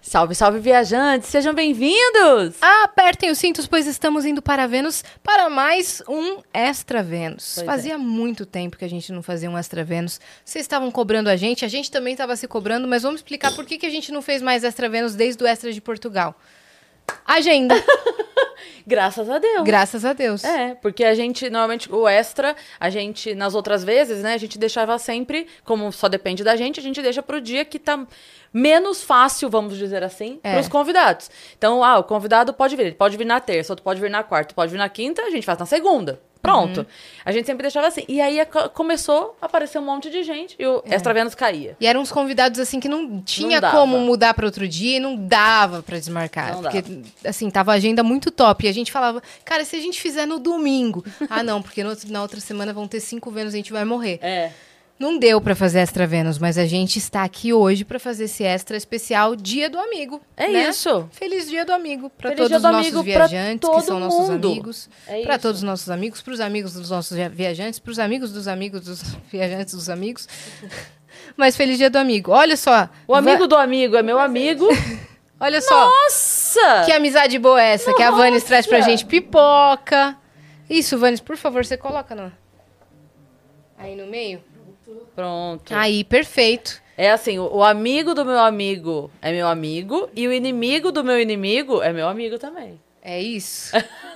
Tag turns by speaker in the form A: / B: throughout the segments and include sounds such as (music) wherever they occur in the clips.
A: Salve, salve, viajantes! Sejam bem-vindos!
B: Apertem os cintos, pois estamos indo para Vênus para mais um Extra Vênus.
A: Pois é.
B: Fazia muito tempo que a gente não fazia um Extra Vênus. Vocês estavam cobrando a gente, a gente também estava se cobrando, mas vamos explicar por que, que a gente não fez mais Extra Vênus desde o Extra de Portugal.
A: (laughs)
B: Agenda,
A: Graças a Deus!
B: graças a Deus.
A: É, porque a gente, normalmente, o extra, a gente, nas outras vezes, né, a gente deixava sempre, como só depende da gente, a gente deixa pro dia que tá menos fácil, vamos dizer assim,
B: É.
A: pros convidados. Então, ah, o convidado pode vir, ele pode vir na terça, outro pode vir na quarta, pode vir na quinta, a gente faz na segunda. Pronto. A gente sempre deixava assim. E aí a co- começou a aparecer um monte de gente e o extra Vênus caía.
B: E eram uns convidados assim que não tinha
A: dava.
B: como mudar para outro dia e não dava para desmarcar.
A: Não
B: porque, assim, tava a agenda muito top. E a gente falava, cara, se a gente fizer no domingo. (laughs) ah, não, porque no outro- na outra semana vão ter cinco Vênus e a gente vai morrer.
A: É.
B: Não deu pra fazer extra Vênus, mas a gente está aqui hoje pra fazer esse extra especial Dia do Amigo.
A: É
B: né?
A: isso.
B: Feliz Dia do Amigo para
A: Feliz
B: todos
A: Dia
B: os
A: do
B: nossos
A: Amigo pra
B: viajantes
A: todo
B: que são nossos
A: mundo.
B: amigos,
A: É
B: para
A: isso.
B: todos os nossos amigos, para os amigos dos nossos via- viajantes, para os amigos dos amigos dos (laughs) viajantes dos amigos. (laughs) Mas feliz Dia do Amigo. Olha só.
A: O amigo do amigo é meu amigo.
B: Olha só.
A: Nossa!
B: Que amizade boa é essa que a Vanes traz pra gente pipoca. Isso, Vanes, por favor, você coloca no... aí no meio.
A: Pronto.
B: Aí, perfeito.
A: É assim, o, o amigo do meu amigo é meu amigo e o inimigo do meu inimigo é meu amigo também.
B: É isso.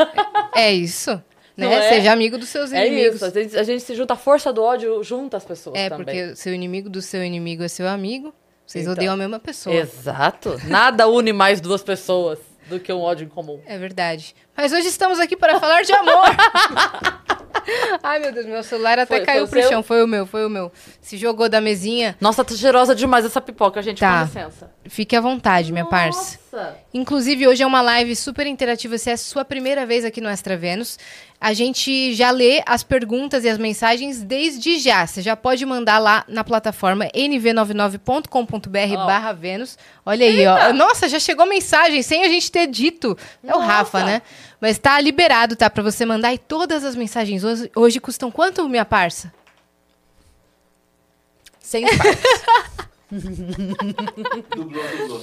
A: (laughs)
B: é isso. Né?
A: Não é?
B: Seja amigo dos seus
A: É
B: inimigos.
A: isso, a gente, a gente se junta, a força do ódio junta as pessoas
B: É,
A: também.
B: porque seu inimigo do seu inimigo é seu amigo. Vocês
A: Então.
B: odeiam a mesma pessoa.
A: Exato. Nada une mais duas pessoas do que um ódio em comum.
B: É verdade. Mas hoje estamos aqui para falar de
A: (laughs)
B: amor. Ai, meu Deus, meu celular até
A: Foi- foi
B: caiu
A: o
B: pro
A: seu?
B: chão. Foi o meu, foi o meu. Se jogou da mesinha,
A: Nossa, tá cheirosa demais essa pipoca, gente,
B: Tá.
A: com licença.
B: fique à vontade, minha parça.
A: Nossa!
B: Inclusive, hoje é uma live super interativa. Se é a sua primeira vez aqui no Extra Vênus, a gente já lê as perguntas e as mensagens desde já. Você já pode mandar lá na plataforma nv99.com.br
A: Ó.
B: barra Vênus. Olha aí, ó. Nossa, já chegou mensagem sem a gente ter dito. É o
A: Nossa.
B: Rafa, né? Mas tá liberado, tá? Pra você mandar. E todas as mensagens hoje, hoje custam quanto, minha parça?
A: Sem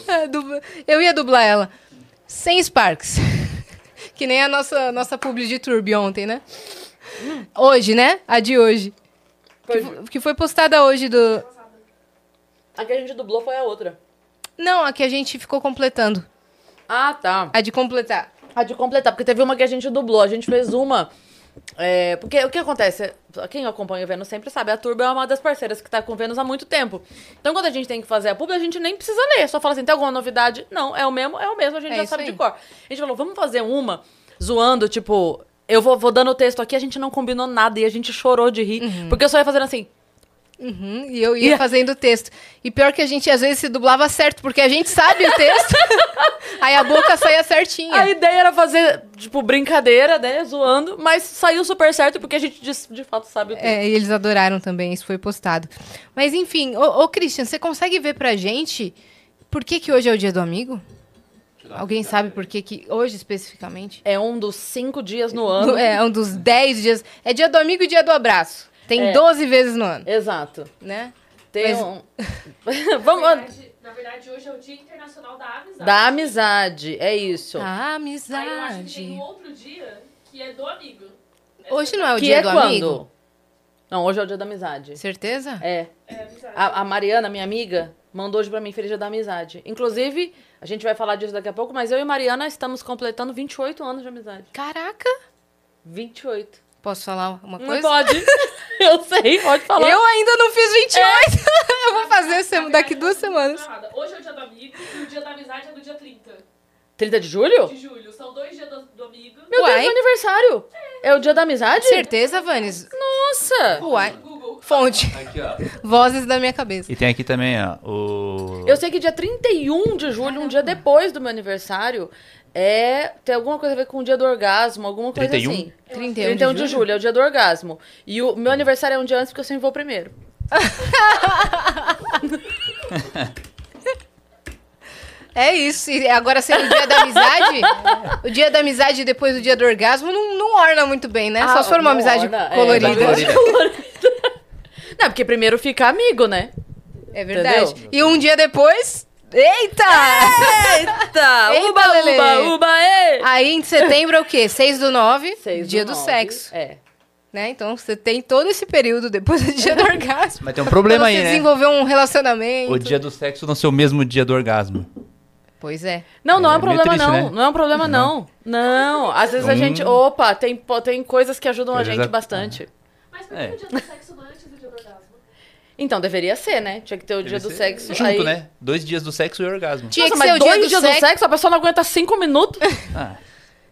B: É, dubla- Eu ia dublar ela. Sem Sparks. (laughs) que nem a nossa, nossa publi de Turbi ontem, né? Hoje, né? A de hoje. Que, fo- que foi postada hoje do.
A: A que a gente dublou foi a outra.
B: Não, a que a gente ficou completando.
A: Ah, tá.
B: A de completar.
A: A de completar, porque teve uma que a gente dublou, a gente fez uma. é, porque o que acontece? Quem acompanha o Vênus sempre sabe, a Turbo é uma das parceiras que tá com o Vênus há muito tempo. Então, quando a gente tem que fazer a publi, a gente nem precisa ler. Só fala assim: tem alguma novidade? Não, é o mesmo, é o mesmo, a gente
B: É
A: já
B: isso
A: sabe de
B: aí.
A: cor. A gente falou: vamos fazer uma zoando, tipo, eu vou, vou dando o texto aqui, a gente não combinou nada e a gente chorou de rir. Porque eu só ia fazendo assim.
B: Uhum, e eu ia fazendo o texto. E pior que a gente às vezes se dublava certo, porque a gente sabe o (laughs) texto. aí a boca saía certinha.
A: A ideia era fazer, tipo, brincadeira, né? Zoando, mas saiu super certo porque a gente de, de fato sabe o texto.
B: É, e eles adoraram também, isso foi postado. Mas enfim, ô, ô Christian, você consegue ver pra gente por que, que hoje é o dia do amigo? Alguém sabe por que, que hoje especificamente?
A: É um dos cinco dias no ano.
B: É um dos 10 dias. É dia do amigo e dia do abraço. Tem
A: É.
B: 12 vezes no ano,
A: Exato.
B: né?
A: Tem
B: Mas-
A: um... (laughs) Vamos...
C: verdade- na verdade, hoje é o Dia Internacional da Amizade.
A: Da amizade, é isso.
B: A
C: Aí eu acho que tem um
B: amizade.
C: outro dia que é do amigo.
B: Hoje não é o
A: que
B: dia
A: é
B: do
A: quando?
B: amigo?
A: Não, hoje é o dia da amizade.
B: Certeza?
A: É.
C: É amizade.
A: A, a Mariana, minha amiga, mandou hoje pra mim Feliz Dia da Amizade. Inclusive, a gente vai falar disso daqui a pouco, mas eu e Mariana estamos completando 28 anos de amizade.
B: Caraca!
A: 28.
B: Posso falar uma
A: Não
B: coisa? (laughs)
A: pode. (laughs) eu sei, pode falar. É.
B: Eu ainda não fiz 28! (laughs) Eu vou fazer sem- daqui duas semanas.
C: Hoje é o dia do amigo e o dia da amizade é do dia 30
A: 30 de julho?
C: de julho. São dois dias do, do amigo.
A: Meu Deus,
B: Uai.
A: meu aniversário. É. o dia da amizade?
B: Certeza, Vanes?
A: Nossa!
B: Uai.
C: Google.
B: Fonte.
D: Aqui, ó.
B: Vozes da minha cabeça.
D: E tem aqui também, ó, o...
A: Eu sei que dia 31 de julho, um dia depois do meu aniversário, é. Tem alguma coisa a ver com o dia do orgasmo, alguma coisa
D: 31?
A: assim.
B: 31,
A: 31 de julho é o dia do orgasmo. E o meu aniversário é um dia antes porque eu sempre vou primeiro.
B: É isso. E agora sendo o dia da amizade, o dia da amizade e depois do dia do orgasmo não, não orna muito bem, né?
A: Ah,
B: Só se for uma
A: não,
B: amizade
A: não, é,
B: colorida.
D: colorida.
A: (laughs) Não, porque primeiro fica amigo, né?
B: É, verdade. E um dia depois, Eita!
A: (laughs) Eita!
B: Eita,
A: uba,
B: Lelê.
A: uba, uba, ê!
B: Aí em setembro é o quê? 6 do 9,
A: Seis
B: dia do,
A: nove,
B: sexo.
A: É.
B: Né? Então você tem todo esse período depois do dia do orgasmo.
D: Mas tem um (laughs) problema
B: pra
D: aí,
B: você
D: né?
B: desenvolver um relacionamento.
D: O dia do sexo não ser o mesmo dia do orgasmo.
B: Pois é.
A: Não, não é,
D: É
A: um
D: meio
A: problema,
D: triste,
A: não.
D: né?
A: Não é um problema, não. Não. Às vezes a
D: Hum.
A: gente. Opa, tem, po- tem coisas que ajudam a
D: Às vezes
A: gente
D: a-
A: bastante.
C: Mas por que
D: É.
C: o dia do sexo não é antes do dia do orgasmo?
A: Então, deveria ser, né? Tinha que ter o dia do
D: Deve ser
A: sexo.
D: Junto,
A: aí...
D: né? Dois dias do sexo e orgasmo.
B: Tinha
A: Nossa,
B: que ser
A: mas
B: o dia
A: dois
B: do
A: dias
B: sexo.
A: do sexo, a pessoa não aguenta cinco minutos.
D: Ah,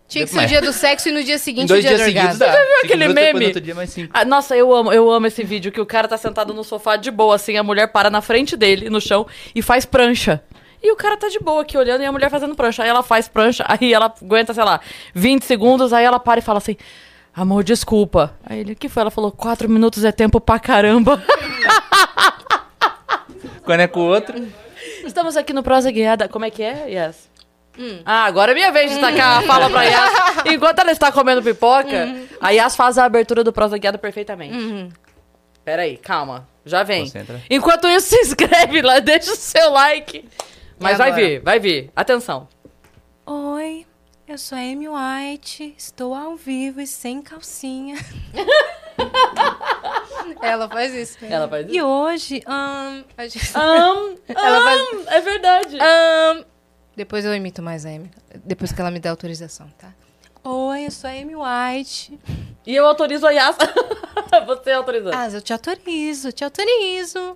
B: Tinha que ser o
D: Mas-
B: dia do sexo e no dia
A: um
B: seguinte o
D: dois
B: dia
D: dias
B: do
D: seguidos
B: orgasmo.
D: dá. Você
A: aquele meme?
D: Outro dia mais cinco.
A: (laughs) Ah, nossa, eu amo, eu amo esse vídeo que o cara tá sentado no sofá de boa, assim, a mulher para na frente dele, no chão, e faz prancha. E o cara tá de boa aqui olhando e a mulher fazendo prancha. Aí ela faz prancha, aí ela aguenta, sei lá, 20 segundos, aí ela para e fala assim: Amor, desculpa. Aí ele, o que foi? Ela falou: quatro minutos é tempo pra caramba.
D: Quando é com o outro.
A: Estamos aqui no Prosa Guiada. Como é que é, Yas?
B: Hum.
A: Ah, agora é minha vez de tacar a fala pra
B: (laughs)
A: Yas. Enquanto ela está comendo pipoca,
B: Hum.
A: a Yas faz a abertura do Prosa Guiada perfeitamente. Peraí, calma. Já vem.
D: Concentra.
A: Enquanto isso, (laughs) se inscreve lá, deixa o seu like. Mas vai
B: agora?
A: vir, vai vir. Atenção.
E: Oi, eu sou a Amy White, estou ao vivo e sem calcinha.
B: (laughs) Ela faz isso.
A: Ela faz
E: E hoje, ahn,
B: A gente-
A: Ahn,
B: (laughs) Ela
A: ahn,
B: faz-
A: É verdade.
B: Ahn, depois eu imito mais a Amy. Depois que ela me der autorização, tá?
E: oi, eu sou a Amy White.
A: E eu autorizo a Yas. (laughs) Você autorizou.
B: Tá.
E: Ah, eu te autorizo, te autorizo.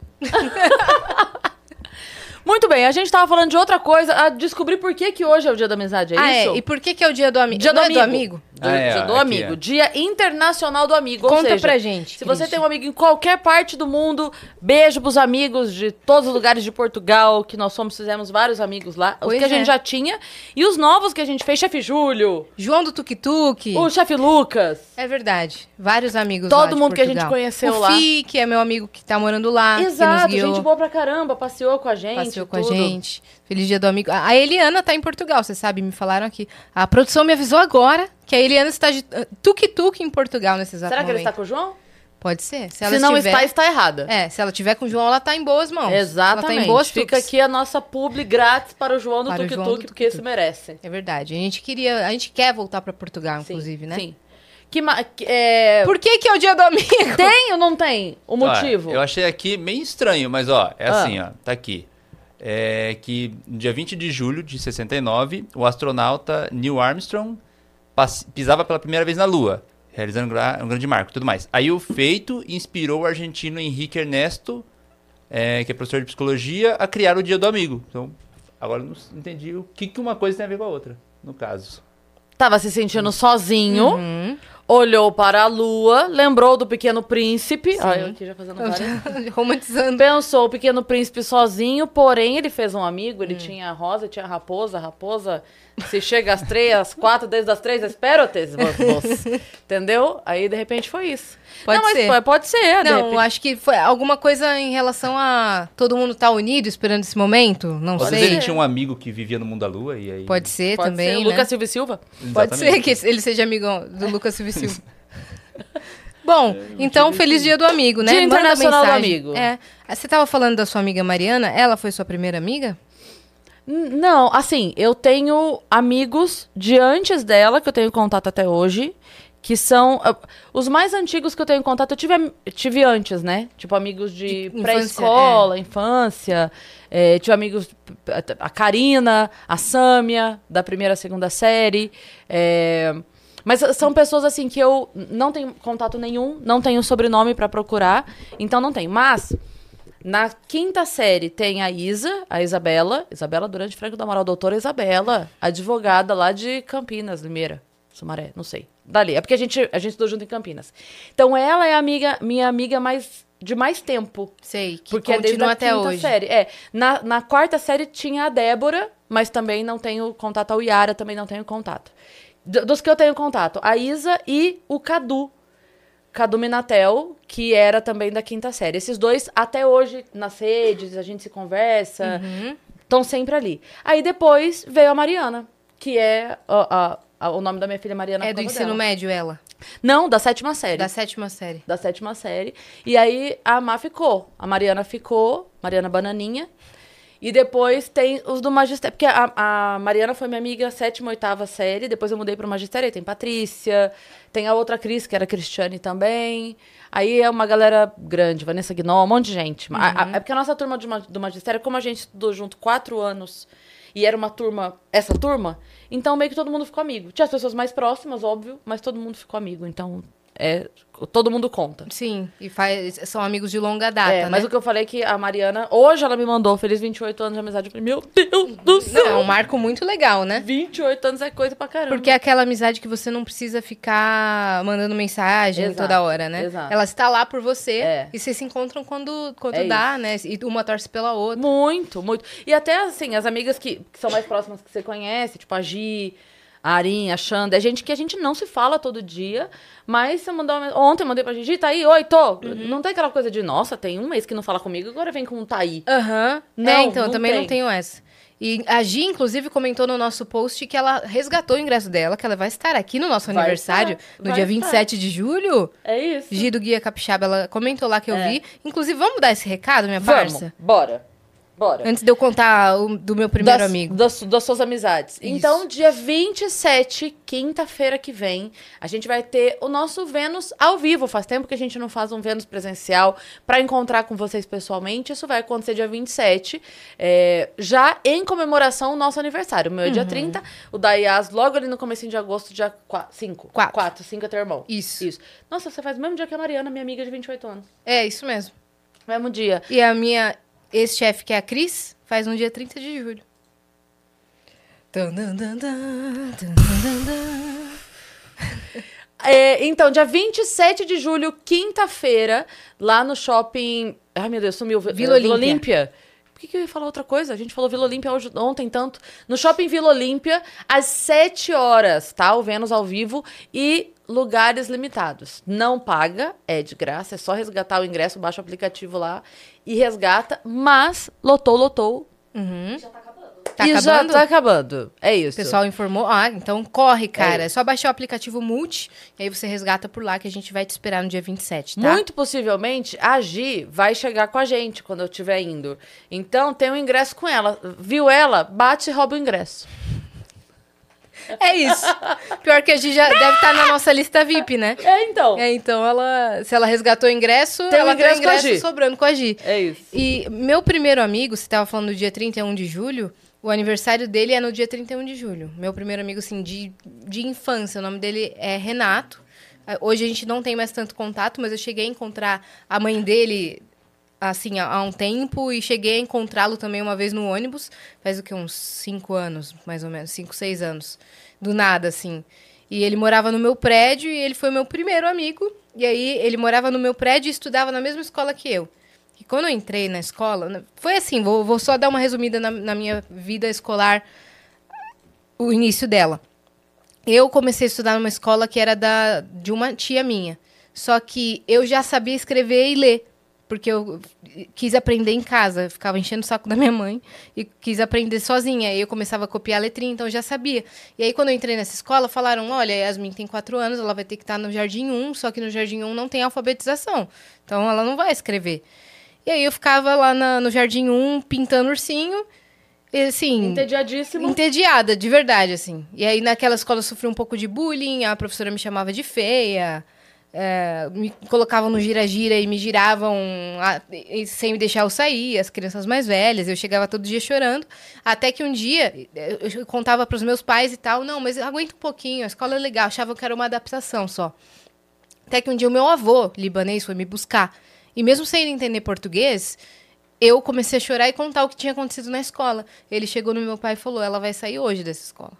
A: Muito bem, a gente tava falando de outra coisa. A descobrir por que, que hoje é o dia da amizade. É
B: ah,
A: isso?
B: é. E por que que é o dia do amigo?
A: Dia do
B: Não
A: amigo.
B: é do amigo?
A: Do,
D: Ah, é,
A: dia do
D: aqui,
A: amigo.
D: é.
A: Dia Internacional do Amigo. ou
B: Conta
A: seja,
B: pra gente.
A: Se você
B: Cris.
A: tem um amigo em qualquer parte do mundo, beijo pros amigos de todos os lugares de Portugal, que nós fomos, fizemos vários amigos lá. os
B: Pois
A: que a
B: é.
A: gente já tinha. E os novos que a gente fez, chefe Júlio,
B: João do Tuk Tuk.
A: o chefe Lucas.
B: É verdade. Vários amigos lá
A: Todo
B: de
A: mundo que a gente
B: Portugal.
A: conheceu
B: o
A: lá.
B: Fi, que é meu amigo que tá morando lá.
A: Exato,
B: que nos guiou,
A: gente boa pra caramba, passeou com a gente.
B: Passeou com
A: tudo.
B: a gente. Feliz dia do amigo. A a Eliana tá em Portugal, você sabe, me falaram aqui. A produção me avisou agora que a Eliana está de eh, tuk-tuk em Portugal nesse exato
A: Será que ele
B: momento.
A: está com o João?
B: Pode ser. Se,
A: Se,
B: ela
A: não
B: estiver...
A: está, está errada.
B: É, se ela tiver com o João, ela tá em boas mãos. Ela tá
A: Exatamente.
B: em boas
A: Fica
B: tuques.
A: aqui a nossa publi grátis para o João do
B: Para o João do
A: Tuk-Tuk, porque esse
B: tuk-tuk.
A: merece.
B: É verdade. A gente queria, a gente quer voltar pra Portugal,
A: Sim,
B: inclusive, né?
A: Sim. Que ma- que- é...
B: Por que que é o dia do amigo? (laughs)
A: Tem ou não tem o motivo?
D: Ó, Ah, eu achei aqui meio estranho, mas ó, é
A: Ah.
D: assim, ó, tá aqui. É que no dia 20 de julho de 69, o astronauta Neil Armstrong pas- pisava pela primeira vez na Lua, realizando gra- um grande marco e tudo mais. Aí o feito inspirou o argentino Henrique Ernesto, é, que é professor de psicologia, a criar o Dia do Amigo. Então, agora eu não s- entendi o que, que uma coisa tem a ver com a outra, no caso.
A: Tava se sentindo sozinho,
B: Hum.
A: olhou para a lua, lembrou do Pequeno Príncipe. Ai, eu aqui já (laughs) fazendo várias.
B: Romantizando.
A: Pensou o Pequeno Príncipe sozinho, porém ele fez um amigo, ele tinha a rosa, tinha a raposa, a raposa se chega às três, às quatro, desde as três, espero-te, vos- vos. (laughs) entendeu? Aí de repente foi isso.
B: Pode
A: Não, mas
B: ser.
A: po- pode ser, um de
B: Não,
A: repente.
B: acho que foi alguma coisa em relação a todo mundo tá unido esperando esse momento. Não
D: Às vezes
B: sei.
D: ele tinha um amigo que vivia no mundo da Lua e aí...
B: Pode ser
A: Pode
B: também.
A: ser.
B: né?
A: Lucas Silva e Silva?
B: Pode ser
D: Exatamente.
B: que ele seja amigo do Lucas Silva. e
A: (laughs)
B: Silva. (laughs) Bom, então feliz dia do amigo, né?
A: É, Dia
B: Manda
A: Internacional do
B: mensagem.
A: Amigo.
B: É. Ah, Você tava falando da sua amiga Mariana, ela foi sua primeira amiga?
A: N- Não, assim, eu tenho amigos de antes dela, que eu tenho contato até hoje, que são. ah, Os mais antigos que eu tenho contato, eu tive, am- tive antes, né? Tipo, amigos de,
B: De infância,
A: pré-escola, infância. eh, tive amigos. A Karina, a Sâmia, da primeira à segunda série. eh, mas são pessoas assim que eu não tenho contato nenhum, não tenho sobrenome pra procurar, então não tem. Mas na quinta série tem a Isa, a Isabela, Isabela Durante Franco da Moral, doutora Isabela, advogada lá de Campinas, Limeira, Sumaré, não sei. Dali, é porque a gente a gente estudou junto em Campinas. Então ela é a amiga, minha amiga mais de mais tempo.
B: Sei, que
A: Porque é desde
B: continua
A: a
B: até
A: quinta
B: hoje.
A: série. É, na, na quarta série tinha a Débora, mas também não tenho contato. A Yara também não tenho contato. D- dos que eu tenho contato, a Isa e o Cadu. Cadu Minatel, que era também da quinta série. Esses dois, até hoje, nas redes, a gente se conversa,
B: Uhum.
A: estão sempre ali. Aí depois veio a Mariana, que é a- a- a- o nome da minha filha Mariana.
B: É
A: por
B: do
A: causa
B: ensino
A: dela.
B: médio ela,
A: Não, da sétima série
B: da sétima série.
A: da sétima série. E aí a Má ficou. A Mariana ficou, Mariana Bananinha. E depois tem os do magistério. Porque a, a Mariana foi minha amiga sétima, oitava série. Depois eu mudei pro magistério. Aí tem Patrícia. Tem a outra Cris, que era Cristiane também. Aí é uma galera grande. Vanessa Guinol, um monte de gente. A- a- é porque a nossa turma de ma- do magistério, como a gente estudou junto quatro anos e era uma turma, essa turma, então meio que todo mundo ficou amigo. Tinha as pessoas mais próximas, óbvio, mas todo mundo ficou amigo. Então, é, todo mundo conta.
B: Sim, e faz, são amigos de longa data,
A: É,
B: né?
A: mas o que eu falei é que a Mariana, hoje ela me mandou feliz 28 anos de amizade. Eu falei, Meu Deus do céu!
B: Não, é um marco muito legal, né?
A: 28 anos é coisa pra caramba.
B: Porque é aquela amizade que você não precisa ficar mandando mensagem
A: Exato,
B: toda hora, né?
A: exato.
B: Ela está lá por você
A: É.
B: e vocês se encontram quando, quando
A: É
B: dá, né? E uma torce pela outra.
A: Muito, muito. E até assim, as amigas que, que são mais próximas que você conhece, tipo a Gi, a Arinha, a Xanda, é gente que a gente não se fala todo dia, mas você mandou uma... mensagem- Ontem eu mandei pra Gigi, tá aí, oi, tô. Não tem aquela coisa de, nossa, tem um mês que não fala comigo, agora vem com um tá aí.
B: Aham.
A: Não,
B: é, então, eu
A: não
B: também não
A: tem.
B: tenho essa. E a Gi, inclusive, comentou no nosso post que ela resgatou o ingresso dela, que ela vai estar aqui no nosso
A: Vai
B: aniversário,
A: estar,
B: no
A: vai
B: dia
A: estar.
B: 27 de julho.
A: É isso.
B: Gi do Guia Capixaba, ela comentou lá que eu
A: É.
B: vi. Inclusive, vamos dar esse recado, minha
A: Vamos,
B: parça?
A: bora, bora.
B: Antes de eu contar o- do meu primeiro
A: das,
B: amigo.
A: Das, das suas amizades. Então, dia 27, quinta-feira que vem, a gente vai ter o nosso Vênus ao vivo. Faz tempo que a gente não faz um Vênus presencial pra encontrar com vocês pessoalmente. Isso vai acontecer dia 27, é, já em comemoração ao nosso aniversário. O meu é
B: Uhum.
A: dia 30, o da Yas logo ali no comecinho de agosto, dia 5.
B: Quatro.
A: 4, 5 é teu irmão.
B: Isso.
A: Isso. Nossa, você faz o mesmo dia que a Mariana, minha amiga de 28 anos.
B: É, isso mesmo.
A: Mesmo dia.
B: E a minha ex-chefe, que é a Cris, faz no dia 30 de julho. Tan, tan, tan, tan, tan, tan, tan.
A: É, então, dia 27 de julho, quinta-feira, lá no shopping. Ai, meu Deus, sumiu. Vi-
B: Vila
A: eh, Vila
B: Olímpia.
A: Olímpia. Por que, que eu ia falar outra coisa? A gente falou Vila Olímpia hoje, ontem tanto. No shopping Vila Olímpia, às 7 horas, tá? O Vênus ao vivo e lugares limitados. Não paga, é de graça, é só resgatar o ingresso, baixa o aplicativo lá e resgata. Mas lotou, lotou.
C: Já tá acabando.
B: Tá
A: e já
B: acabando?
A: tá acabando. É
B: O
A: isso.
B: pessoal informou. Ah, então corre, cara.
A: É.
B: É só baixar o aplicativo Multi e aí você resgata por lá que a gente vai te esperar no dia 27, tá?
A: Muito possivelmente a Gi vai chegar com a gente quando eu estiver indo. Então tem um ingresso com ela. Viu ela? Bate e rouba o ingresso.
B: É isso. Pior que a gente já deve estar na nossa lista VIP, né?
A: É, então.
B: É, então ela, se ela resgatou o ingresso,
A: Tem o
B: ela
A: ingresso com
B: tem
A: a
B: o ingresso
A: Gi.
B: sobrando com a Gi.
A: É isso.
B: E meu primeiro amigo, você tava falando do dia 31 de julho, o aniversário dele é no dia 31 de julho. Meu primeiro amigo, assim, de, de infância, o nome dele é Renato. Ah, Hoje a gente não tem mais tanto contato, mas eu cheguei a encontrar a mãe dele, assim, há, há um tempo, e cheguei a encontrá-lo também uma vez no ônibus, faz o que, uns cinco anos, mais ou menos, cinco, seis anos, do nada, assim. E ele morava no meu prédio e ele foi meu primeiro amigo. E aí ele morava no meu prédio e estudava na mesma escola que eu. E quando eu entrei na escola, na- foi assim, vou, vou só dar uma resumida na, na minha vida escolar, o início dela. Eu comecei a estudar numa escola que era da, de uma tia minha. Só que eu já sabia escrever e ler, porque eu quis aprender em casa. Eu ficava enchendo o saco da minha mãe e quis aprender sozinha. Aí eu começava a copiar a letrinha, então eu já sabia. E aí quando eu entrei nessa escola, falaram: olha, a Yasmin tem quatro anos, ela vai ter que estar no Jardim 1, só que no Jardim 1 não tem alfabetização. Então ela não vai escrever. E aí eu ficava lá na- no Jardim 1 pintando ursinho. E assim.
A: Entediadíssimo.
B: Entediada, de verdade, assim. E aí naquela escola eu sofri um pouco de bullying, a professora me chamava de feia, é, me colocavam no gira-gira e me giravam ah, e- e sem me deixar eu sair, as crianças mais velhas, eu chegava todo dia chorando. Até que um dia eh, eu contava para os meus pais e tal, não, mas aguenta um pouquinho, a escola é legal, achava que era uma adaptação só. Até que um dia o meu avô, libanês, foi me buscar. E mesmo sem ele entender português, eu comecei a chorar e contar o que tinha acontecido na escola. Ele chegou no meu pai e falou: ela vai sair hoje dessa escola.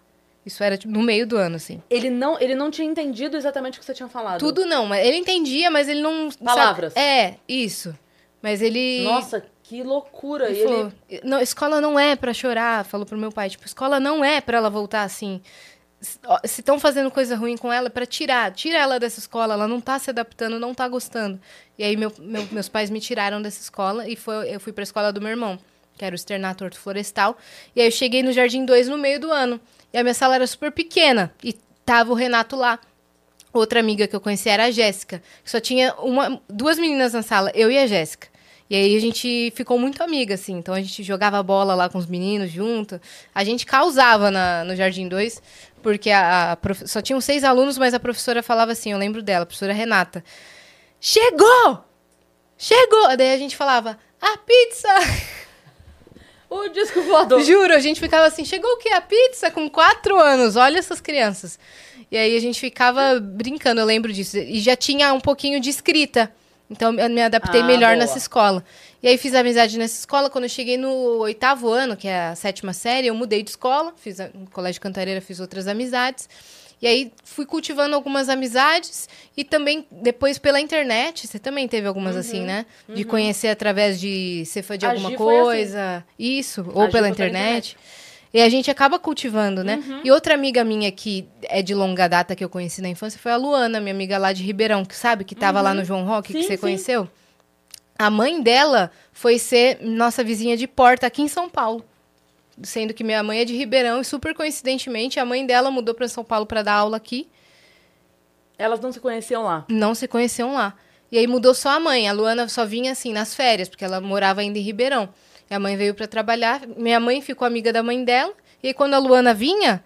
B: Isso era tipo, no meio do ano, assim.
A: Ele não, ele não tinha entendido exatamente o que você tinha falado.
B: Tudo não, mas ele entendia, mas ele não. sabe-
A: Palavras.
B: É, isso. Mas ele.
A: Nossa, que loucura. E
B: Ele
A: ele...
B: falou, não, escola não é pra chorar, falou pro meu pai, tipo, escola não é pra ela voltar assim. Se- ó, Se estão fazendo coisa ruim com ela, é pra tirar, tira ela dessa escola, ela não tá se adaptando, não tá gostando. E aí meu- meu- meus pais me tiraram dessa escola e foi, eu fui pra escola do meu irmão, que era o externato Horto Florestal. E aí eu cheguei no Jardim 2 no meio do ano. E a minha sala era super pequena e tava o Renato lá. Outra amiga que eu conheci era a Jéssica. que Só tinha uma, duas meninas na sala, eu e a Jéssica. E aí a gente ficou muito amiga, assim. Então a gente jogava bola lá com os meninos junto. A gente causava na, no Jardim 2, porque a, a prof- só tinham seis alunos, mas a professora falava assim, eu lembro dela, a professora Renata. Chegou! Chegou! Daí a gente falava, a pizza!
A: O disco voador.
B: Juro, a gente ficava assim, chegou o quê? A pizza com quatro anos, olha essas crianças. E aí a gente ficava brincando, eu lembro disso. E já tinha um pouquinho de escrita. Então eu me adaptei
A: Ah,
B: melhor
A: boa.
B: nessa escola. E aí fiz amizade nessa escola. Quando eu cheguei no oitavo ano, que é a sétima série, eu mudei de escola, fiz a- no Colégio Cantareira, fiz outras amizades. E aí fui cultivando algumas amizades e também depois pela internet, você também teve algumas assim, né? De conhecer através de ser fã de
A: Uhum. A
B: alguma
A: Gi foi assim.
B: coisa. Isso, ou
A: Ajuda
B: pela
A: pela
B: internet. E a gente acaba cultivando, né?
A: Uhum.
B: E outra amiga minha que é de longa data que eu conheci na infância foi a Luana, minha amiga lá de Ribeirão, que sabe, que tava lá no João Rock, que
A: Uhum. Sim,
B: você
A: sim.
B: conheceu. A mãe dela foi ser nossa vizinha de porta aqui em São Paulo. Sendo que minha mãe é de Ribeirão e, super coincidentemente, a mãe dela mudou para São Paulo para dar aula aqui
A: Elas não se conheciam lá.
B: não se conheciam lá. E aí mudou só a mãe. A Luana só vinha assim nas férias, porque ela morava ainda em Ribeirão. E a mãe veio pra trabalhar. Minha mãe ficou amiga da mãe dela. E aí quando a Luana vinha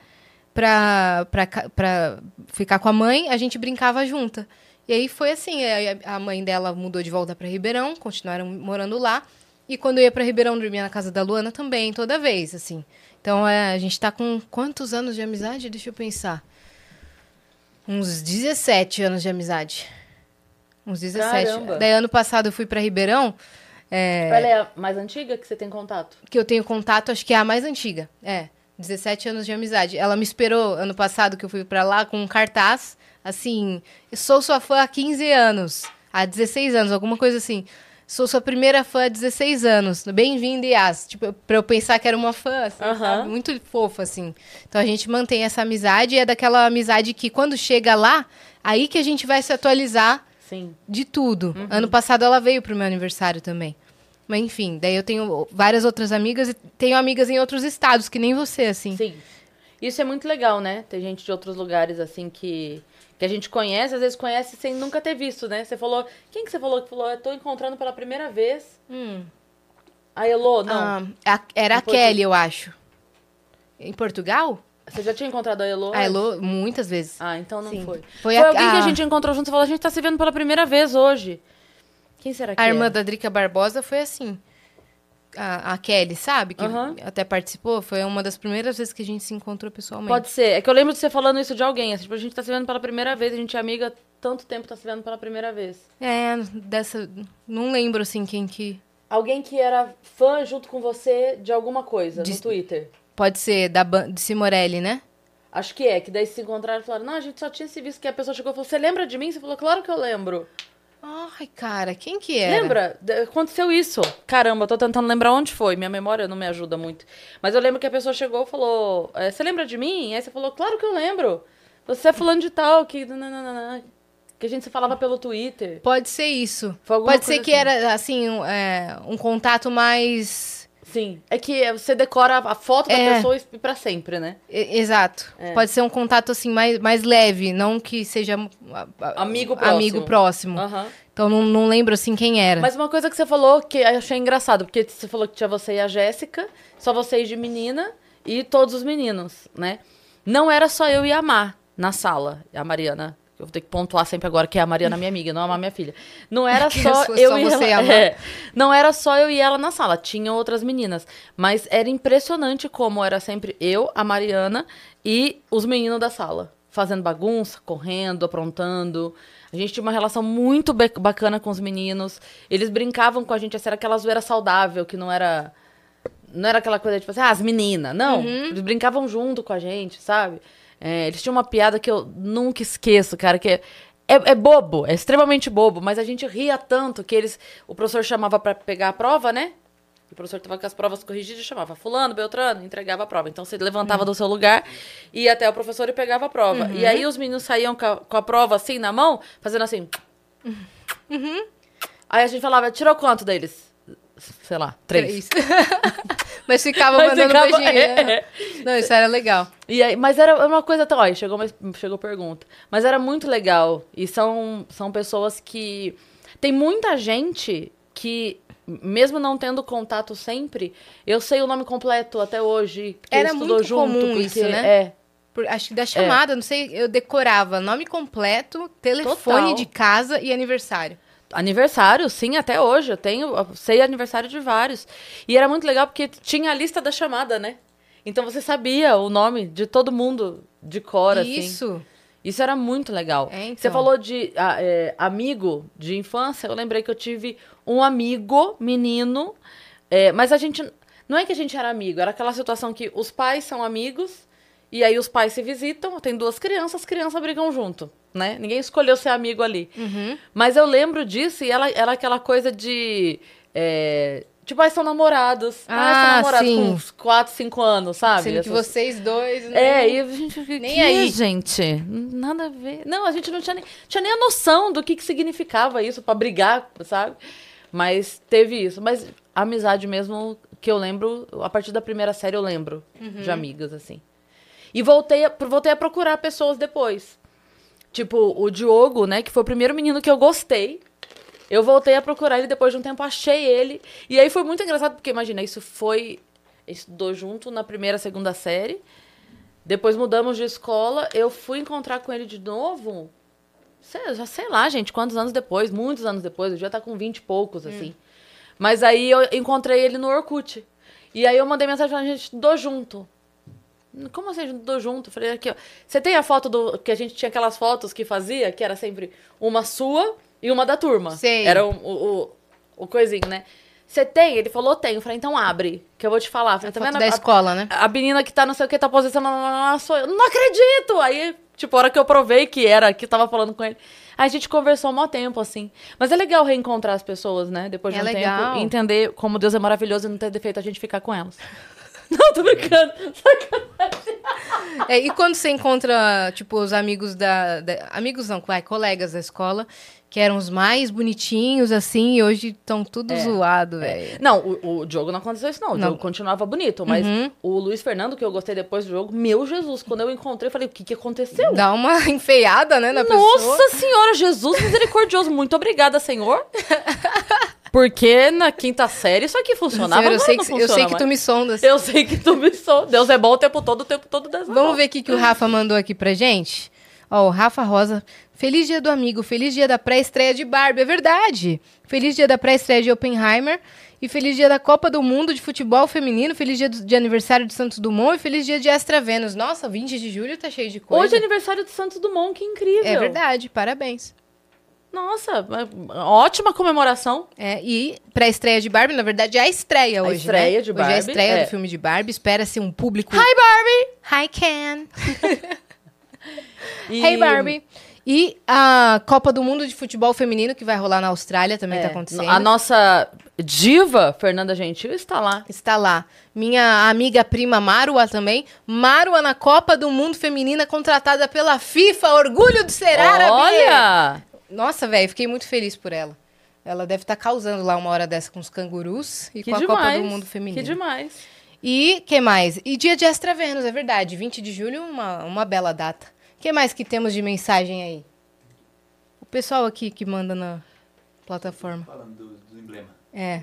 B: pra, pra, ca- pra ficar com a mãe, a gente brincava junta. E aí foi assim, aí a a mãe dela mudou de volta pra Ribeirão, continuaram morando lá. E quando eu ia pra Ribeirão, dormia na casa da Luana também, toda vez, assim. Então é, a gente tá com quantos anos de amizade? Deixa eu pensar. Uns 17 anos de amizade. Uns 17.
A: Caramba.
B: Daí ano passado eu fui pra Ribeirão,
A: Ela é a mais antiga que você tem contato?
B: que eu tenho contato, acho que é a mais antiga. É, 17 anos de amizade. Ela me esperou ano passado que eu fui pra lá com um cartaz, assim, sou sua fã há 15 anos, há 16 anos, alguma coisa assim. Sou sua primeira fã há 16 anos. Bem-vinda, Yas. Tipo, pra eu pensar que era uma fã, assim,
A: Aham.
B: sabe? Muito fofa, assim. Então a gente mantém essa amizade e é daquela amizade que quando chega lá, aí que a gente vai se atualizar
A: Sim.
B: de tudo.
A: Uhum.
B: Ano passado ela veio pro meu aniversário também. Mas enfim, daí eu tenho várias outras amigas e tenho amigas em outros estados, que nem você, assim.
A: Sim. Isso é muito legal, né? Tem gente de outros lugares, assim, que, que a gente conhece, às vezes conhece sem nunca ter visto, né? Você falou. Quem que você falou que falou? Eu tô encontrando pela primeira vez.
B: Hum.
A: A Elô, não.
B: Ah, a- era
A: Em
B: a Kelly, eu acho. Em Portugal?
A: Você já tinha encontrado a Elô?
B: A Elô, muitas vezes.
A: Ah, então não
B: Sim.
A: foi.
B: Foi
A: Foi,
B: a-
A: alguém que
B: a-
A: a gente encontrou junto e falou: a gente tá se vendo pela primeira vez hoje. Quem será que é?
B: A irmã
A: era?
B: da Drica Barbosa foi assim. A, a Kelly, sabe? Que
A: Aham.
B: até participou. Foi uma das primeiras vezes que a gente se encontrou pessoalmente.
A: Pode ser. É que eu lembro de você falando isso de alguém. Assim, tipo, a gente tá se vendo pela primeira vez, a gente é amiga há tanto tempo, tá se vendo pela primeira vez.
B: É, dessa. Não lembro, assim, quem que.
A: Alguém que era fã junto com você de alguma coisa
B: De-
A: no Twitter.
B: Pode ser, da ban... de Simorelli, né?
A: Acho que é, que daí se encontraram e falaram, não, a gente só tinha se visto, que a pessoa chegou e falou, você lembra de mim? Você falou, claro que eu lembro.
B: Ai, cara, quem que era?
A: Ah. Lembra? De- Aconteceu isso. Caramba, eu tô tentando lembrar onde foi, minha memória não me ajuda muito. Mas eu lembro que a pessoa chegou e falou, "É, você lembra de mim? Aí você falou, claro que eu lembro. Você é fulano de tal, que... nananana, Que a gente se falava pelo Twitter.
B: Pode ser isso.
A: Foi alguma
B: Pode ser
A: coisa
B: que era, assim, um, é, um contato mais...
A: Sim. É que você decora a foto da
B: É.
A: pessoa e pra sempre, né?
B: e- Exato.
A: É.
B: Pode ser um contato, assim, mais, mais leve. Não que seja... ah, ah,
A: Amigo
B: Amigo
A: próximo.
B: próximo.
A: Aham.
B: Então, não, não lembro, assim, quem era.
A: Mas uma coisa que você falou que eu achei engraçado, porque você falou que tinha você e a Jéssica, só vocês de menina e todos os meninos, né? Não era só eu e a Mar na sala, a Mariana. Eu vou ter que pontuar sempre agora que é a Mariana minha amiga, não a Mar minha filha. Não era
B: Que
A: só
B: é só-
A: eu
B: só
A: e
B: você
A: ela.
B: e a Mar.
A: é. não era só eu e ela na sala, tinham outras meninas, mas era impressionante como era sempre eu, a Mariana e os meninos da sala, fazendo bagunça, correndo, aprontando. A gente tinha uma relação muito be- bacana com os meninos. Eles brincavam com a gente, essa era aquela zoeira saudável, que não era não era aquela coisa tipo assim, ah, as meninas. Não, eles brincavam junto com a gente, sabe? É, eles tinham uma piada que eu nunca esqueço, cara, que é, é, é bobo, é extremamente bobo, mas a gente ria tanto que eles. O professor chamava pra pegar a prova, né? O professor tava com as provas corrigidas e chamava Fulano, Beltrano, entregava a prova. Então você levantava do seu lugar, ia até o professor e pegava a prova. E aí os meninos saíam com a, com a prova assim na mão, fazendo assim. Aí a gente falava, tirou quanto deles? Sei lá, três.
B: Três. (laughs) Mas ficava
A: Mas
B: mandando
A: ficava-
B: beijinho, né?
A: é.
B: Não, isso era legal.
A: E aí, mas era uma coisa tão. Olha, chegou, mais- chegou pergunta. Mas era muito legal. E são, são pessoas que. Tem muita gente que mesmo não tendo contato sempre, eu sei o nome completo até hoje. porque
B: Era
A: estudou
B: muito
A: junto,
B: comum
A: porque-
B: isso, né?
A: É.
B: Por- acho que da chamada, não sei, eu decorava nome completo, telefone
A: Total.
B: de casa e aniversário.
A: Aniversário, sim, até hoje. Eu tenho, eu sei aniversário de vários. E era muito legal porque tinha a lista da chamada, né? Então você sabia o nome de todo mundo de cor, assim.
B: Isso.
A: Isso era muito legal.
B: É, então.
A: Você falou de ah, é, amigo de infância. Eu lembrei que eu tive um amigo menino, é, mas a gente não é que a gente era amigo. Era aquela situação que os pais são amigos e aí os pais se visitam. Tem duas crianças, as crianças brigam junto, né? Ninguém escolheu ser amigo ali.
B: Uhum.
A: Mas eu lembro disso e ela era aquela coisa de é, tipo, ah, são namorados. Ah,
B: Ah,
A: são namorados
B: sim.
A: com uns 4, 5 anos, sabe?
B: Sendo que
A: Essas-
B: vocês dois.
A: Ah, é,
B: né?
A: e a gente fica,
B: Nem
A: "Que,
B: aí."
A: gente, nada a ver. Não, a gente não tinha nem, tinha nem a noção do que, que significava isso pra brigar, sabe? Mas teve isso. Mas a amizade mesmo que eu lembro, a partir da primeira série eu lembro de
B: Uhum.
A: amigas, assim. E voltei a, voltei a procurar pessoas depois. Tipo, o Diogo, né, que foi o primeiro menino que eu gostei. Eu voltei a procurar ele depois de um tempo, achei ele. E aí foi muito engraçado, porque imagina, isso foi. Estudou junto na primeira, segunda série. Depois mudamos de escola. Eu fui encontrar com ele de novo. Sei, já sei lá, gente, quantos anos depois, muitos anos depois. Eu já tá com 20 e poucos, assim.
B: Hum.
A: Mas aí eu encontrei ele no Orkut. E aí eu mandei mensagem falando, gente, estudou junto. Como assim, estudou junto? Eu Falei, aqui, ó. Você tem a foto do. Que a gente tinha aquelas fotos que fazia, que era sempre uma sua e uma da turma.
B: Sei.
A: Era o, o, o, o coisinho, né? Você tem? Ele falou, tenho. Eu falei, então abre, que eu vou te falar. Eu Falei,
B: A
A: tá
B: foto
A: vendo?
B: da
A: a-
B: escola, né?
A: a menina que tá não sei o que tá posicionando lá, sou eu. Não acredito! Aí, tipo, a hora que eu provei que era, que tava falando com ele. Aí a gente conversou um maior tempo, assim. Mas é legal reencontrar as pessoas, né? Depois de
B: É
A: um
B: legal.
A: tempo. E entender como Deus é maravilhoso e não ter defeito a gente ficar com elas. (laughs) Não, tô brincando. (laughs) Sacanagem.
B: É, e quando você encontra, tipo, os amigos da. da- amigos não, vai, colegas da escola, que eram os mais bonitinhos, assim, e hoje estão
A: É,
B: tudo zoado, velho.
A: Não, o, o Diogo não aconteceu isso, não. O
B: Não. Uhum.
A: Diogo continuava bonito. Mas o Luiz Fernando, que eu gostei depois do jogo, meu Jesus, quando eu encontrei, eu falei, o que que aconteceu?
B: Dá uma (laughs) enfeiada, né, na pessoa.
A: Nossa Senhora, Jesus misericordioso. Muito obrigada, Senhor. (laughs) Porque na quinta série isso aqui funcionava,
B: Senhor, eu
A: agora
B: sei,
A: não
B: que, eu sei
A: funciona
B: que tu
A: mais.
B: me assim. sondas.
A: Eu sei que tu me sou. Deus é bom o tempo todo, o tempo todo Deus é bom.
B: Vamos ver o que, que o Rafa mandou aqui pra gente? Ó, o Rafa Rosa. Feliz dia do amigo, feliz dia da pré-estreia de Barbie. É verdade. Feliz dia da pré-estreia de Oppenheimer. E feliz dia da Copa do Mundo de Futebol Feminino. Feliz dia do- de aniversário de Santos Dumont. E feliz dia de Astra Vênus. Nossa, 20 de julho tá cheio de coisa.
A: Hoje é aniversário de Santos Dumont, que incrível.
B: é verdade, parabéns.
A: Nossa, é ótima comemoração.
B: É, e pré-estreia de Barbie, na verdade, é a estreia hoje.
A: estreia
B: né?
A: de
B: Hoje é a
A: Barbie,
B: estreia
A: é.
B: do filme de Barbie. Espera-se um público. Hi, Barbie! Hi, Ken!
A: E- é,
B: Hey Barbie! E a Copa do Mundo de Futebol Feminino, que vai rolar na Austrália, também
A: É,
B: tá acontecendo.
A: A nossa diva, Fernanda Gentil, está lá.
B: Está lá. Minha amiga prima Marua também. Marua na Copa do Mundo Feminina, contratada pela FIFA. Orgulho de ser árabe!
A: Olha!
B: Nossa, velho, fiquei muito feliz por ela. Ela deve estar causando lá uma hora dessa com os cangurus e
A: Que
B: com a
A: demais.
B: Copa do Mundo Feminino.
A: Que demais.
B: E que mais? E dia de Extra Vênus, é verdade. 20 de julho, uma, uma bela data. que mais que temos de mensagem aí? O pessoal aqui que manda na plataforma.
D: Falando do, do emblema.
B: É.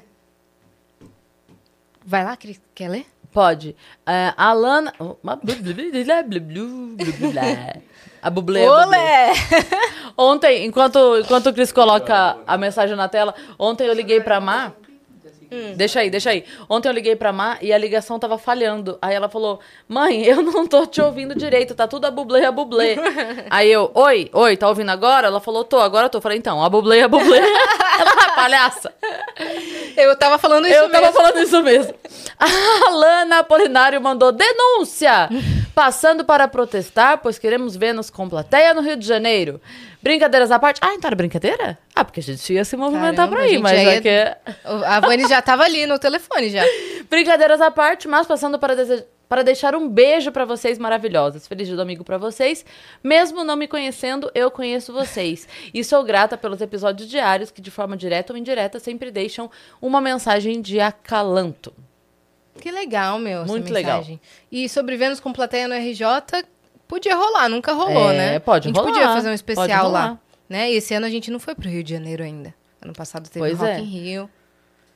B: Vai lá, Cris. Quer ler?
A: Pode. É, Alana. A bublé. a bublé. Ontem, enquanto, enquanto o Cris coloca a mensagem na tela, ontem eu liguei pra Mar. Deixa aí, deixa aí. Ontem eu liguei pra Mar e a ligação tava falhando. Aí ela falou: Mãe, eu não tô te ouvindo direito, tá tudo a bublê, a bublé. aí eu, oi, oi, tá ouvindo agora? Ela falou, tô, agora eu tô. Eu falei, então, a bublé, a bublé. ela, é palhaça.
B: Eu tava falando isso
A: Eu tava
B: mesmo.
A: falando isso mesmo. (laughs) A Alana Apolinário mandou denúncia! Passando para protestar, pois queremos Vênus com plateia no Rio de Janeiro. Brincadeiras à parte. Ah, então era brincadeira? Ah, porque a gente ia se movimentar
B: Caramba,
A: por
B: a
A: aí,
B: gente
A: mas
B: já
A: é
B: ia-
A: que.
B: A Vani já tava ali no telefone já.
A: Brincadeiras à parte, mas passando para, dese- para deixar um beijo para vocês maravilhosas. Feliz dia do amigo para vocês. Mesmo não me conhecendo, eu conheço vocês. E sou grata pelos episódios diários que, de forma direta ou indireta, sempre deixam uma mensagem de acalanto.
B: Que legal, meu. essa
A: Muito
B: mensagem. E sobre Vênus com plateia no RJ, podia rolar, nunca rolou,
A: É,
B: né?
A: pode
B: A gente
A: rolar,
B: podia fazer um
A: pode
B: especial lá.
A: rolar.
B: Né? E esse ano a gente não foi pro Rio de Janeiro ainda. Ano passado teve
A: Pois
B: Rock
A: é.
B: in Rio.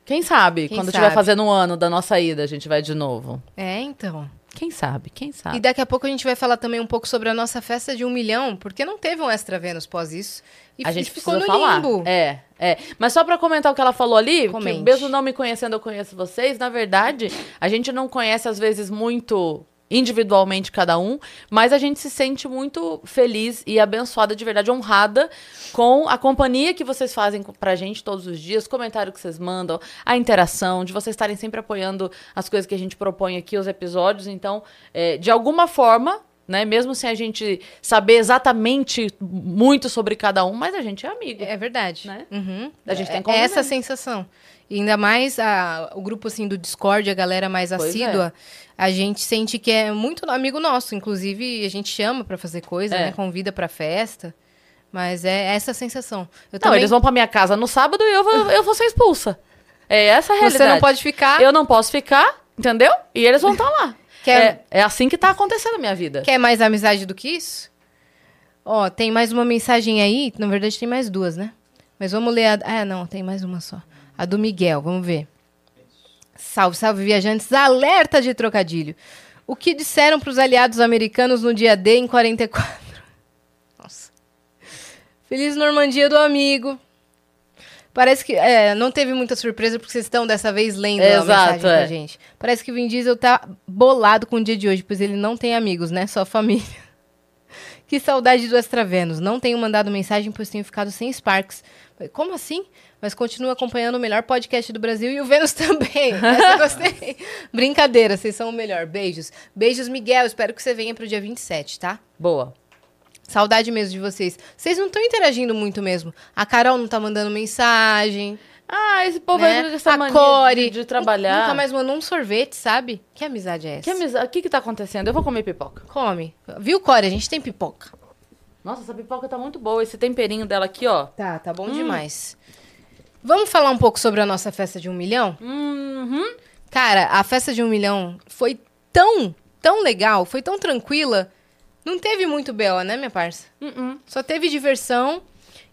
A: Quem sabe,
B: Quem
A: quando
B: sabe?
A: tiver fazendo um ano da nossa ida, a gente vai de novo.
B: É, então.
A: Quem sabe, quem sabe.
B: E daqui a pouco a gente vai falar também um pouco sobre a nossa festa de um milhão, porque não teve um Extra Vênus pós isso. E
A: a
B: f-
A: gente
B: ficou
A: precisa
B: no
A: falar.
B: limbo.
A: É, é. Mas só pra comentar o que ela falou ali,
B: Comente.
A: que mesmo não me conhecendo, eu conheço vocês. Na verdade, a gente não conhece às vezes muito individualmente cada um, mas a gente se sente muito feliz e abençoada, de verdade, honrada com a companhia que vocês fazem co- pra gente todos os dias, comentário que vocês mandam, a interação, de vocês estarem sempre apoiando as coisas que a gente propõe aqui, os episódios. Então, é, de alguma forma, né? Mesmo sem a gente saber exatamente muito sobre cada um, mas a gente é amigo.
B: É verdade.
A: Né?
B: Uhum.
A: A gente
B: É-
A: tem
B: é
A: convivência.
B: essa sensação. E ainda mais a- o grupo assim do Discord, a galera mais
A: Pois é.
B: assídua, a gente sente que é muito amigo nosso, inclusive a gente chama pra fazer coisa,
A: É.
B: né? convida pra festa. Mas é essa sensação.
A: Não,
B: Eu também
A: eles vão pra minha casa no sábado e eu vou, eu vou ser expulsa. É essa a realidade.
B: Você não pode ficar.
A: Eu não posso ficar, entendeu? E eles vão estar lá.
B: Quer,
A: É, é assim que tá acontecendo a minha vida.
B: quer mais amizade do que isso? Ó, tem mais uma mensagem aí, na verdade tem mais duas, né? Mas vamos ler a. Ah, não, tem mais uma só. A do Miguel, vamos ver. Salve, salve, viajantes. Alerta de trocadilho. O que disseram para os aliados americanos no dia D em 44? Nossa. Feliz Normandia do amigo. Parece que é, não teve muita surpresa, porque vocês estão dessa vez lendo a
A: Exato,
B: mensagem pra
A: é.
B: gente. Parece que o Vin Diesel tá bolado com o dia de hoje, pois ele não tem amigos, né? Só família. (laughs) Que saudade do Extra Vênus. Não tenho mandado mensagem, pois tenho ficado sem Sparks. Como assim? Mas continuo acompanhando o melhor podcast do Brasil e o Vênus (laughs) também. Essa
A: (laughs)
B: eu gostei. Brincadeira, vocês são o melhor. Beijos. Beijos, Miguel. Espero que você venha pro dia 27, tá?
A: Boa.
B: Saudade mesmo de vocês. Vocês não estão interagindo muito mesmo. A Carol não tá mandando mensagem.
A: Ah, esse povo
B: né?
A: aí com essa
B: a
A: mania
B: Core.
A: de, de trabalhar.
B: Nunca mais mandou um sorvete, sabe? Que amizade é essa?
A: Que amizade- O que que tá acontecendo? Eu vou comer pipoca.
B: Come. Viu, Core? A gente tem pipoca.
A: Nossa, essa pipoca tá muito boa. Esse temperinho dela aqui, ó.
B: Tá, tá
A: Hum.
B: bom demais. Vamos falar um pouco sobre a nossa festa de um milhão?
A: Uhum.
B: Cara, a festa de um milhão foi tão, tão legal, foi tão tranquila. Não teve muito BO, né, minha parça?
A: Uhum.
B: Só teve diversão.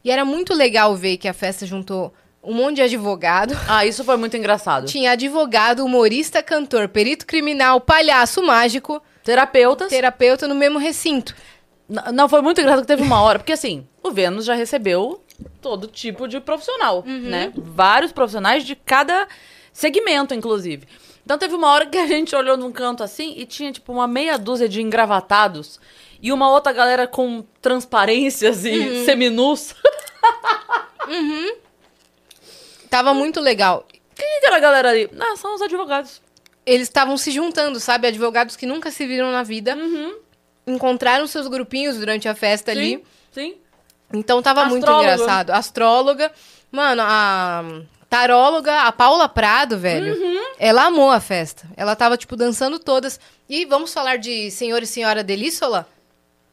B: E era muito legal ver que a festa juntou um monte de advogado.
A: Ah, isso foi muito engraçado.
B: Tinha advogado, humorista, cantor, perito criminal, palhaço mágico,
A: Terapeutas.
B: terapeuta no mesmo recinto.
A: N- Não, foi muito engraçado que teve uma hora, porque assim, o Vênus já recebeu todo tipo de profissional, né? Vários profissionais de cada segmento, inclusive. Então teve uma hora que a gente olhou num canto assim e tinha tipo uma meia dúzia de engravatados e uma outra galera com assim, transparências e (laughs) seminus.
B: Tava muito legal.
A: Quem que era a galera ali? Ah, são os advogados.
B: Eles estavam se juntando, sabe? Advogados que nunca se viram na vida. Encontraram seus grupinhos durante a festa ali.
A: Uhum. Sim, sim.
B: Então tava muito
A: Astróloga.
B: engraçado. Astróloga. Mano, a taróloga, a Paula Prado, velho,
A: Uhum.
B: ela amou a festa. Ela tava, tipo, dançando todas. E vamos falar de Senhor e Senhora Delíssola?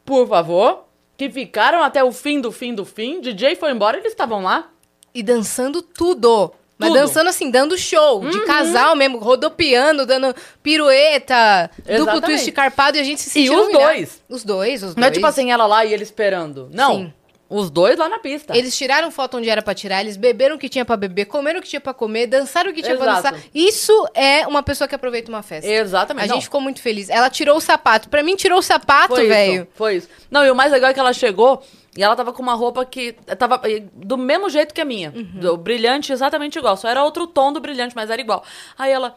A: Por favor, que ficaram até o fim do fim do fim. DJ foi embora, eles estavam lá.
B: E dançando tudo. Mas
A: Tudo. Uhum.
B: dançando assim, dando show, de casal mesmo, rodopiando, dando pirueta, duplo
A: Exatamente.
B: twist carpado e a gente se
A: E
B: sentiu
A: os
B: humilhado.
A: dois.
B: Os dois, os dois.
A: Não é tipo assim, ela lá e ele esperando. Não.
B: Sim.
A: Os dois lá na pista.
B: Eles tiraram foto onde era pra tirar, eles beberam o que tinha pra beber, comeram o que tinha pra comer, dançaram o que tinha pra
A: Exato.
B: dançar. Isso é uma pessoa que aproveita uma festa.
A: Exatamente.
B: A
A: Não,
B: gente ficou muito feliz. Ela tirou o sapato. Pra mim, tirou o sapato,
A: foi isso,
B: velho.
A: Foi isso. Não, e o mais legal é que ela chegou e ela tava com uma roupa que tava eh, do mesmo jeito que a minha.
B: Uhum.
A: Do brilhante exatamente igual. Só era outro tom do brilhante, mas era igual. Aí ela,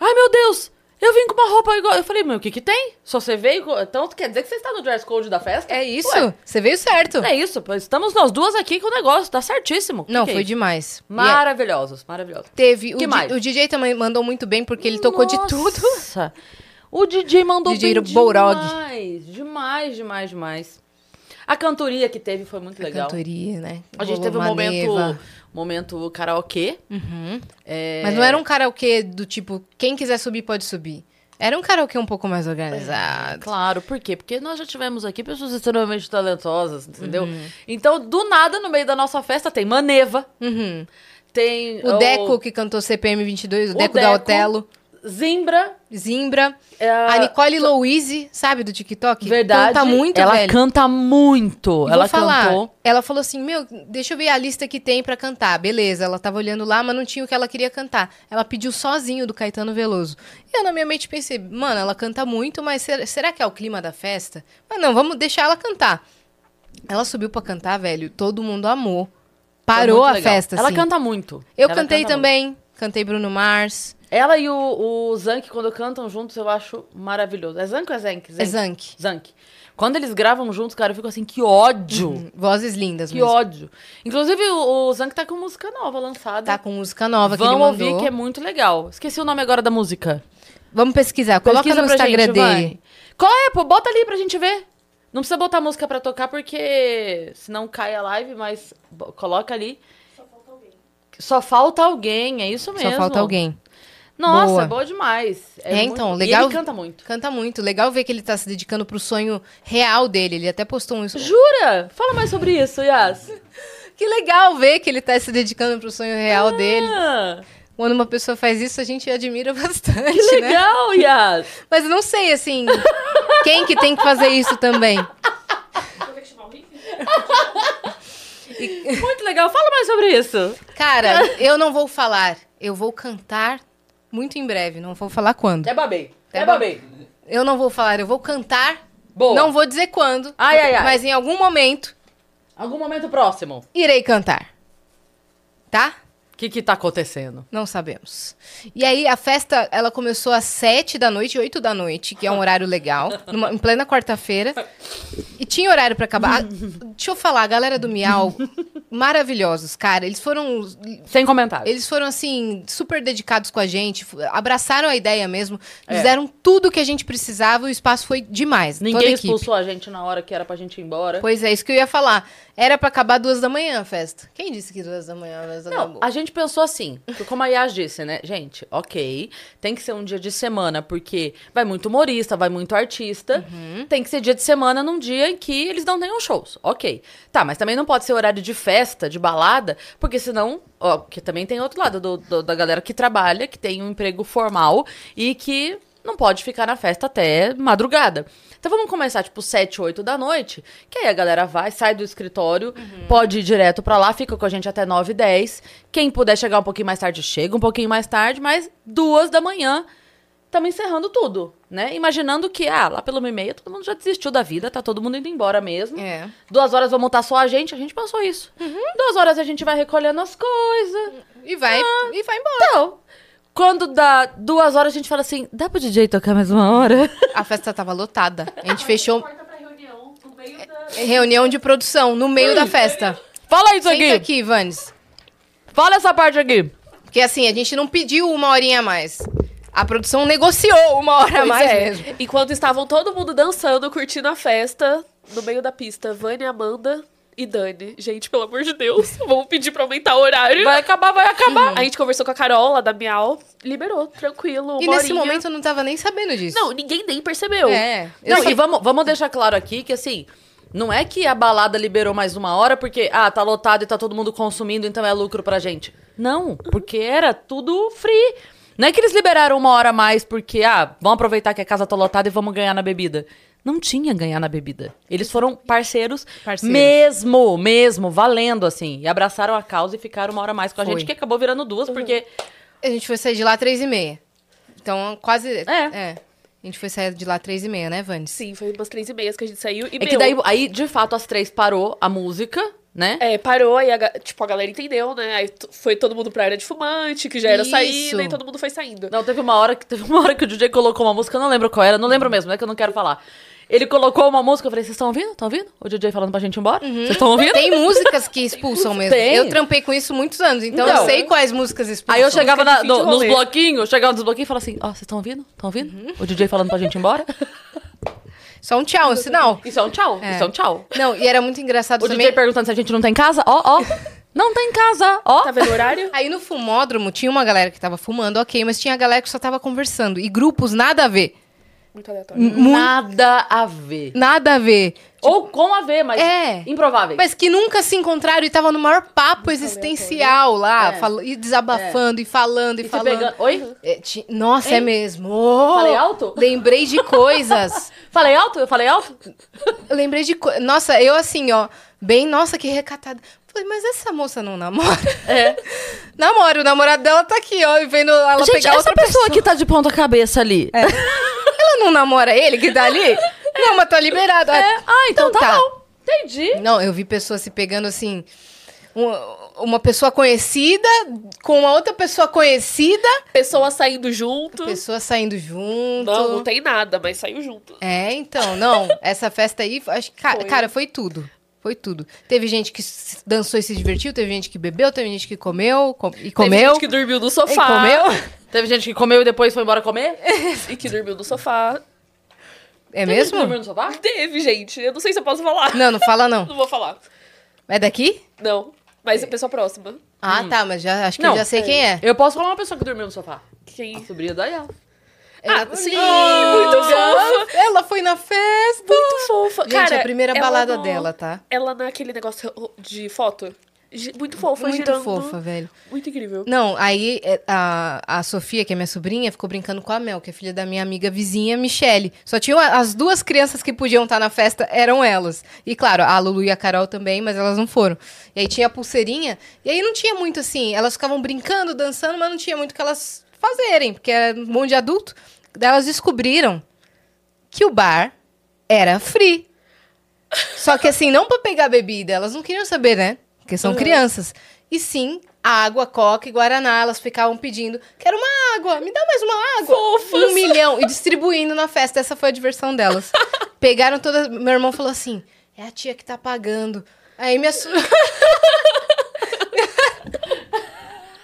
A: ai meu Deus, eu vim com uma roupa igual. Eu falei, meu, o que que tem? Só você veio, co- então quer dizer que você está no dress code da festa?
B: É isso.
A: Ué,
B: Você veio certo.
A: é isso. Pô, Estamos nós duas aqui com o negócio, tá certíssimo. Que
B: Não,
A: que é
B: foi
A: isso?
B: demais. E é-
A: Maravilhosos, maravilhosos.
B: Teve. O,
A: Que
B: di-
A: mais?
B: o DJ também mandou muito bem, porque ele tocou de tudo.
A: Nossa! O DJ mandou
B: DJ
A: bem
B: Bourog.
A: demais, demais, demais, demais. A cantoria que teve foi muito legal.
B: Cantoria, né?
A: A gente
B: Rolou
A: teve um
B: uma
A: momento,
B: neva.
A: momento karaokê. É,
B: Uhum. Mas não era um karaokê do tipo, quem quiser subir, pode subir. Era um karaokê um pouco mais organizado.
A: Claro, por quê? Porque nós já tivemos aqui pessoas extremamente talentosas, entendeu? Então, do nada, no meio da nossa festa, tem Maneva,
B: Uhum.
A: tem...
B: O Deco que cantou CPM 22, o, Deco, da Otelo.
A: Zimbra.
B: Zimbra.
A: é
B: A Nicole Louise, sabe, do TikTok?
A: Verdade.
B: Canta muito,
A: Ela
B: velho.
A: canta muito.
B: E
A: ela
B: vou falar,
A: cantou.
B: Ela falou assim: Meu, deixa eu ver a lista que tem pra cantar. Beleza, ela tava olhando lá, mas não tinha o que ela queria cantar. Ela pediu sozinho do Caetano Veloso. E eu na minha mente pensei: Mano, ela canta muito, mas ser- será que é o clima da festa? Mas não, vamos deixar ela cantar. Ela subiu pra cantar, velho. Todo mundo amou. Parou
A: Foi
B: a
A: muito legal.
B: festa,
A: Ela
B: assim.
A: canta muito.
B: Eu
A: Ela
B: cantei
A: canta
B: também. Cantei Bruno Mars.
A: muito. Ela e o, o Zank, quando cantam juntos, eu acho maravilhoso. É Zank ou é Zank?
B: É Zank.
A: Zank. Quando eles gravam juntos, cara, eu fico assim, que ódio.
B: Vozes lindas
A: Que
B: mesmo.
A: ódio. Inclusive, o, o Zank tá com música nova lançada.
B: Tá com música nova que ele
A: Vão
B: mandou.
A: ouvir que é muito legal. Esqueci o nome agora da música.
B: Vamos pesquisar. Coloca
A: Pesquisa
B: no
A: pra
B: Instagram
A: gente, vai.
B: dele.
A: Qual é, pô? Bota ali pra gente ver. Não precisa botar música pra tocar, porque senão cai a live, mas bo- coloca ali. Só falta alguém, é isso mesmo.
B: Só falta alguém.
A: Nossa, é
B: Boa.
A: boa, demais.
B: É,
A: muito-
B: então,
A: e
B: legal.
A: ele canta muito.
B: Canta muito. Legal ver que ele tá se dedicando pro sonho real dele. Ele até postou um.
A: Jura? Fala mais sobre isso, Yas.
B: Que legal ver que ele tá se dedicando pro sonho real dele. (laughs)
A: Ah,
B: Quando uma pessoa faz isso, a gente admira (laughs) bastante,
A: que
B: né? (laughs)
A: legal, Yas.
B: Mas eu não sei, assim, quem que tem que fazer isso também.
C: Vou ter que chamar o Riff?
A: Muito legal. Fala mais sobre isso.
B: Cara, eu não vou falar. Eu vou cantar muito em breve. Não vou falar quando.
A: Até babei.
B: Até
A: Até babei.
B: Eu não vou falar. Eu vou cantar.
A: Boa.
B: Não vou dizer quando.
A: Ai, ai, ai.
B: Mas em algum momento,
A: Algum momento próximo.
B: irei cantar. Tá?
A: O que que tá acontecendo?
B: Não sabemos. E aí, a festa, ela começou às sete da noite, oito da noite, que é um horário
A: (laughs)
B: legal, numa- em plena quarta-feira. E tinha horário pra acabar. A- deixa eu falar, a galera do Miau, maravilhosos, cara. Eles foram os-
A: Sem comentários.
B: eles foram, assim, super dedicados com a gente, fu- abraçaram a ideia mesmo,
A: É.
B: fizeram tudo que a gente precisava, o espaço foi demais. toda a
A: Ninguém
B: equipe.
A: expulsou né? a gente na hora que era pra gente ir embora.
B: Pois é, isso que eu ia falar. Era pra acabar duas da manhã a festa. Quem disse que duas da manhã é a festa
A: Não,
B: acabou?
A: a gente pensou assim, que como a Yas disse, né? Gente, ok, tem que ser um dia de semana, porque vai muito humorista, vai muito artista. Tem que ser dia de semana num dia em que eles não tenham shows. Ok. Tá, mas também não pode ser horário de festa, de balada, porque senão. Ó, que também tem outro lado do- do- da galera que trabalha, que tem um emprego formal e que não pode ficar na festa até madrugada. Então vamos começar tipo 7, 8 da noite, que aí a galera vai, sai do escritório, pode ir direto pra lá, fica com a gente até 9, 10. Quem puder chegar um pouquinho mais tarde, chega um pouquinho mais tarde, mas duas da manhã estamos encerrando tudo, né? Imaginando que, ah, lá pelo meio e meia todo mundo já desistiu da vida, tá todo mundo indo embora mesmo.
B: É.
A: Duas horas vão montar só a gente, a gente pensou isso. Duas horas a gente vai recolhendo as coisas.
B: E vai, e vai embora.
A: Então, quando dá duas horas a gente fala assim, dá pro DJ tocar mais uma hora?
B: A festa tava lotada. A gente fechou
C: Porta pra reunião, no meio da.
B: reunião de produção no meio da festa.
A: Fala isso
B: Senta
A: aqui.
B: aqui, Vanes.
A: Fala essa parte aqui.
B: Porque assim, a gente não pediu uma horinha a mais. A produção negociou uma hora a É mais mesmo.
F: é,
A: é.
F: Enquanto estavam todo mundo dançando, curtindo a festa, no meio da pista, Vânia, Amanda e Dani. Gente, pelo amor de Deus, vamos pedir pra aumentar o horário.
A: Vai acabar, vai acabar.
B: Uhum.
F: A gente conversou com a Carol, lá da Miau, liberou, tranquilo,
B: E
F: uma
B: nesse
F: horinha.
B: momento eu não tava nem sabendo disso.
F: Não, ninguém nem percebeu.
B: É. Eu
A: Não,
B: sei-
A: e vamos, vamos deixar claro aqui que assim. Não é que a balada liberou mais uma hora porque, ah, tá lotado e tá todo mundo consumindo, então é lucro pra gente. Não, porque era tudo free. Não é que eles liberaram uma hora a mais porque, ah, vamos aproveitar que a casa tá lotada e vamos ganhar na bebida. Não tinha ganhar na bebida. Eles foram parceiros,
B: Parceiros.
A: mesmo, mesmo, valendo, assim. E abraçaram a causa e ficaram uma hora a mais com a
B: Foi.
A: gente, que acabou virando duas, porque
B: A gente foi sair de lá às três e meia. Então, quase...
A: É.
B: A gente foi sair de lá às três e meia, né, Vanes?
F: Sim, foi umas três e meias que a gente saiu. E
A: É que
F: meu,
A: daí, aí, de fato, às três parou a música, né?
F: É, parou, aí a, ga- tipo, a galera entendeu, né? Aí t- foi todo mundo pra área de fumante, que já era
B: Isso.
F: saída, e todo mundo foi saindo.
A: Não, teve uma hora que teve uma hora que o DJ colocou uma música, eu não lembro qual era, não lembro mesmo, é que eu não quero falar. Ele colocou uma música, eu falei, vocês estão ouvindo? Estão ouvindo? O DJ falando pra gente ir embora? Vocês estão ouvindo?
B: Tem músicas que expulsam mesmo.
A: Tem.
B: Eu trampei com isso muitos anos, então, eu
A: Então.
B: sei quais músicas expulsam.
A: Aí eu chegava
F: música
A: na-
F: de
A: no-
F: fim de
A: nos
F: rolê.
A: bloquinhos, eu chegava nos bloquinhos e falava assim, ó, vocês estão ouvindo? Estão ouvindo? O DJ falando pra gente ir embora?
B: Só um tchau, um sinal.
A: Isso é um tchau,
B: É.
A: isso é um tchau.
B: Não, e era muito engraçado
A: O
B: também.
A: DJ perguntando se a gente não tá em casa, ó, ó. Não tá em casa, ó.
F: Tá vendo
B: (laughs)
F: o horário?
B: Aí no fumódromo tinha uma galera que tava fumando, ok, mas tinha a galera que só tava conversando. E grupos nada a ver.
F: Hum. Muito aleatório.
B: Muito
A: Nada a ver.
B: nada a ver.
A: Ou com a V, mas
B: É.
A: improvável.
B: Mas que nunca se encontraram e estavam no maior papo existencial lá,
A: É.
B: fal- e desabafando, e falando, e,
A: e se
B: falando.
A: pegando. Oi?
B: É, ti- Nossa, é
A: Hein?
B: mesmo. Oh,
A: Falei alto?
B: (laughs) Lembrei de coisas.
A: Falei alto? Eu falei alto?
B: Eu lembrei de coisas. Nossa, eu assim, ó. Bem, nossa, que recatada. Falei, mas essa moça não namora?
A: É.
B: (laughs) Namora, o namorado dela tá aqui, ó, e vendo ela
G: Gente,
B: pegar
G: essa
B: outra
G: pessoa, que tá de ponta cabeça ali.
B: Ela não namora ele que tá ali? Não, mas tá liberado. É.
A: Ah, então,
B: Então
A: tá,
B: tá.
A: bom. Entendi.
B: Não, eu vi pessoas se pegando assim. um- Uma pessoa conhecida com uma outra pessoa conhecida,
F: Pessoas saindo junto.
B: pessoas saindo junto.
F: Não, não tem nada, mas saiu junto.
B: É, então, não. Essa festa aí, acho que, ca- cara,
F: Foi.
B: foi. tudo. Foi tudo. Teve gente que s- dançou e se divertiu, teve gente que bebeu, teve gente que comeu com- e comeu.
F: Teve gente que dormiu no
B: e
F: sofá.
B: comeu?
A: Teve gente que comeu e depois foi embora comer?
F: E que dormiu no sofá.
B: É
A: Teve gente que
B: (laughs) mesmo?
A: dormiu no sofá?
F: Teve, gente. Eu não sei se eu posso falar. (laughs)
B: Não, não fala não.
F: Não vou falar.
B: É daqui?
F: Não. Mas é pessoa próxima.
B: Ah, tá, mas já, acho que
A: Não.
B: eu já sei quem é.
A: Eu posso falar uma pessoa que dormiu no sofá.
F: Quem?
A: Sobrinha da Yala.
B: Ela-
F: sim,
B: Oh,
F: Ah, muito fofa.
B: Ela foi na festa.
F: Muito fofa.
B: Gente, é
F: Cara,
B: a primeira
F: ela
B: balada
F: no-
B: dela, tá?
F: Ela naquele negócio de foto. Gi- Muito fofa,
B: Muito
F: girando.
B: fofa, velho.
F: Muito incrível.
B: Não, aí é, a, a Sofia, que é minha sobrinha, ficou brincando com a Mel, que é filha da minha amiga vizinha, Michele. Só tinham a- as duas crianças que podiam estar na festa, eram elas. E claro, a Lulu e a Carol também, mas elas não foram. E aí tinha a pulseirinha, e aí não tinha muito assim. Elas ficavam brincando, dançando, mas não tinha muito o que elas fazerem, porque era um monte de adulto. Daí elas descobriram que o bar era free. Só que assim, não pra pegar bebida, elas não queriam saber, né? Porque
A: Uhum.
B: são crianças. E sim, água, coca e guaraná, elas ficavam pedindo: quero uma água, me dá mais uma água. Um milhão. E distribuindo na festa. Essa foi a
A: (laughs)
B: diversão delas. Pegaram todas. Meu irmão falou assim: é a tia que tá pagando. Aí minha.
A: (laughs)
B: so- (laughs)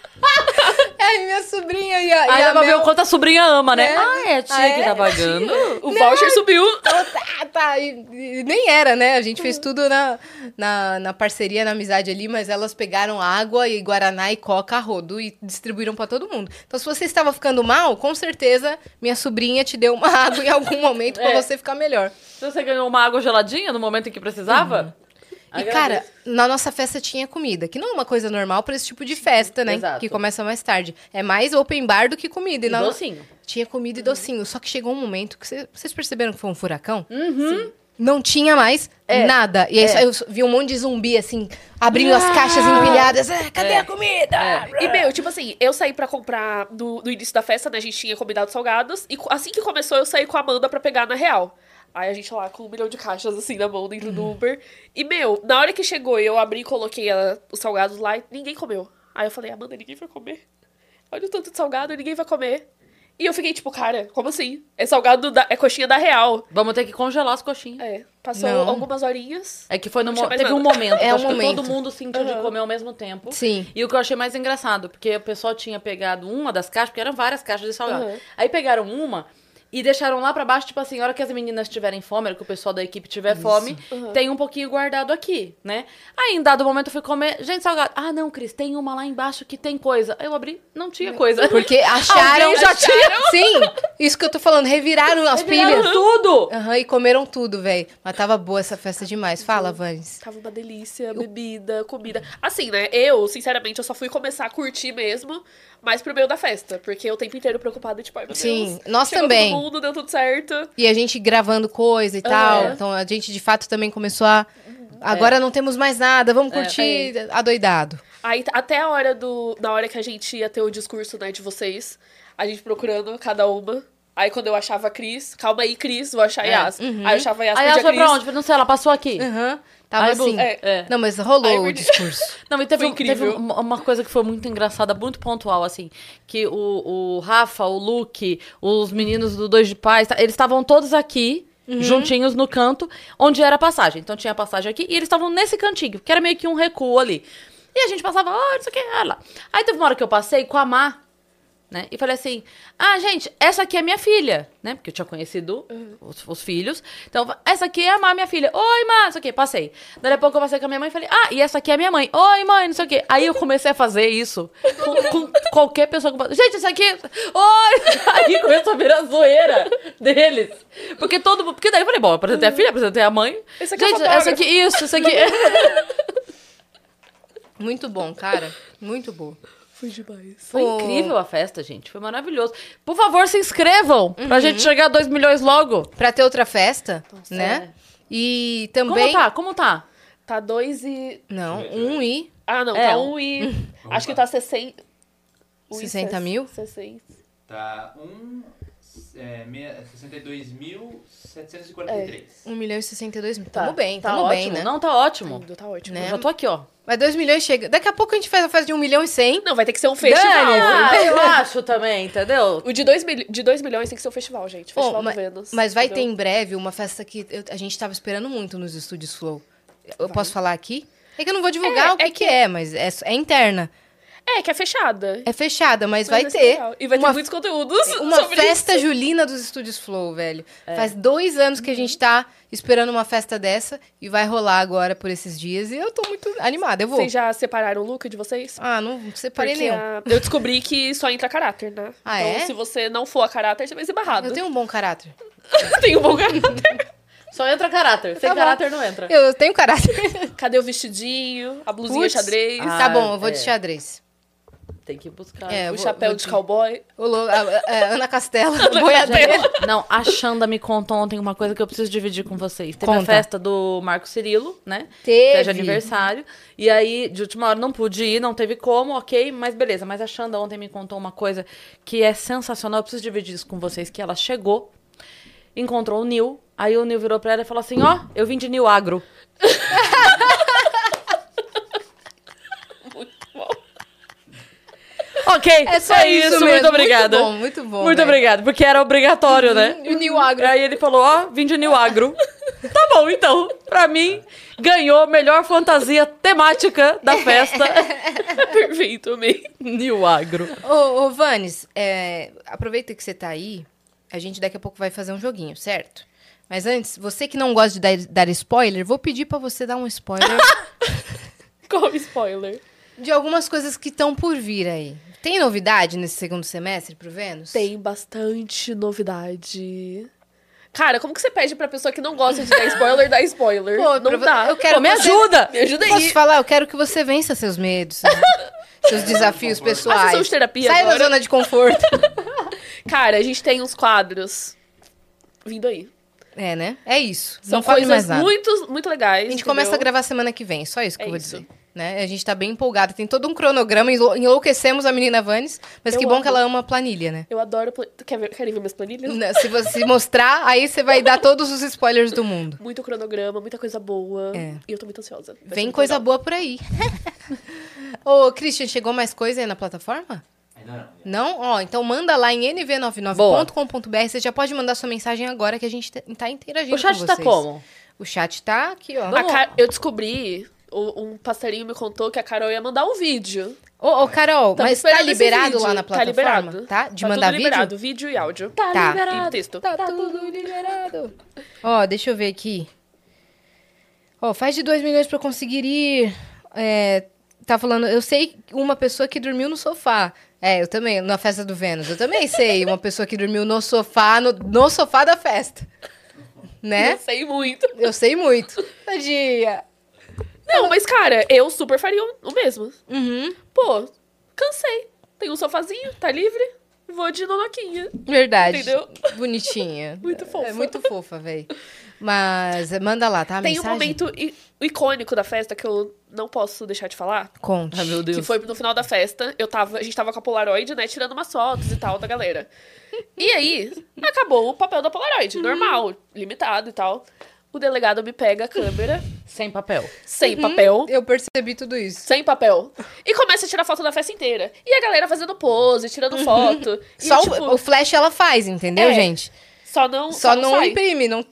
B: Aí minha sobrinha e a.
A: Aí
B: e a
A: ela vai ver
B: Mel-
A: o quanto a sobrinha ama, né?
B: É.
A: Ah, é a tia
B: Ah,
A: que
B: é?
A: tá
B: (laughs)
A: pagando.
F: O voucher subiu.
B: Então, tá, tá, e- e nem era, né? A gente
A: É.
B: fez tudo na, na, na parceria, na amizade ali, mas elas pegaram água e guaraná e coca a rodo e distribuíram pra todo mundo. Então, se você estava ficando mal, com certeza minha sobrinha te deu uma (laughs) água em algum momento pra
A: É.
B: você ficar melhor.
A: Se Então você ganhou uma água geladinha no momento em que precisava?
B: Uhum. E, cara, na nossa festa tinha comida, que não é uma coisa normal pra esse tipo de festa, né?
A: Exato.
B: Que começa mais tarde. É mais open bar do que comida. E na-
A: docinho.
B: Tinha comida e
A: Uhum.
B: docinho. Só que chegou um momento que cê- vocês perceberam que foi um furacão? Sim. Não tinha mais
A: Uhum. É.
B: nada. E aí só- eu s- vi um monte de zumbi, assim, abrindo as caixas empilhadas. Ah, cadê
A: É.
B: a comida?
F: E, meu, tipo assim, eu saí pra comprar no, no início da festa, né? A gente tinha combinado salgados. E co- assim que começou, eu saí com a Amanda pra pegar na real. Aí a gente lá com um milhão de caixas, assim, na mão, dentro
B: Uhum.
F: do Uber. E, meu, na hora que chegou, eu abri e coloquei a- os salgados lá e ninguém comeu. Aí eu falei, Amanda, ninguém vai comer. Olha o tanto de salgado, ninguém vai comer. E eu fiquei tipo, cara, como assim? É salgado, da, é coxinha da real.
A: Vamos ter que congelar as coxinhas.
F: É, passou
B: Não.
F: algumas horinhas.
A: É que foi no
F: Não tinha
A: mo-
F: mais
A: teve um
F: nada.
A: momento,
B: É
A: eu
B: um
A: acho que todo
B: momento.
A: mundo sentiu de comer ao mesmo tempo.
B: Sim.
A: E o que eu achei mais engraçado, porque o pessoal tinha pegado uma das caixas, porque eram várias caixas de salgado.
F: Uhum.
A: Aí pegaram uma e deixaram lá pra baixo, tipo assim, a hora que as meninas tiverem fome, a hora que o pessoal da equipe tiver fome, tem um pouquinho guardado aqui, né? Aí em dado momento eu fui comer, gente, salgado. Ah, não, Cris, tem uma lá embaixo que tem coisa. Aí Eu abri, não tinha coisa. (laughs)
B: Porque acharam.
A: Alguém já
B: tinha. (laughs) Sim, isso que eu tô falando. Reviraram as
A: Viraram
B: pilhas.
A: tudo!
B: Aham, e comeram tudo, velho. Mas tava boa essa festa demais. Fala,
A: Uhum.
B: Vanes.
F: Tava uma delícia, bebida, comida. Assim, né? Eu, sinceramente, eu só fui começar a curtir mesmo, mas pro meio da festa. Porque eu o tempo inteiro preocupada, tipo, ai meu
B: Sim,
F: Deus.
B: nós
F: chegou
B: também.
F: Todo mundo, deu tudo certo.
B: E a gente gravando coisa e tal.
F: É.
B: Então a gente de fato também começou a.
A: Uhum. É.
B: Agora não temos mais nada, vamos curtir adoidado.
F: Aí t- até a hora do. Na hora que a gente ia ter o discurso, né, de vocês, a gente procurando cada uma. Aí quando eu achava a Cris, calma aí, Cris, vou achar a
A: É,
F: Yas. Aí eu achava a Yas
A: Aí
F: pedia
A: ela foi
F: Cris.
A: pra onde? Falei, Não sei, ela passou aqui.
B: Aham. Tava
A: Aí,
B: assim.
A: é, é.
B: Não, mas rolou
F: Ai,
B: o discurso.
A: Não, e teve,
F: Foi
A: um- teve
F: incrível.
A: uma uma coisa que foi muito engraçada, muito pontual, assim. Que o, o Rafa, o Luke, os meninos do Dois de Paz, tá- eles estavam todos aqui,
F: Uhum.
A: juntinhos no canto, onde era a passagem. Então tinha a passagem aqui, e eles estavam nesse cantinho, que era meio que um recuo ali. E a gente passava, ah, não sei o que, ah, lá. Aí teve uma hora que eu passei com a Mar, né? E falei assim: ah, gente, essa aqui é minha filha, né? Porque eu tinha conhecido
F: Uhum.
A: os, os filhos. Então, essa aqui é a Má, minha filha. Oi, Má, não sei o quê. Passei. Daí a pouco eu passei com a minha mãe e falei: ah, e essa aqui é minha mãe. Oi, mãe, não sei o quê. Aí eu comecei a fazer isso com, com qualquer pessoa que passava. Gente, essa aqui. Oi! (laughs) Aí começou a virar zoeira deles. Porque todo mundo. Porque daí eu falei: bom, eu apresentei a filha, apresentei a mãe.
F: Uhum. Esse aqui é o
A: gente, essa
F: fotógrafo.
A: aqui, isso, isso aqui.
B: Muito bom, cara. Muito bom.
F: Foi demais.
A: Foi
B: Pô.
A: incrível a festa, gente. Foi maravilhoso. Por favor, se inscrevam
F: Uhum.
A: pra gente chegar a 2 milhões logo.
B: Pra ter outra festa,
A: é.
B: né? E
A: Como
B: também.
A: tá? Como tá?
F: Tá dois e...
B: Não, um e.
F: Ah, não,
A: É,
F: tá
A: um.
F: um e... Acho que tá um 60...
B: 60 mil?
F: 60.
D: Tá 1. É, 62.743.
B: 1 milhão e 62 mil.
A: Tá
B: Tamo bem,
A: tá
B: tamo
A: ótimo.
B: bem, né?
A: Não, tá ótimo.
F: Lindo, Tá ótimo.
B: Né?
A: Eu já tô aqui, ó.
B: Mas 2 milhões chega. Daqui a pouco a gente faz a festa de 1 milhão e 100.
F: Não, vai ter que ser um festival.
A: Ah, (laughs) eu acho também, entendeu?
F: O de 2 mil... de dois milhões tem que ser um festival, gente.
B: Bom,
F: Festival
B: ma-
F: do Vênus.
B: Mas vai ter
F: entendeu?
B: em breve uma festa que eu- a gente tava esperando muito nos estúdios Flow. Eu posso falar aqui? É que eu não vou divulgar
F: É,
B: o que,
F: é
B: que é, mas é, é interna.
F: É, que é fechada.
B: É fechada, mas,
F: Mas
B: vai
F: é
B: ter.
F: legal. E vai
B: uma-
F: ter muitos conteúdos
B: Uma
F: sobre
B: festa julina dos estúdios Flow, velho. Faz dois anos que a gente tá esperando uma festa dessa e vai rolar agora por esses dias. E eu tô muito animada, eu vou.
F: Vocês já separaram o look de vocês?
B: Ah, não separei
F: Porque
B: nenhum.
F: a- eu descobri que só entra caráter, né?
B: Ah,
F: então,
B: é?
F: se você não for a caráter, você vai ser barrado.
B: Eu tenho um bom caráter.
F: (laughs) tenho um bom caráter.
B: (laughs)
A: Só entra caráter. Sem
B: Tá bom.
A: caráter não entra.
B: Eu tenho caráter.
F: Cadê o vestidinho? A blusinha
B: Putz.
F: xadrez?
A: Ah,
B: tá bom, eu vou
A: é.
B: de xadrez.
A: Tem que buscar.
B: É, eu
F: o
B: vou-
F: chapéu
B: vou
F: de
B: de-
F: cowboy? (laughs)
B: Ô, lou- a- a- a Ana Castela, boiadeira.
A: Não, a Xanda me contou ontem uma coisa que eu preciso dividir com vocês. Teve a
B: Conta.
A: festa do Marco Cirilo, né?
B: Teve.
A: Seja aniversário. E aí, de última hora, não pude ir, não teve como, ok, mas beleza. Mas a Xanda ontem me contou uma coisa que é sensacional. Eu preciso dividir isso com vocês, que ela chegou, encontrou o Nil. Aí o Nil virou pra ela e falou assim, ó, eu vim de Nil
B: (laughs)
A: Agro.
F: Muito bom.
A: Ok,
B: É só isso, mesmo.
A: Muito obrigada.
B: Muito bom, muito bom.
A: Muito
B: velho.
A: obrigada, porque era obrigatório, né?
B: E o Nil Agro.
A: Aí ele falou, ó, vim de New Agro. tá bom, então. Pra mim, ganhou a melhor fantasia temática da festa. (laughs)
F: Perfeito, amei.
A: New Agro.
B: Ô, ô Vanes, é, aproveita que você tá aí. A gente daqui a pouco vai fazer um joguinho, certo? Mas antes, você que não gosta de dar, dar spoiler, vou pedir pra você dar um
F: (laughs)
B: spoiler
F: Como spoiler.
B: de algumas coisas que estão por vir aí. Tem novidade nesse segundo semestre pro Vênus?
F: Tem bastante novidade. Cara, como que você pede pra pessoa que não gosta de dar spoiler, dar spoiler?
B: Pô, pra
F: não
B: vo-
F: dá.
B: eu quero
F: Pô, me
B: que você-
F: ajuda! Me ajuda aí.
B: Posso falar? Eu quero que você vença seus medos,
F: (laughs)
B: seus, seus desafios
F: Faz
B: pessoais.
F: sessão de terapia
B: Sai
F: agora.
B: da zona de conforto.
F: (laughs) Cara, a gente tem uns quadros vindo aí.
B: É, né? É isso.
F: São
B: não fale
F: coisas
B: mais nada.
F: muito, muito legais.
B: A gente começa a
F: entendeu?
B: gravar semana que vem, só isso que
F: É
B: eu vou
F: isso.
B: dizer. Né? A gente tá bem empolgada, tem todo um cronograma, enlou- enlouquecemos a menina Vanes, mas
F: Eu
B: que bom
F: amo.
B: que ela ama planilha, né?
F: Eu adoro. plan- Tu Quer ver, querem ver minhas planilhas?
B: Né, Se você se mostrar, aí você vai dar todos os spoilers do mundo.
F: Muito cronograma, muita coisa boa.
B: É.
F: E eu tô muito ansiosa. Vai ser
B: Vem
F: muito
B: coisa
F: legal.
B: boa por
F: (laughs)
B: aí. Ô, Christian, chegou mais coisa aí na plataforma?
D: Ainda não.
B: Não? Ó, então manda lá em nv99.com.br. Você já pode mandar sua mensagem agora que a gente tá- tá interagindo
A: O chat
B: com
A: tá
B: vocês.
A: como?
B: O chat tá aqui, ó.
F: A Ca- Eu descobri, o- um passarinho me contou que a Carol ia mandar um vídeo.
B: Ô, ô, Carol,
F: Tamo
B: mas tá
F: esperando esse
B: liberado
F: vídeo.
B: lá na
F: Tá
B: plataforma?
F: liberado.
B: tá? De
F: Tá
B: mandar
F: tudo
B: vídeo?
F: liberado, vídeo e áudio.
B: Tá.
F: E texto.
B: Tá, tudo liberado. Ó, deixa eu ver aqui. Ó, faz de 2 milhões pra eu conseguir ir. É, tá falando, eu sei uma pessoa que dormiu no sofá. É, eu também, na festa do Vênus. Eu também sei uma pessoa que dormiu no sofá, no, no sofá da festa.
F: Eu
B: Né?
F: sei muito.
B: Eu sei muito. Tadinha.
F: Não, mas cara, eu super faria o- o mesmo.
B: Uhum,
F: Pô, cansei. Tem um sofazinho, tá livre? Vou de nonoquinha.
B: verdade.
F: Entendeu?
B: Bonitinha.
F: Muito fofa.
B: É muito fofa, velho. Mas é, manda lá, tá? A
F: Tem um
B: mensagem?
F: momento i- icônico da festa que eu não posso deixar de falar.
B: Conte.
A: Ai, Ah, meu
F: Que
A: Deus.
F: foi no final da festa. Eu tava, a gente tava com a Polaroid, né? Tirando umas fotos e tal da galera. E aí, acabou o papel da Polaroid. Normal, limitado e tal. O delegado me pega a câmera,
A: Sem papel.
B: Uhum.
F: sem papel.
B: Eu percebi tudo isso.
F: Sem papel. E começa a tirar foto da festa inteira. E a galera fazendo pose, tirando foto. E
B: Só
F: eu,
B: o-
F: tipo,
B: o, flash ela faz, entendeu,
F: É.
B: gente?
F: só não.
B: Só não
F: sai.
B: imprime, não,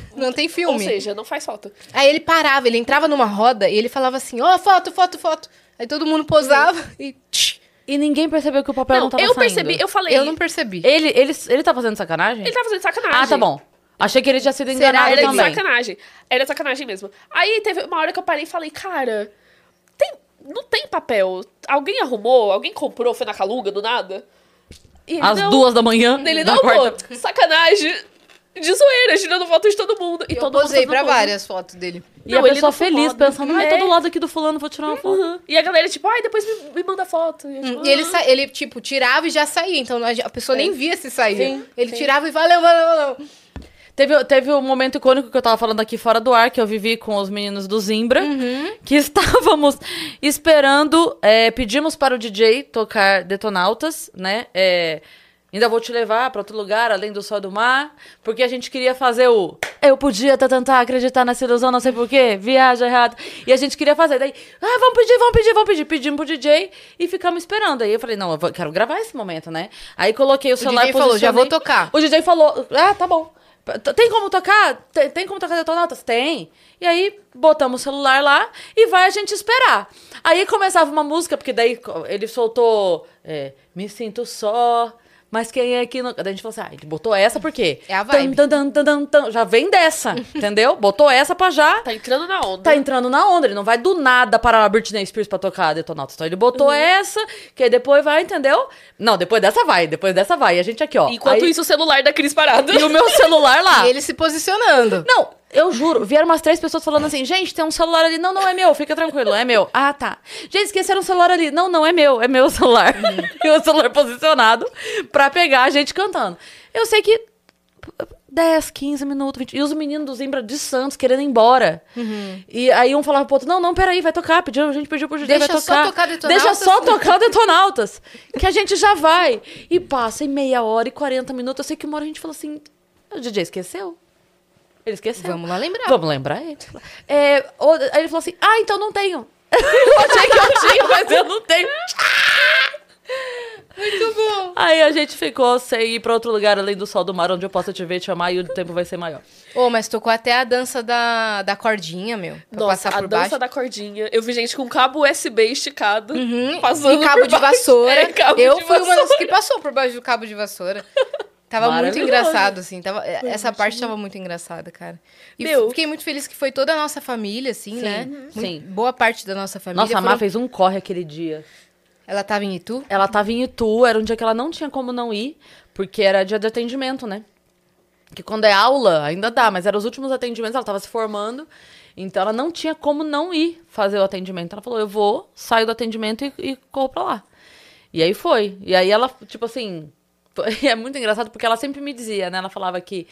B: (laughs) não tem filme.
F: Ou seja, não faz foto.
B: Aí ele parava, ele entrava numa roda e ele falava assim, ó, foto, foto, foto. Aí todo mundo posava e... tch,
A: E ninguém percebeu que o papel não,
F: Não,
A: tava
F: eu
A: saindo.
F: percebi, eu falei.
B: Eu não percebi.
A: Ele, ele, ele tá fazendo sacanagem?
F: Ele tá fazendo sacanagem.
A: Ah, tá bom. Achei que ele tinha sido
B: Será?
A: enganado
F: Era de
A: também.
F: tá sacanagem. Era de sacanagem mesmo. Aí teve uma hora que eu parei e falei, cara, tem- não tem papel. Alguém arrumou, alguém comprou, foi na Calunga, do nada. E ele,
A: Às
F: não.
A: duas da manhã.
F: Ele,
A: da
F: não,
A: quarta-
F: pô, sacanagem. De zoeira, tirando foto de todo mundo. E
B: Eu
F: todo mundo
B: posei
F: todo
B: pra
F: mundo.
B: várias fotos dele.
A: E
F: Não,
A: a
F: ele
A: pessoa
F: não foi
A: feliz,
F: foda.
A: pensando, ai,
F: É.
A: todo lado aqui do fulano, vou tirar uma foto.
F: E a galera, tipo, ai, depois me, me manda foto. E eu, tipo,
B: E ele,
F: "Ah".
B: sa- ele, tipo, tirava e já saía. Então a a pessoa nem via se saía.
F: É. Sim,
B: ele
F: sim.
B: tirava e valeu, valeu, valeu.
A: Teve, teve um momento icônico que eu tava falando aqui fora do ar, que eu vivi com os meninos do Zimbra,
B: Uhum.
A: que (laughs) estávamos esperando, é, pedimos para o DJ tocar Detonautas, né? É, ainda vou te levar pra outro lugar, além do sol e do mar, porque a gente queria fazer o eu podia tá- tentar acreditar nessa ilusão, não sei porquê, viaja errado. E a gente queria fazer, daí, ah, vamos pedir, vamos pedir, vamos pedir. Pedimos pro DJ e ficamos esperando. Aí eu falei, não, eu vou- quero gravar esse momento, né? Aí coloquei o celular
B: DJ falou,
A: posicionei-
B: "Já vou tocar."
A: o DJ falou, ah, tá bom. T- Tem como tocar? Tem, tem como tocar detonatas? Tem. E aí, botamos o celular lá e vai a gente esperar. Aí começava uma música, porque daí co- ele soltou é, Me Sinto Só, mas quem é que não... Daí a gente falou assim, ah, ele botou essa porque...
B: É a vibe.
A: Tan, tan, tan, tan, tan. Já vem dessa,
B: (laughs)
A: entendeu? Botou essa pra já
F: Tá entrando na onda.
A: tá entrando na onda, ele não vai do nada parar a Britney Spears pra tocar Detonautas. Então ele
B: Uhum.
A: botou essa, que aí depois vai, entendeu? Não, depois dessa vai, depois dessa vai. E a gente aqui, ó.
F: Enquanto
A: Aí-
F: isso, o celular da Cris parado. (laughs)
A: E o meu celular
F: Ah.
A: lá.
B: E ele se posicionando.
A: Não, eu juro, vieram umas três pessoas falando assim, gente, tem um celular ali. Não, não é meu, fica tranquilo, é meu. Ah, tá. Gente, esqueceram o celular ali. Não, não é meu, é meu celular.
B: Uhum.
A: (laughs) e o celular posicionado pra pegar a gente cantando. Eu sei que 10, 15 minutos, 20. E os meninos do Zimbra de Santos querendo ir embora.
B: Uhum.
A: E aí um falava pro outro: Não, não, peraí, vai tocar. Pediu, a gente pediu pro DJ,
B: Deixa
A: vai
B: só
A: tocar.
B: tocar Detonautas.
A: Deixa só tocar Detonautas. que a gente já vai. E passa em meia hora e 40 minutos. Eu sei que uma hora a gente falou assim: O DJ esqueceu? Ele esqueceu.
B: Vamos lá lembrar.
A: Vamos lembrar ele. É, o- aí ele falou assim: Ah, então não tenho. (laughs) Eu achei que eu tinha, mas eu não tenho. Muito bom. Aí a gente ficou sem ir pra outro lugar além do sol do mar, onde eu possa te ver, te chamar e o tempo vai ser maior.
B: Ô, mas tocou até a dança da, da cordinha, meu. Pra
F: Nossa,
B: passar
F: a
B: por
F: dança
B: baixo.
F: da cordinha. Eu vi gente com cabo USB esticado, passando
B: E cabo
F: por
B: de
F: baixo.
B: vassoura.
F: É, cabo
B: eu
F: de
B: fui uma das
F: vassoura.
B: que passou por baixo do cabo de vassoura. Tava muito
A: Maravilhoso.
B: engraçado, assim. Tava, essa parte tava muito engraçada, cara. E
F: Meu.
B: f- fiquei muito feliz que foi toda a nossa família, assim, né? Muito-
A: sim.
B: Boa parte da nossa família.
A: Nossa, a
B: foram-
A: Má fez um corre aquele dia.
B: Ela tava em Itu?
A: Ela tava em Itu, era um dia que ela não tinha como não ir, porque era dia de atendimento, né? Que quando é aula, ainda dá, mas eram os últimos atendimentos, ela tava se formando, então ela não tinha como não ir fazer o atendimento. Ela falou, eu vou, saio do atendimento e, e corro pra lá. E aí foi. E aí ela, tipo assim, (laughs) foi- é muito engraçado porque ela sempre me dizia, né? Ela falava que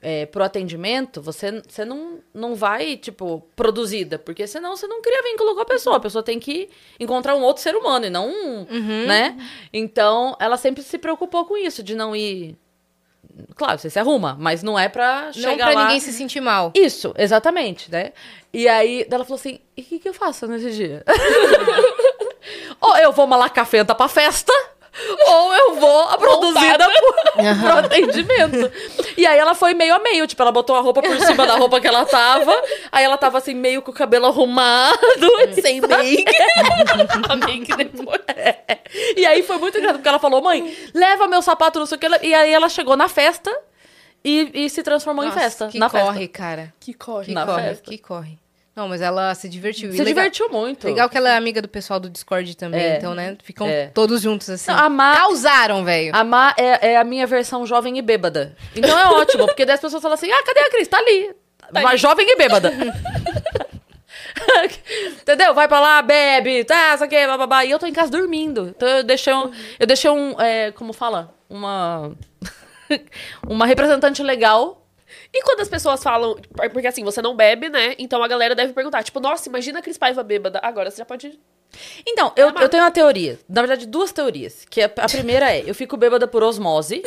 A: é, pro atendimento, você, você não, não vai, tipo, produzida, porque senão você não cria vínculo com a pessoa. A pessoa tem que encontrar um outro ser humano e não um, né? Então, ela sempre se preocupou com isso, de não ir. Claro, você se arruma, mas não é pra chegar
B: Não pra
A: lá...
B: ninguém se
A: (laughs)
B: sentir mal.
A: Isso, exatamente, né? E aí ela falou assim: e o que, que eu faço nesse
B: (laughs)
A: dia? ou eu vou malacafenta pra festa, ou eu vou produzida pro, pro atendimento. E aí ela foi meio a meio, tipo, ela botou a roupa por cima da roupa que ela tava, aí ela tava assim, meio com o cabelo arrumado, assim. sem
B: (laughs)
A: make.
F: (laughs) Amei que depois.
A: E aí foi muito engraçado, porque ela falou, mãe, leva meu sapato, não sei o que. E aí ela chegou na festa e, e se transformou
B: Nossa,
A: em festa.
B: Que
A: na
B: corre,
A: festa.
B: cara.
F: Que corre.
B: Que
A: Na
B: corre,
A: festa.
B: que corre. Não, mas ela se divertiu. E
A: Se
B: legal-
A: divertiu muito.
B: Legal que ela é amiga do pessoal do Discord também,
A: É.
B: então, né? Ficam
A: É.
B: todos juntos, assim.
A: Não, a Má-
B: Causaram, velho.
A: A Má é, é a minha versão jovem e bêbada. Então é ótimo, porque daí as pessoas falam assim: ah, cadê a Cris? Tá ali. Mas
F: ali.
A: jovem e bêbada. Entendeu? Vai pra lá, bebe, tá, isso aqui, bababá. E eu tô em casa dormindo. Então eu deixei um. Eu deixei um. é, como fala? Uma. (laughs) uma representante legal.
F: E quando as pessoas falam. Porque assim, você não bebe, né? Então a galera deve perguntar, tipo, nossa, imagina a Cris Paiva bêbada. Agora você já pode.
A: Então, eu,
F: Má.
A: eu tenho uma teoria. Na verdade, duas teorias. Que a, a primeira é: eu fico bêbada por osmose.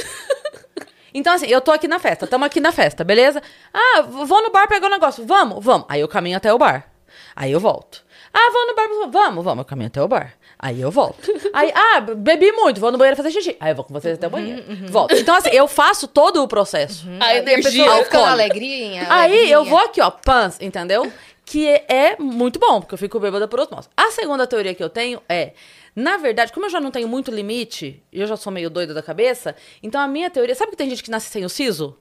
A: Então, assim, eu tô aqui na festa, tamo aqui na festa, beleza? Ah, v- vou no bar pegar o negócio. Vamos, vamos. Aí eu caminho até o bar. Aí eu volto. Ah, vou no bar, vamos, vamos. Eu caminho até o bar. Aí eu volto. Aí, ah, bebi muito, vou no banheiro fazer xixi. Aí eu vou com vocês até o banheiro. Volto. Então, assim, eu faço todo o processo.
F: A
B: é. E a
F: energia.
B: pessoa fica
A: alcoólica.
B: alegrinha.
A: Aí eu
B: alegrinha.
A: vou aqui, ó, pans, entendeu? que é- é muito bom, porque eu fico bêbada por osmose. A segunda teoria que eu tenho é, na verdade, como eu já não tenho muito limite, e eu já sou meio doida da cabeça, então a minha teoria... Sabe que tem gente que nasce sem o siso?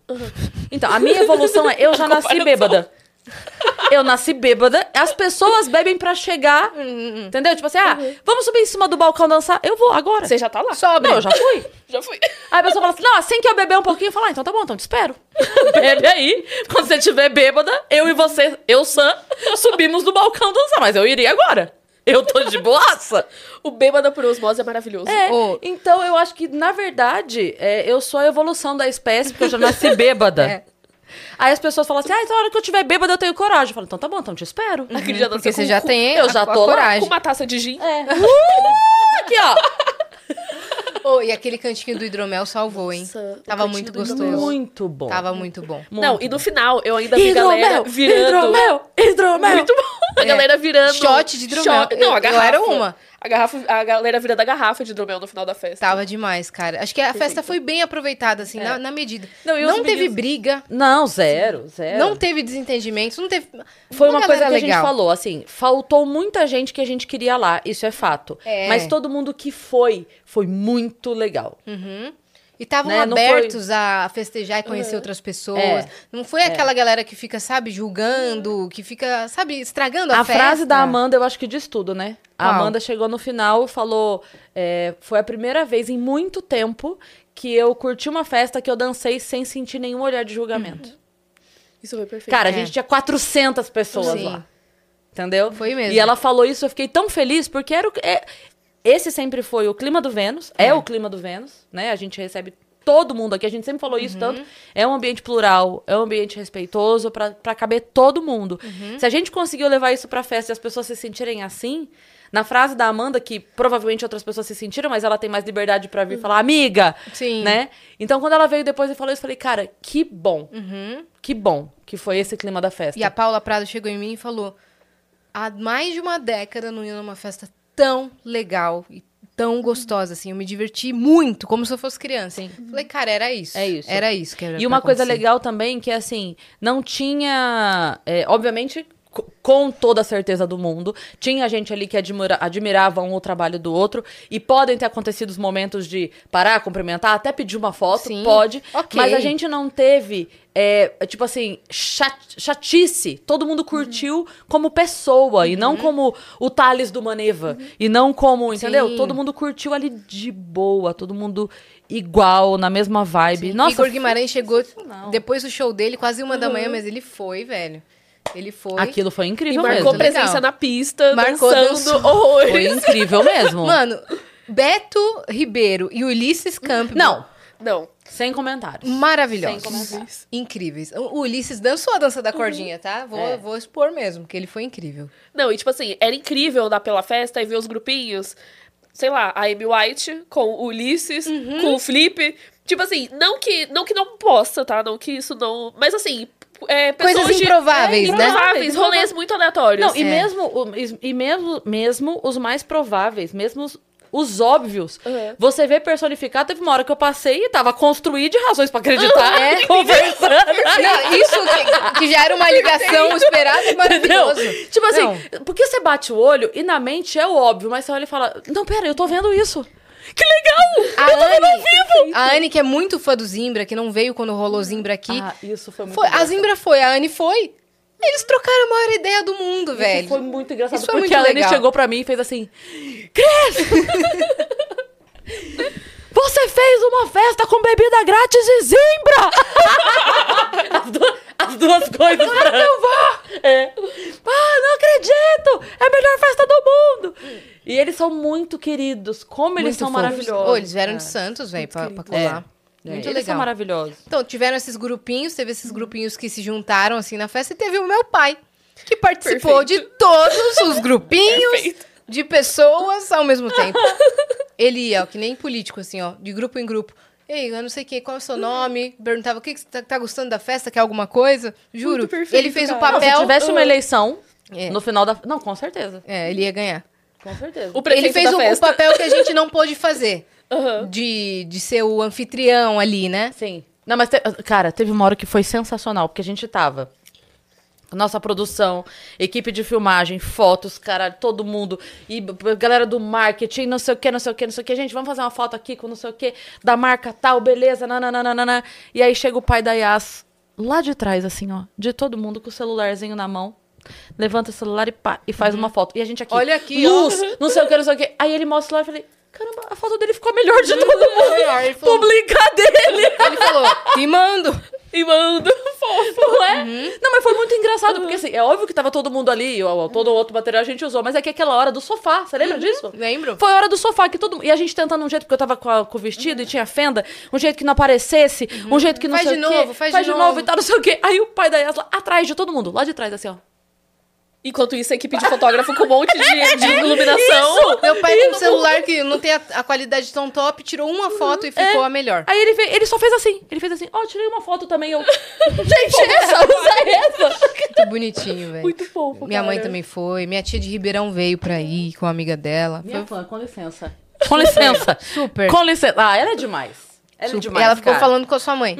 A: Então, a minha evolução é, (laughs) eu já nasci bêbada. Eu nasci bêbada, as pessoas bebem pra chegar, entendeu? Tipo assim, ah, vamos subir em cima do balcão dançar. Eu vou agora.
F: Você já tá lá.
A: Não, eu já fui.
F: Já fui.
A: Aí a pessoa fala assim: não, assim que eu beber um pouquinho, eu falo, ah, então tá bom, então te espero. Bebe aí. (laughs) Quando você estiver bêbada, eu e você, eu, Sam, subimos no balcão dançar. Mas eu iria agora. Eu tô de boaça.
F: (laughs) O bêbada por osmose é maravilhoso.
A: (laughs) É,
B: Ô.
A: então eu acho que, na verdade, é, eu sou a evolução da espécie, porque eu já (laughs) nasci bêbada.
B: É.
A: Aí as pessoas falam assim: ah, então na hora que eu estiver bêbada, eu tenho coragem. Eu falo, então tá bom, então te espero.
F: Aquele dia
B: Porque
F: dança
B: você
F: com-
B: já
F: com-
B: tem
A: eu
B: a-
A: já
B: a
A: tô lá
F: Com
B: coragem.
F: uma taça de gin.
A: (laughs) É. Uh, aqui, ó.
B: Ô, e aquele cantinho do hidromel salvou, hein?
F: Nossa, o
B: Tava
F: cantinho
B: muito
F: do
B: gostoso.
A: Muito bom.
B: Tava muito bom.
F: Não, e no final eu ainda vi galera
A: hidromel,
F: virando.
A: hidromel, hidromel.
F: Muito bom. A
B: É.
F: galera virando.
B: Shot de hidromel.
F: Shot- Não,
B: Eu-
F: a
B: eu
F: garrafa.
B: era uma.
F: A, garrafa, a galera virando a garrafa de hidromel no final da festa.
B: Tava demais, cara. Acho que a festa foi bem aproveitada, assim, na, na medida.
A: Não, e os
B: Não teve
A: meninos-
B: briga,
A: Não, zero, zero.
B: não teve desentendimentos, não teve.
A: Foi uma,
B: galera
A: coisa que a gente
B: legal.
A: falou, assim, faltou muita gente que a gente queria lá, isso é fato.
B: É.
A: Mas todo mundo que foi, foi muito legal.
B: Uhum. E estavam
A: né, não foi-
B: abertos a festejar e conhecer outras pessoas.
A: É.
B: Não foi aquela galera que fica, sabe, julgando, que fica, sabe, estragando a,
A: A
B: festa.
A: frase da Amanda, eu acho que diz tudo, né? A
B: Qual?
A: Amanda chegou no final e falou: é, Foi a primeira vez em muito tempo que eu curti uma festa que eu dancei sem sentir nenhum olhar de julgamento.
F: Isso foi perfeito.
A: Cara, a
B: É.
A: gente tinha 400 pessoas
B: Sim.
A: lá. Entendeu?
B: Foi mesmo.
A: E ela falou isso, eu fiquei tão feliz, porque era o. é- esse sempre foi o clima do Vênus, é. o clima do Vênus, né? A gente recebe todo mundo aqui, a gente sempre falou
B: Uhum.
A: isso tanto. É um ambiente plural, é um ambiente respeitoso pra pra caber todo mundo.
B: Uhum.
A: Se a gente conseguiu levar isso pra festa e as pessoas se sentirem assim, na frase da Amanda, que provavelmente outras pessoas se sentiram, mas ela tem mais liberdade pra vir falar, amiga,
B: Uhum. Sim.
A: né? Então quando ela veio depois e falou isso, eu falei, cara, que bom,
B: Uhum.
A: que bom que foi esse clima da festa.
B: E a Paula Prado chegou em mim e falou: há mais de uma década eu não ia numa festa tão legal e tão gostosa, assim. Eu me diverti muito, como se eu fosse criança. Falei, cara, era isso.
A: É isso.
B: Era isso que era
A: E
B: pra
A: uma coisa
B: acontecer.
A: legal também, que assim, não tinha. é, obviamente, co- com toda a certeza do mundo, tinha gente ali que admira- admirava um o trabalho do outro. E podem ter acontecido os momentos de parar, cumprimentar, até pedir uma foto,
B: Sim,
A: pode.
B: ok.
A: Mas a gente não teve. é, tipo assim, cha- chatice. Todo mundo curtiu como pessoa e
B: Uhum.
A: não como o Thales do Maneva. E não como, entendeu?
B: Sim.
A: Todo mundo curtiu ali de boa, todo mundo igual, na mesma vibe. Nossa, Uhum.
B: Igor Guimarães chegou depois do show dele, quase uma da manhã, mas ele foi, velho. Ele foi.
A: Aquilo foi
F: E
A: incrível
F: marcou
A: mesmo.
B: pre-
F: presença
B: Legal.
F: na pista,
B: Marcou,
F: dançando
B: dançou.
F: horrores.
A: Foi
B: (laughs)
A: incrível mesmo.
B: Mano, Beto Ribeiro e Ulisses Campbell.
A: Não,
F: Não.
A: sem comentários.
B: Maravilhosos.
A: Sem
F: comentários.
B: Incríveis. O o Ulisses dançou a dança da cordinha, tá? Vou,
A: É.
B: vou expor mesmo, que ele foi incrível.
F: Não, e tipo assim, era incrível andar pela festa e ver os grupinhos. Sei lá, a Amy White com o Ulisses,
B: Uhum.
F: com o Flip. Tipo assim, não que, não que não possa, tá? Não que isso não. Mas assim, é, pessoas
B: Coisas
F: de-
B: improváveis,
F: é,
B: né?
F: improváveis, rolês muito aleatórios.
A: Não, e,
B: É.
A: mesmo, o- e- e mesmo, mesmo os mais prováveis, mesmo os, os óbvios,
F: Uhum.
A: você vê personificado. Teve uma hora que eu passei e tava construído de razões pra acreditar, (laughs) conversando.
B: Ah, Não, isso que, que já
A: (laughs)
B: era uma ligação esperada e
A: Entendeu?
B: maravilhoso.
A: Tipo assim,
B: Não.
A: porque você bate o olho e na mente é o óbvio, mas você olha e fala: Não, pera, eu tô vendo isso. Que legal!
B: A Anne, a Anne, que é muito fã do Zimbra, que não veio quando rolou Zimbra aqui.
A: Ah, isso foi muito
B: foi, a
A: engraçado.
B: Zimbra foi, a Anne foi. Eles trocaram a maior ideia do mundo, velho.
A: Isso foi muito engraçado.
B: Isso foi
A: porque
B: muito
A: a Anne
B: legal.
A: chegou pra mim e fez assim: Cris! (laughs) Você fez uma festa com bebida grátis e zimbra! (laughs) as, du- as duas coisas. Pra... Eu vou! É. Ah, não acredito! É a melhor festa do mundo! E eles são muito queridos. Como eles
B: Muito
A: são
B: fofo.
A: maravilhosos.
B: Ô, eles vieram de
A: cara.
B: Santos, velho, pra, pra
A: É.
B: colar.
A: É, eles
B: Muito
A: são
B: legal.
A: maravilhosos.
B: Então, tiveram esses grupinhos, teve esses grupinhos que se juntaram assim na festa e teve o meu pai, que participou de todos os
F: (laughs)
B: grupinhos de pessoas ao mesmo tempo. Ele ia, ó, que nem político, assim, ó, de grupo em grupo. Ei, eu não sei quem, qual é o seu nome? Perguntava o que, que você tá, tá gostando da festa, quer alguma coisa? Juro.
F: Muito perfeito,
B: ele fez o
F: cara.
A: Se
B: papel.
A: tivesse uma eleição
B: uh, É.
A: no final da. Não, com certeza.
B: É, ele ia ganhar.
A: Com certeza.
F: O prefeito
B: ele fez
F: da
B: o, o
F: festa.
B: papel que a gente não pôde fazer.
F: um Aham.
B: De, de ser o anfitrião ali, né?
A: Sim. Não, mas, te- cara, teve uma hora que foi sensacional, porque a gente tava. Nossa produção, equipe de filmagem, fotos, caralho, todo mundo. E b- b- galera do marketing, não sei o que, não sei o que, não sei o que. Gente, vamos fazer uma foto aqui com não sei o que, da marca tal, beleza, nananana. E aí chega o pai da Yas lá de trás, assim, ó, de todo mundo, com o celularzinho na mão. Levanta o celular e, pá, e faz uma foto. E a gente aqui.
B: Uhum. Olha aqui, ó.
A: luz, não sei o que, não sei o que. Aí ele mostra lá e falei, caramba, a foto dele ficou a melhor de todo
B: Uhum.
A: mundo.
B: Melhor, ele falou-
A: Publica dele.
B: Ele falou, te mando.
A: E mando, (laughs) fofo. Não é?
B: Uhum.
A: Não, mas foi muito engraçado, porque assim, é óbvio que tava todo mundo ali, ó, ó, todo o outro material a gente usou, mas é que aquela hora do sofá, você lembra disso?
B: Uhum. Lembro.
A: Foi a hora do sofá que todo mundo. E a gente tentando um jeito, porque eu tava com, a- com o vestido e tinha fenda, um jeito que não aparecesse, um jeito que não
B: Uhum. Faz
A: sei
B: de
A: o quê.
B: novo, faz de
A: de
B: novo.
A: novo e tal, não sei o quê. Aí o pai da Yasla, atrás de todo mundo, lá de trás, assim, ó.
F: Enquanto isso, a equipe de fotógrafo com um monte de, (laughs) de iluminação.
B: É Meu pai com um celular que não tem a, a qualidade tão top, tirou uma foto
A: É.
B: e ficou a melhor.
A: Aí ele, veio, ele só fez assim. Ele fez assim, ó, tirei uma foto também.
B: (laughs)
A: Eu. gente,
B: É
A: (laughs) essa, usa essa.
B: Muito bonitinho, velho.
F: Muito fofo,
B: Minha mãe
F: cara.
B: também foi. Minha tia de Ribeirão veio pra ir com a amiga dela. Foi
A: Minha fã, com licença. Com (laughs) licença.
B: super.
A: Com licença. Ah, ela é demais. Ela é
B: super.
A: demais.
B: ela ficou
A: cara. Uhum.
B: falando com a sua mãe.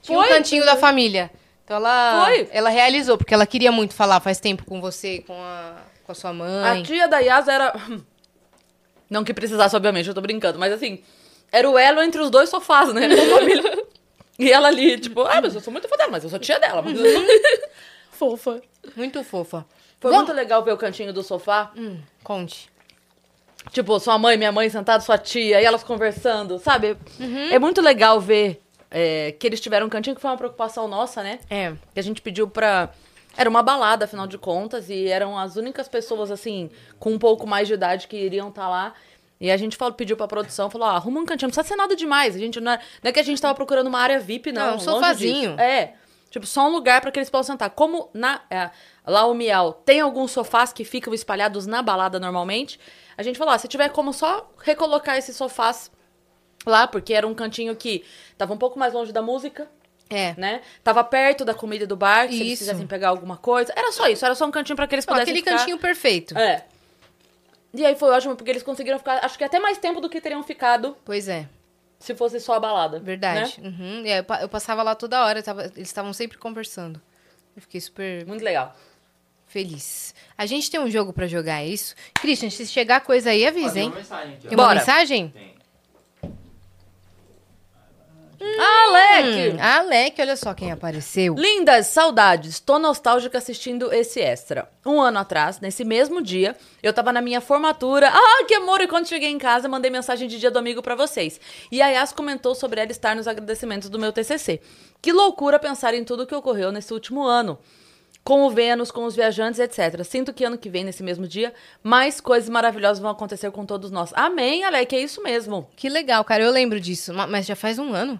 B: Tinha um
A: Foi.
B: cantinho da família. Então ela,
A: Foi.
B: ela realizou, porque ela queria muito falar faz tempo com você, com a, com a sua mãe.
A: A tia da Yas era. (laughs) Não que precisasse, obviamente, eu tô brincando, mas assim, era o elo entre os dois sofás, (laughs) né? da família. E ela ali, tipo, ah, mas eu sou muito fã dela, mas eu sou tia dela. mas eu sou-"
F: Fofa.
B: Muito fofa.
A: (laughs) Foi
B: Bom,
A: muito legal ver o cantinho do sofá.
B: hum, conte.
A: Tipo, sua mãe, minha mãe sentada, sua tia, e elas conversando, sabe? É muito legal ver é, que eles tiveram um cantinho que foi uma preocupação nossa, né?
B: É.
A: que a gente pediu pra. Era uma balada, afinal de contas, e eram as únicas pessoas, assim, com um pouco mais de idade que iriam estar lá. E a gente falou, pediu pra produção, falou: ah, arruma um cantinho, não precisa ser nada demais. A gente não é, não é que a gente tava procurando uma área VIP, não.
B: Não, um
A: longe
B: sofazinho.
A: disso. É. Tipo, só um lugar pra que eles possam sentar. Como na, é, lá o Miau tem alguns sofás que ficam espalhados na balada normalmente, a gente falou: ah, se tiver como só recolocar esses sofás lá, porque era um cantinho que tava um pouco mais longe da música
B: É.
A: né? Tava perto da comida do bar, se eles
B: Isso.
A: quisessem pegar alguma coisa. Era só isso, era só um cantinho pra que eles
B: Ó,
A: pudessem
B: aquele
A: ficar.
B: cantinho perfeito.
A: É. E aí foi ótimo, porque eles conseguiram ficar, acho que até mais tempo do que teriam ficado
B: Pois é,
A: se fosse só a balada.
B: verdade.
A: né?
B: Uhum. E aí eu pa- eu passava lá toda hora, eu tava- eles estavam sempre conversando. Eu fiquei super
A: Muito legal.
B: feliz. A gente tem um jogo pra jogar, é isso? Christian, se chegar coisa aí, avisa, hein?
D: mensagem aqui,
B: Tem uma
A: Bora.
B: mensagem?
A: Alec!
B: Hum, a Alec, olha só quem apareceu.
A: Lindas, saudades. Tô nostálgica assistindo esse extra. Um ano atrás, nesse mesmo dia, eu tava na minha formatura. Ah, que amor! E quando cheguei em casa, mandei mensagem de dia do amigo pra vocês. E a Yas comentou sobre ela estar nos agradecimentos do meu TCC. Que loucura pensar em tudo que ocorreu nesse último ano. Com o Vênus, com os viajantes, etc. Sinto que ano que vem, nesse mesmo dia, mais coisas maravilhosas vão acontecer com todos nós. Amém, Alec, é isso mesmo.
B: Que legal, cara, eu lembro disso. Ma- Mas já faz um ano.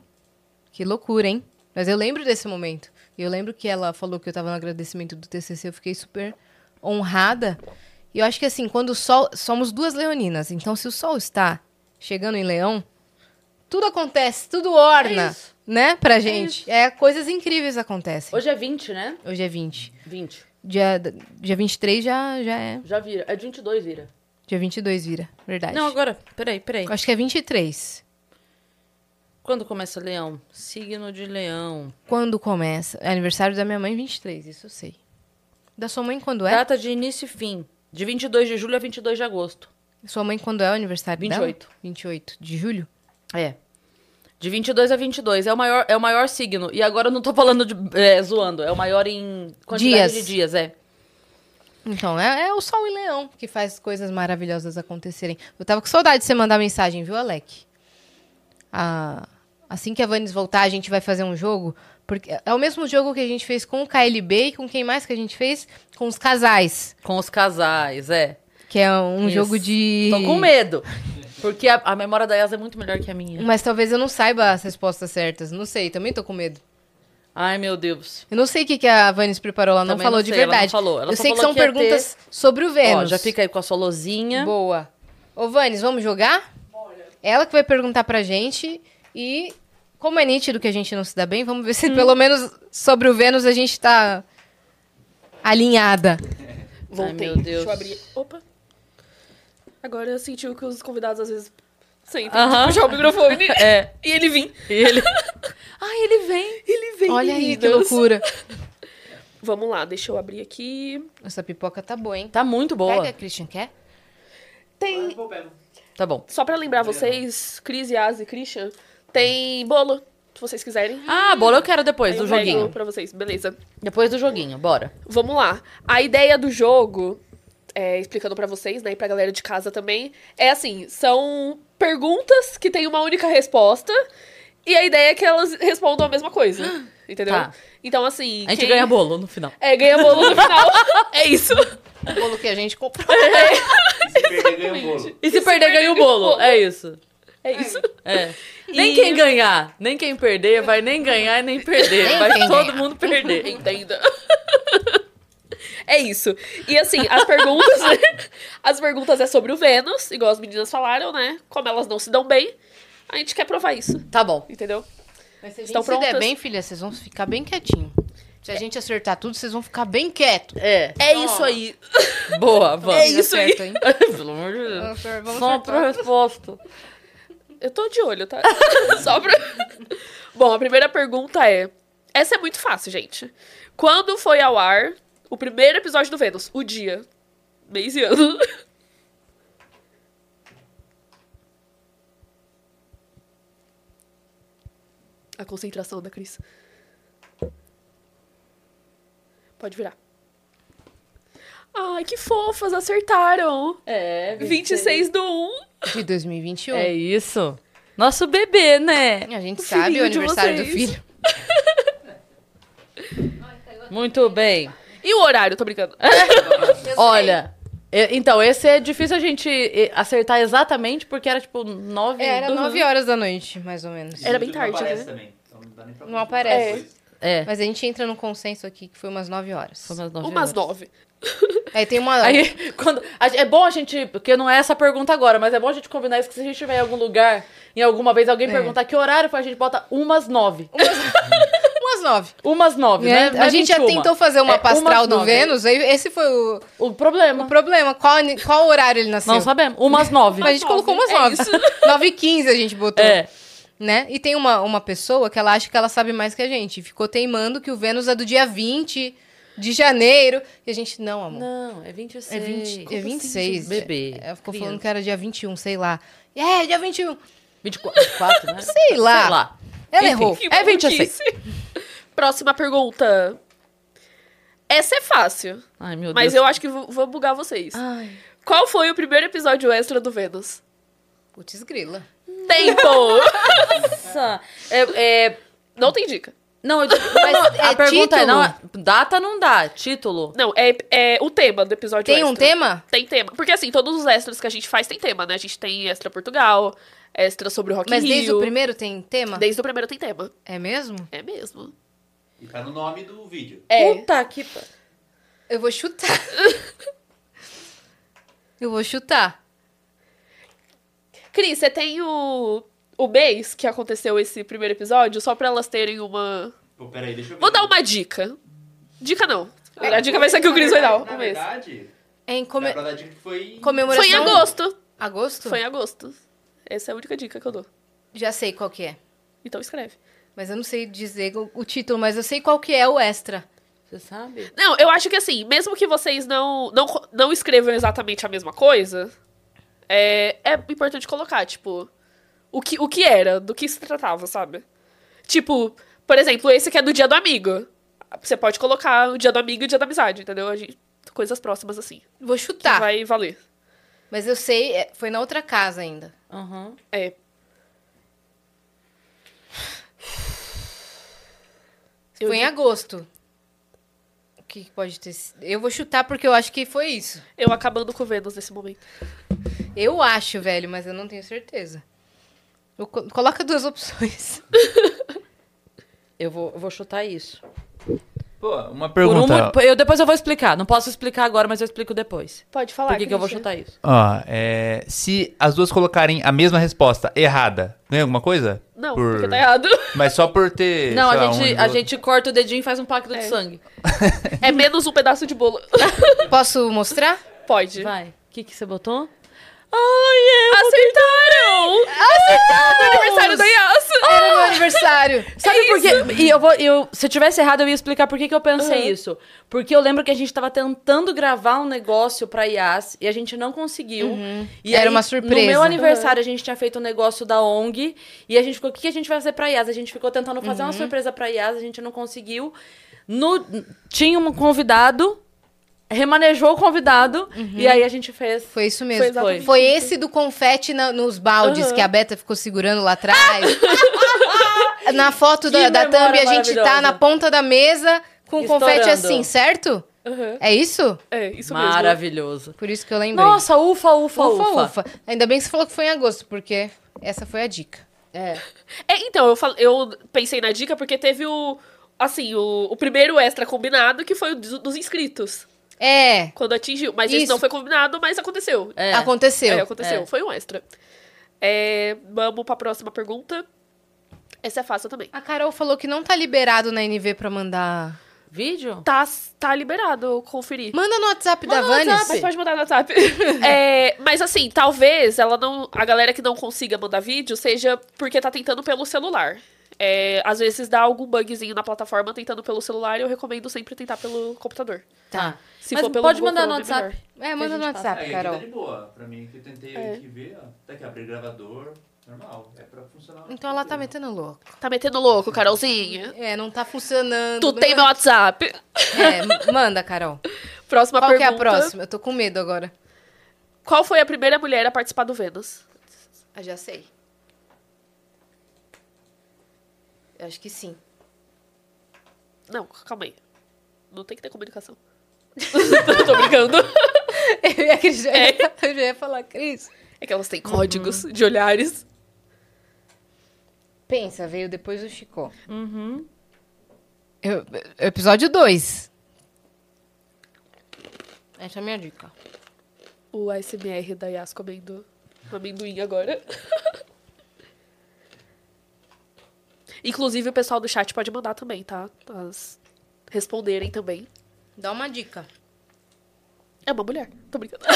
B: Que loucura, hein? Mas eu lembro desse momento. E Eu lembro que ela falou que eu tava no agradecimento do TCC, eu fiquei super honrada. E eu acho que assim, quando o sol. Somos duas leoninas, então se o sol está chegando em leão, tudo acontece, tudo
A: É
B: orna, né? Pra gente. É, coisas incríveis acontecem.
A: Hoje é 20, né?
B: Hoje é 20.
A: 20.
B: Dia, dia 23 já, já é.
A: Já vira. É 22, vira.
B: Dia 22 vira, verdade.
A: Não, agora. Peraí, peraí.
B: Acho que é 23.
A: Quando começa leão? Signo de leão.
B: Quando começa? É aniversário da minha mãe, 23, isso eu sei. Da sua mãe quando é?
A: Data de início e fim. De 22 de julho a 22 de agosto.
B: Sua mãe quando é o aniversário dela?
A: 28.
B: 28 de julho?
A: É. De 22 a 22. É o maior, é o maior signo. E agora eu não tô falando de, é, zoando. É o maior em quantidade
B: Dias.
A: de dias, é.
B: Então, é, é o sol e leão que faz coisas maravilhosas acontecerem. Eu tava com saudade de você mandar mensagem, viu, Alec? Ah, assim que a Vanes voltar, a gente vai fazer um jogo. Porque é o mesmo jogo que a gente fez com o KLB e com quem mais que a gente fez? Com os casais.
A: Com os casais, é.
B: Que é um
A: Isso.
B: jogo de.
A: Tô com medo. Porque a, a memória da Yasa é muito melhor que a minha.
B: Mas talvez eu não saiba as respostas certas. Não sei, também tô com medo.
A: Ai, meu Deus.
B: Eu não sei o que, que a Vanes preparou, ela não
A: Também
B: falou
A: não
B: de
A: sei, ela não
B: verdade.
A: falou. Ela
B: eu
A: só
B: sei que
A: falou
B: são
A: que ia
B: perguntas sobre o Vênus.
A: Ó, já fica aí com a sua lozinha.
B: Boa. Ô, Vanes, vamos jogar? Ela que vai perguntar pra gente. E como é nítido que a gente não se dá bem, vamos ver se
A: Hum.
B: pelo menos sobre o Vênus a gente tá alinhada.
F: Voltei.
A: meu Deus.
F: Deixa eu abrir. Opa. Agora eu senti o que os convidados às vezes sentem.
A: Aham.
F: Tipo, puxar o microfone
A: É.
F: e ele vim.
A: E ele.
F: Ai, ele vem. Ele vem,
B: Olha aí, que
F: meninas.
B: loucura.
F: Vamos lá, deixa eu abrir aqui.
B: Essa pipoca tá boa, hein?
A: Tá muito boa.
B: Pega, Christian, quer?
F: Tem
H: Vou pego.
A: Tá bom.
F: Só pra lembrar vocês, Cris, Yas e Christian, tem bolo, se vocês quiserem.
A: Ah, bolo eu quero depois
F: Aí
A: do
F: eu pego
A: joguinho.
F: Pra vocês, beleza.
A: Depois do joguinho, bora.
F: Vamos lá. A ideia do jogo, é, explicando pra vocês, né, e pra galera de casa também, é assim, são perguntas que tem uma única resposta, e a ideia é que elas respondam a mesma
A: (gasps)
F: coisa, entendeu?
A: Tá.
F: Então, assim...
A: A gente
F: quem-
A: ganha bolo no final.
F: É, ganha bolo no
A: (laughs)
F: final. é isso.
B: O bolo que a gente comprou.
D: Se perder, ganha o bolo.
A: E se perder, ganha o (laughs) bolo. É isso.
F: É isso.
A: É. Nem quem ganhar, nem quem perder, vai nem ganhar e nem perder.
B: Nem
A: vai
B: quem
A: todo
B: ganhar.
A: mundo perder. (laughs)
F: Entenda. (laughs) É isso. E assim, as perguntas. (laughs) as perguntas é sobre o Vênus, igual as meninas falaram, né? Como elas não se dão bem, a gente quer provar isso,
A: Tá bom.
F: entendeu?
B: Mas se a gente
F: Estão
B: se der
F: prontas?
B: bem, filha, vocês vão ficar bem quietinho. Se a gente acertar tudo, vocês vão ficar bem quieto.
A: É.
F: É isso aí.
A: Boa,
F: É
A: vamos.
F: isso aí.
B: Tá hein?
A: (laughs) Pelo amor de Deus.
B: Vamos acertar.
A: Só pra resposta.
F: Eu tô de olho, tá? (laughs) Só pra. Bom, a primeira pergunta é. Essa é muito fácil, gente. Quando foi ao ar o primeiro episódio do Vênus? O dia, mês e ano. (laughs) A concentração da Cris. Pode virar. Ai, que fofas, acertaram.
A: É,
F: 26 do 1.
B: De 2021.
A: É isso. Nosso bebê, né?
B: A gente
F: O
B: sabe o
F: filhinho de
B: aniversário do
F: vocês.
B: filho.
A: Muito bem.
F: E o horário, tô brincando.
A: Olha, e- então, esse é difícil a gente e, acertar exatamente, porque era tipo nove.
B: É, era
A: Uhum.
B: 9 horas da noite, mais ou menos.
F: Era bem
D: Não
F: tarde,
D: aparece
F: né?
D: também, então não dá nem pra-
B: Não aparece.
A: É.
B: Mas a gente entra num consenso aqui que foi umas 9 horas.
A: Foi umas nove.
F: Umas
A: horas.
F: nove.
B: Aí tem uma.
A: Aí, (laughs) quando, a- é bom a gente, porque não é essa pergunta agora, mas é bom a gente combinar isso que se a gente estiver em algum lugar, em alguma vez, alguém
B: É.
A: perguntar que horário foi, a gente bota umas nove.
B: umas 9.
A: Umas nove, né? Não é
B: a gente já
A: 21.
B: tentou fazer uma
A: É,
B: pastral
A: umas
B: do
A: nove.
B: Vênus, aí esse foi o,
A: O problema.
B: o problema. Qual, ani- qual horário ele nasceu?
A: Não sabemos. Umas nove.
B: Mas (laughs) a gente colocou umas
F: é
B: 9. (laughs) 9 e 15 a gente botou.
A: É.
B: né? E tem uma, uma pessoa que ela acha que ela sabe mais que a gente. Ficou teimando que o Vênus é do dia 20 de janeiro. E a gente, não, amor.
A: Não, é 26.
B: É, 20, é 26.
A: assim, Bebê.
B: Ela ficou é, falando que era dia 21, sei lá. E É, dia 21.
A: 24, né?
B: (laughs) Sei lá.
A: Sei lá.
B: Ela
A: Enfim.
B: errou.
F: Que
A: É 26.
F: maluquice. (laughs) Próxima pergunta. Essa é fácil,
A: Ai, meu
F: mas
A: Deus.
F: eu acho que vou vou bugar vocês.
B: Ai,
F: Qual foi o primeiro episódio extra do Vênus?
B: putz grila.
F: Tempo!
A: Nossa. É, é,
F: não tem dica.
A: não, eu- não, a
B: é
A: pergunta é,
B: título?
A: não, é- data não dá, título.
F: Não, é, é o tema do episódio
B: Tem um
F: extra.
B: tema?
F: Tem tema. Porque assim, todos os extras que a gente faz tem tema, né? A gente tem extra Portugal, extra sobre o Rock in
B: Mas desde
F: Rio.
B: o primeiro tem tema?
F: Desde o primeiro tem tema.
B: É mesmo?
F: É mesmo.
D: E tá no nome do vídeo.
F: É.
A: Puta que... pa-
B: Eu vou chutar. (laughs) Eu vou chutar.
F: Cris, você tem o, o mês que aconteceu esse primeiro episódio, só pra elas terem uma.
D: Pô, peraí, deixa eu ver.
F: Vou dar um uma dica. Dica não. A dica vai ser que o Cris vai dar
D: Na
F: um mês.
D: verdade,
B: É em
D: dá
B: come...
D: pra dar dica que foi...
B: comemoração.
F: Foi em agosto.
B: Agosto?
F: Foi em agosto. Essa é a única dica que eu dou.
B: Já sei qual que é.
F: Então escreve.
B: Mas eu não sei dizer o, o título, mas eu sei qual que é o extra.
A: Você sabe?
F: Não, eu acho que assim, mesmo que vocês não, não, co- não escrevam exatamente a mesma coisa, é, é importante colocar, tipo, o que, o que era, do que se tratava, sabe? Tipo, por exemplo, esse que é do dia do amigo. Você pode colocar o dia do amigo e o dia da amizade, entendeu? A gente- coisas próximas assim. que
B: Vou chutar.
F: Vai valer.
B: Mas eu sei, é, foi na outra casa ainda.
A: Aham.
F: É. Eu
B: foi em
F: di-
B: agosto. O que que pode ter sido? Eu vou chutar porque eu acho que foi isso.
F: Eu acabando com o Vênus nesse momento.
B: Eu acho, velho, mas eu não tenho certeza. Eu co- coloca duas
A: (laughs)
B: opções.
A: Eu vou, eu vou chutar isso.
D: Pô, uma
A: Por um
D: pergunta.
A: mo- eu, depois eu vou explicar. Não posso explicar agora, mas eu explico depois.
F: Pode falar.
A: Por que, que eu vou
F: Christian.
A: chutar isso?
D: Ó, é, se as duas colocarem a mesma resposta errada, ganha alguma coisa?
F: Não,
D: Por-
F: porque
A: (laughs)
F: tá errado.
D: Mas só por ter.
A: Não,
D: sei lá,
A: a
D: um
A: gente,
D: do
A: a
D: outro.
A: gente corta o dedinho e faz um pacto de
F: É.
A: sangue.
F: É menos um pedaço de bolo.
B: Posso mostrar?
F: (laughs) Pode.
A: Vai. O que, que você botou? Ai, eu.
F: Aceitaram! Aceitaram! Aniversário da Yas!
B: Era meu aniversário.
A: Sabe por quê? E eu vou, eu, se eu tivesse errado, eu ia explicar por que, que eu pensei isso. Porque eu lembro que a gente tava tentando gravar um negócio pra Yas e a gente não conseguiu. E
B: Uhum. Era
A: aí,
B: uma surpresa.
A: No meu aniversário, a gente tinha feito um negócio da ONG e a gente ficou, o que, que a gente vai fazer pra Yas? A gente ficou tentando fazer
B: Uhum.
A: uma surpresa pra Yas, a gente não conseguiu. No, tinha um convidado, remanejou o convidado
B: Uhum.
A: e aí a gente fez.
B: Foi isso
A: Foi
B: mesmo. Foi,
A: exatamente
B: esse do confete na- nos baldes que a Beta ficou segurando lá
A: (laughs)
B: atrás. na foto da,
A: Que
B: da
A: memória
B: thumb, a gente tá
A: maravilhosa.
B: na ponta da mesa com o confete
A: Estourando.
B: assim, certo?
F: Aham.
B: É isso?
F: É, isso mesmo.
A: Maravilhoso.
B: Por isso que eu lembrei.
A: Nossa, ufa, ufa, ufa.
B: ufa, ufa. Ainda bem que você falou que foi em agosto, porque essa foi a dica.
A: É.
F: É, então, eu, fal- eu pensei na dica porque teve o. Assim, o, o primeiro extra combinado que foi o dos dos inscritos.
B: É,
F: Quando atingiu. Mas
B: Isso.
F: isso não foi combinado, mas aconteceu.
A: É.
B: aconteceu.
F: É, aconteceu. Foi um extra. É, vamos pra próxima pergunta. Essa é fácil também.
B: A Carol falou que não tá liberado na NV pra mandar.
A: Vídeo?
F: Tá, tá liberado, eu conferi.
B: Manda no WhatsApp da
A: no
B: Vannes.
F: Mas pode mandar no WhatsApp. (laughs) É, mas assim, talvez ela não. A galera que não consiga mandar vídeo seja porque tá tentando pelo celular. É, às vezes dá algum bugzinho na plataforma tentando pelo celular e eu recomendo sempre tentar pelo computador.
A: Tá.
F: Se
A: Mas
F: for pelo
A: pode
F: Google
A: mandar no
F: Chrome,
A: WhatsApp.
F: melhor.
B: É, manda no
A: Que a gente passa.
B: WhatsApp, Carol.
D: é
B: É.
D: de boa. Pra mim, que eu tentei aqui ver, ó. Tá aqui, abrir gravador, normal. É pra funcionar.
B: Então ela
D: (laughs)
B: tá metendo louco.
F: Tá metendo louco, Carolzinha.
B: É, não tá funcionando.
F: Tu
B: não-
F: tem meu WhatsApp.
B: É, m- manda, Carol.
F: Próxima
B: Qual que é
F: pergunta.
B: a próxima? Eu tô com medo agora.
F: Qual foi a primeira mulher a participar do Vênus?
B: Ah, já sei. Eu acho que sim.
F: Não, calma aí. Não tem que ter comunicação. (laughs) Tô brincando.
B: Eu ia, acreditar- eu já ia falar, Cris.
F: É que elas têm códigos de olhares.
B: Pensa, veio depois do Chicó. Uhum. episódio 2. Essa é a minha dica.
F: O ASMR da Yas comendo amendoim agora. (laughs) Inclusive, o pessoal do chat pode mandar também, tá? As responderem também.
B: Dá uma dica.
F: É uma mulher. Tô brincando.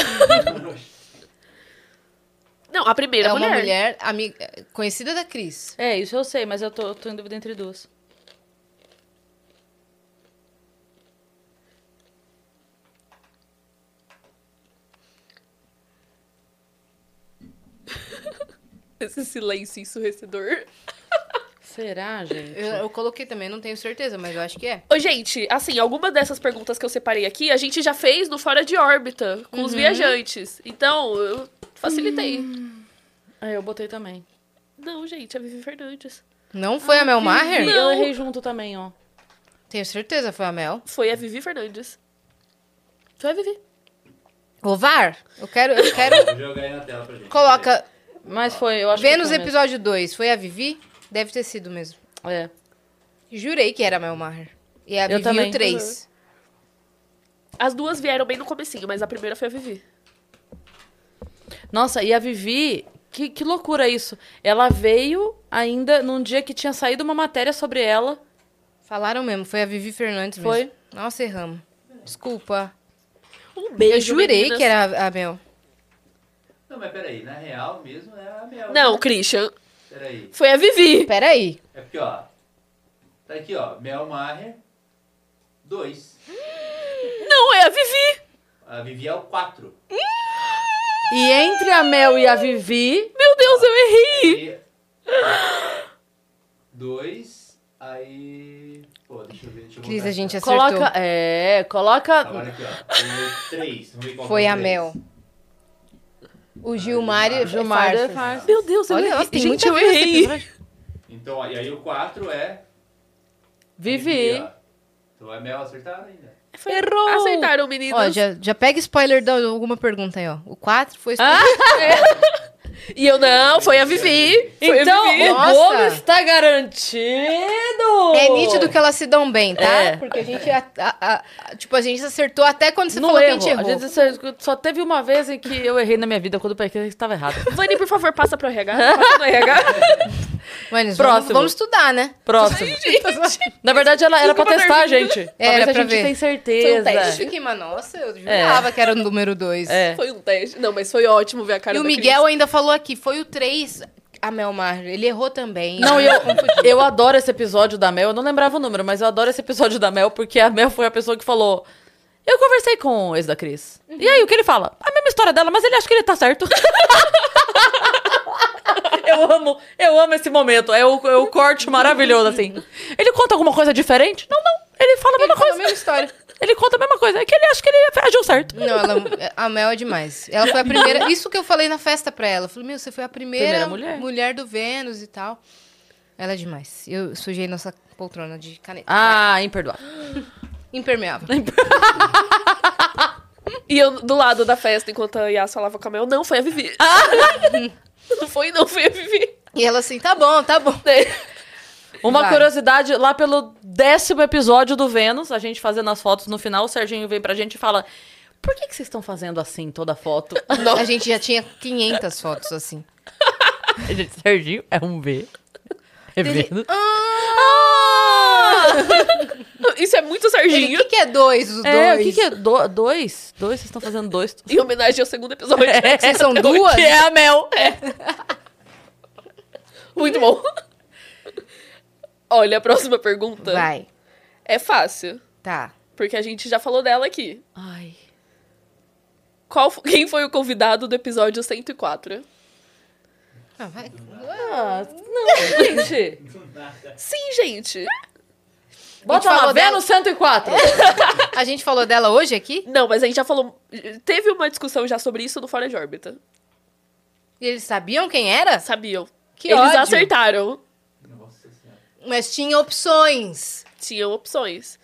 F: (laughs) Não, a primeira
B: é uma
F: mulher.
B: mulher amiga, conhecida da Cris.
A: É, isso eu sei, mas eu tô, tô em dúvida entre duas.
F: Esse silêncio ensurrecedor.
A: Será, gente?
B: Eu, eu coloquei também, não tenho certeza, mas eu acho que é.
F: Ô, gente, assim, alguma dessas perguntas que eu separei aqui, a gente já fez no Fora de Órbita, com
B: Uhum.
F: os viajantes. Então, eu facilitei.
B: Hum.
A: É, eu botei também.
F: Não, gente, é Vivi Fernandes.
B: Ah, Não foi a Mel Maher?
A: E
F: Não.
A: eu errei junto também, ó.
B: Tenho certeza, foi a Mel.
F: Foi a Vivi Fernandes.
A: Foi, Vivi.
B: Ô, Var, eu quero, eu (laughs) quero...
D: Vou jogar aí na tela pra gente.
B: um Coloca
A: Mas foi, eu acho
B: Vênus é
A: que foi mesmo.
B: episódio 2, foi a Vivi? Deve ter sido mesmo.
A: É.
B: Jurei que era a Mel Maher. E a
A: Eu
B: Vivi
A: também.
B: o 3.
F: As duas vieram bem no comecinho, mas a primeira foi a Vivi.
A: Nossa, e a Vivi, que, que loucura isso. Ela veio ainda num dia que tinha saído uma matéria sobre ela.
B: Falaram mesmo, foi a Vivi Fernandes
A: Foi.
B: mesmo. Nossa, erramos. Desculpa.
F: Um beijo,
B: eu jurei
F: meninas.
B: que era a- a Mel.
D: Não, mas peraí, na real mesmo é a Mel.
F: Não,
D: né?
F: Christian,
D: Peraí.
F: foi a Vivi.
B: Peraí.
D: É porque, ó. Tá aqui, ó. Mel Maher 2.
F: Não, é a Vivi.
D: A Vivi é o 4.
A: E entre a Mel e a Vivi,
F: Meu Deus, eu errei.
D: 2. Aí. Pô, deixa eu ver. Deixa eu
B: Cris,
D: voltar
B: a gente
D: aqui,
B: acertou.
A: coloca. É, coloca.
D: ó. Agora aqui, ó. 3.
B: Foi
D: é
B: a Mel. O Gilmar e
A: Gilmar né?
B: Farfus.
A: Farfus.
F: Meu Deus, eu
B: Olha,
F: errei.
B: nossa, tem
F: gente,
B: muita
F: eu
B: coisa nesse
F: errei.
B: episódio.
D: Então, ó, e aí o 4 é.
A: Vivi.
D: ó. Então a Mel acertaram ainda.
F: Foi-
A: Errou.
F: Aceitaram, meninas.
B: Ó, já, já pega spoiler de alguma pergunta aí, ó. O 4 foi
A: Ah,
B: spoiler.
F: E eu não, foi a Vivi. Foi
A: Então,
F: a Vivi.
A: o
B: Nossa.
A: bolo está garantido!
B: É nítido que elas se dão bem, tá?
A: É.
B: Porque a gente, a- a- a- tipo, a gente acertou até quando você
A: não
B: falou
A: erro.
B: que a gente
A: A
B: errou.
A: gente só- só teve uma vez em
B: (laughs)
A: que eu errei na minha vida quando eu pensei que estava errado.
F: Vani, por favor, passa pro RH. Passa no RH.
B: Mas vamos,
A: Próximo.
B: vamos estudar, né?
A: Próximo. Na verdade, ela era pra
F: Desculpa,
A: testar a
F: Darcy.
A: gente.
B: Era
A: Talvez a
B: pra
A: gente
B: ver.
A: tem
F: Foi um
A: certeza.
F: teste.
B: Eu fiquei, mas nossa, eu jurava que era o número 2.
A: É.
F: (laughs) Foi um teste. Não, mas foi ótimo ver a cara
B: E o
F: da
B: Miguel é- ainda falou aqui, foi o 3, a Melmar. Ele errou também.
A: Não, e eu, eu adoro esse episódio da Mel. Eu não lembrava o número, mas eu adoro esse episódio da Mel, porque a Mel foi a pessoa que falou. Eu conversei com o ex da Cris.
B: Uhum.
A: E aí, o que ele fala? A mesma história dela, mas ele acha que ele tá certo. (laughs) eu amo, eu amo esse momento. É o, é o corte maravilhoso,
B: (laughs)
A: assim. Ele conta alguma coisa diferente? Não, não. Ele fala a mesma
B: falou a
A: coisa.
B: mesma história.
A: Ele conta a mesma coisa. É que ele acha que ele agiu certo.
B: Não, ela, a Mel é demais. Ela foi a primeira. Isso que eu falei na festa pra ela. Eu falei, meu, você foi a primeira,
A: Primeira mulher.
B: do Vênus e tal. Ela é demais. Eu sujei nossa poltrona de caneta.
A: Ah, imperdoável.
B: Impermeável.
F: E eu do lado da festa, enquanto a Yas falava com a Mel, não, foi a Vivi. (laughs) não foi, não, foi a Vivi.
B: E ela assim, tá bom, tá bom.
A: Uma
B: Vai.
A: curiosidade, lá pelo décimo episódio do Vênus, a gente fazendo as fotos no final, o Serginho vem pra gente e fala: Por que, que vocês estão fazendo assim toda a (laughs) foto?
B: A gente já tinha 500 fotos assim.
A: Gente, Serginho é um V. É Vênus. Ah!
F: Isso é muito
B: Ah! Ele,
F: Serginho.
B: o que, que é dois os
A: É,
B: dois?
A: o que, que é? Do- dois? Dois? Vocês estão fazendo dois?
F: Em homenagem ao
A: (laughs)
F: segundo episódio.
B: Vocês são duas?
A: é? Que é a Mel.
F: Muito bom. Olha, a próxima pergunta
B: Vai,
F: é fácil,
B: tá.
F: porque a gente já falou dela aqui.
A: Ai.
F: Qual, fo- quem foi o convidado do episódio 104?
B: Ah, vai.
A: Ah, (laughs) Gente,
F: Sim, gente.
A: bota
B: falou
A: lá,
B: dela.
A: Vênus 104.
B: A gente falou dela hoje aqui?
F: Não, mas a gente já falou. Teve uma discussão já sobre isso no Fora de Órbita.
B: E eles sabiam quem era?
F: Sabiam.
B: Que
F: Eles
B: ódio.
F: acertaram.
B: Mas tinha opções.
F: Tinham opções.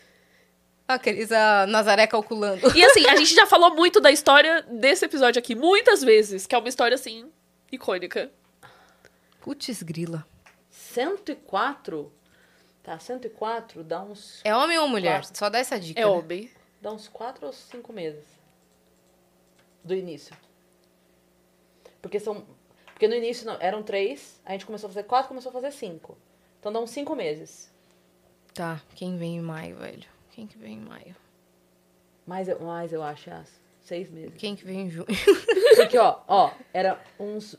B: Ah, Cris, a Nazaré calculando.
F: E assim, a gente já falou muito da história desse episódio aqui, muitas vezes, que é uma história assim, icônica.
B: (laughs) Putz, grila.
A: 104? Tá, 104 dá uns,
B: É homem ou mulher?
A: Claro.
B: Só dá essa dica.
F: É
B: né?
F: homem.
A: dá uns 4 ou 5 meses do início. Porque são. Porque no início não, eram três, a gente começou a fazer quatro, começou a fazer cinco. Então dá uns cinco meses.
B: Tá, quem vem em maio, velho? Quem que vem em maio?
A: Mais eu, mais eu acho, as seis meses.
B: Quem que vem em junho? (laughs)
A: Porque, ó, ó, era uns,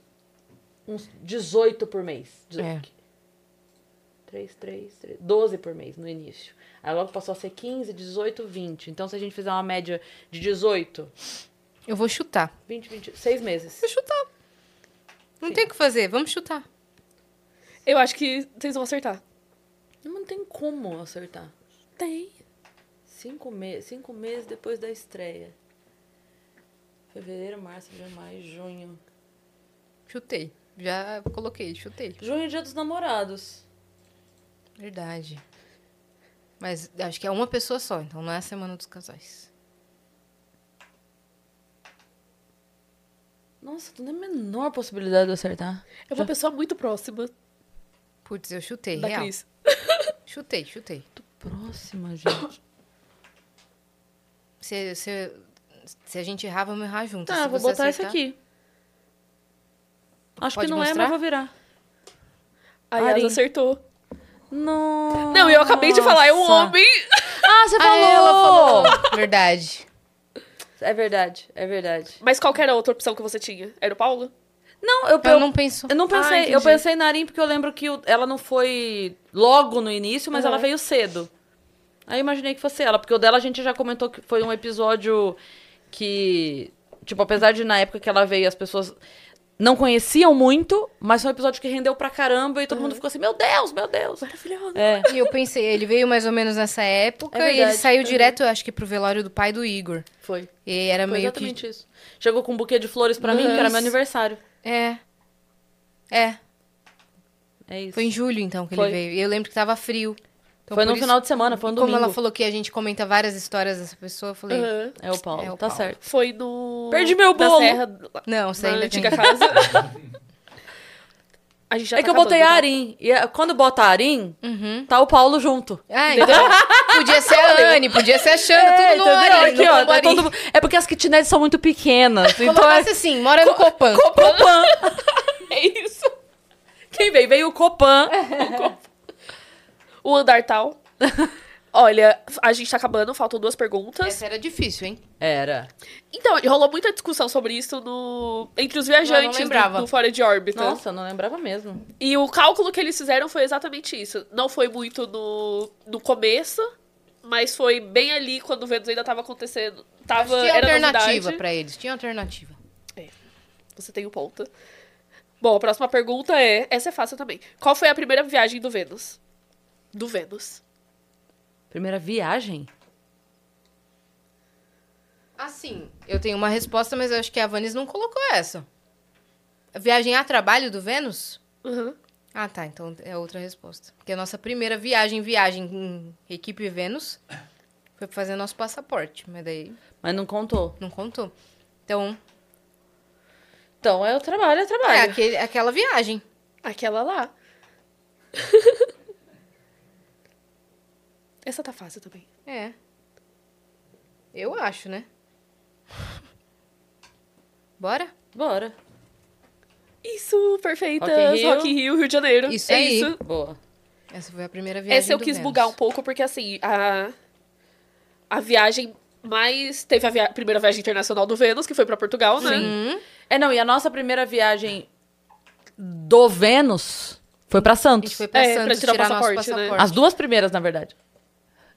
A: uns 18 por mês.
B: É.
A: 3, 3, 3, 12 por mês no início. Aí logo passou a ser 15, 18, 20. Então se a gente fizer uma média de 18,
B: Eu vou chutar.
A: 20, 20, 6 meses.
B: Vou chutar. Não tem o que fazer, vamos chutar.
F: Eu acho que vocês vão acertar.
A: Não tem como acertar.
F: Tem.
A: Cinco, me cinco meses depois da estreia. Fevereiro, março, abril, maio, junho.
B: Chutei. Já coloquei, chutei.
A: Junho é dia dos namorados.
B: Verdade. Mas acho que é uma pessoa só, então não é a semana dos casais.
A: Nossa, não tem a menor possibilidade de eu acertar.
F: É uma pessoa muito próxima
B: Putz, eu chutei,
F: da
B: Ah. real.
F: Cris.
B: Chutei, chutei.
A: Próxima, gente.
B: Se, se, se a gente errar, vamos errar junto.
A: Tá,
B: se
A: vou
B: você
A: botar esse
B: acertar-
A: aqui. Acho
B: Pode
A: que não é,
B: mostrar?
A: mas vou virar.
F: A Yas
A: Arim.
F: acertou.
A: Não.
F: Não, eu acabei de falar, é um homem.
A: Ah, você
B: Ah,
A: falou.
B: ela falou. Verdade.
A: É verdade, é verdade.
F: Mas qual que era a outra opção que você tinha? Era o Paulo?
A: Não, eu,
B: Ela não pensou.
A: eu não
F: Ah,
A: pensei.
F: entendi.
A: eu pensei na Arim porque eu lembro que o- ela não foi logo no início, mas ela veio cedo. Aí eu imaginei que fosse ela, porque o dela a gente já comentou que foi um episódio que. Tipo, apesar de na época que ela veio, as pessoas não conheciam muito, mas foi um episódio que rendeu pra caramba e todo mundo ficou assim: meu Deus, meu Deus.
F: Maravilhosa.
A: É.
B: E eu pensei, ele veio mais ou menos nessa época
A: É verdade,
B: e ele saiu
A: é
B: direto, eu acho que pro velório do pai do Igor.
A: Foi.
B: E era
A: Foi
B: meio que.
A: exatamente isso. Chegou com um buquê de flores pra mim, que era meu aniversário.
B: É. É.
A: É isso.
B: Foi em julho, então, que
A: Foi.
B: ele veio. E eu lembro que tava frio. Então,
A: Foi
B: por
A: no
B: isso,
A: final de semana, foi um domingo.
B: Como ela falou que a gente comenta várias histórias dessa pessoa, eu falei.
F: Aham.
A: É o Paulo,
B: É o
A: tá
B: Paulo.
A: certo.
F: Foi no.
A: Perdi meu
F: na
A: bolo.
F: Serra,
B: Não, você
F: na
B: ainda tem.
F: antiga casa.
B: (laughs)
F: a gente já
A: é
F: tá
A: que eu botei
F: acabando,
A: Arim. E a- quando bota Arim,
B: Uhum.
A: tá o Paulo junto. (laughs)
B: Ah, então, podia ser a Anne, podia ser a Xana, tudo no
A: É, entendeu?
B: Ari,
A: Aqui,
B: então no
A: ó,
B: combo
A: tá
B: Ari.
A: todo mundo- É porque as kitnets são muito
B: (laughs)
A: pequenas. então é
B: Colocasse assim, mora no Copan.
A: Copan.
F: né? É isso.
A: Quem veio? Veio o Copan.
B: É.
F: tá? O andar (laughs) tal. Olha, a gente tá acabando, faltam duas perguntas.
B: Essa era difícil, hein?
A: Era.
F: Então, rolou muita discussão sobre isso no entre os
B: Eu não
F: viajantes
B: lembrava.
F: do, do Fora de Órbita.
B: Então?
A: Nossa, eu não lembrava mesmo.
F: E o cálculo que eles fizeram foi exatamente isso. Não foi muito no, no começo, mas foi bem ali quando o Vênus ainda tava acontecendo. Tava,
B: Tinha
F: era
B: é alternativa
F: novidade.
B: pra eles, tinha alternativa.
F: Você tem o ponto. Bom, a próxima pergunta é... Essa é fácil também. Qual foi a primeira viagem do Vênus? Do Vênus.
A: Primeira viagem?
B: Assim, eu tenho uma resposta, mas eu acho que a Vanis não colocou essa. A Viagem a trabalho do Vênus?
F: Uhum.
B: Ah, tá. Então é outra resposta. Porque a nossa primeira viagem, viagem em equipe Vênus, foi fazer nosso passaporte. Mas daí
A: Mas não contou.
B: não contou. Então,
A: Então é o trabalho, é o
B: é
A: trabalho.
B: aquele, aquela viagem.
F: Aquela lá. (laughs) Essa tá fácil também.
B: É. Eu acho, né? Bora?
A: Bora.
F: Isso, perfeitas.
A: Rock in
F: Rock in
A: Rio.
F: Rio, Rio de Janeiro.
B: Isso
F: é
B: aí.
F: isso.
A: Boa.
B: Essa foi a primeira viagem
F: Essa eu
B: do
F: quis
B: Vênus.
F: bugar um pouco, porque assim, a, a viagem mais. Teve a via- primeira viagem internacional do Vênus, que foi pra Portugal, né?
B: Hum,
A: É, não, e a nossa primeira viagem do Vênus foi pra
B: a gente
A: Santos.
B: foi pra
F: É, pra
B: Santos
F: tirar
B: tirar,
F: o
B: nosso
F: passaporte, né?
B: passaporte.
A: As duas primeiras, na verdade.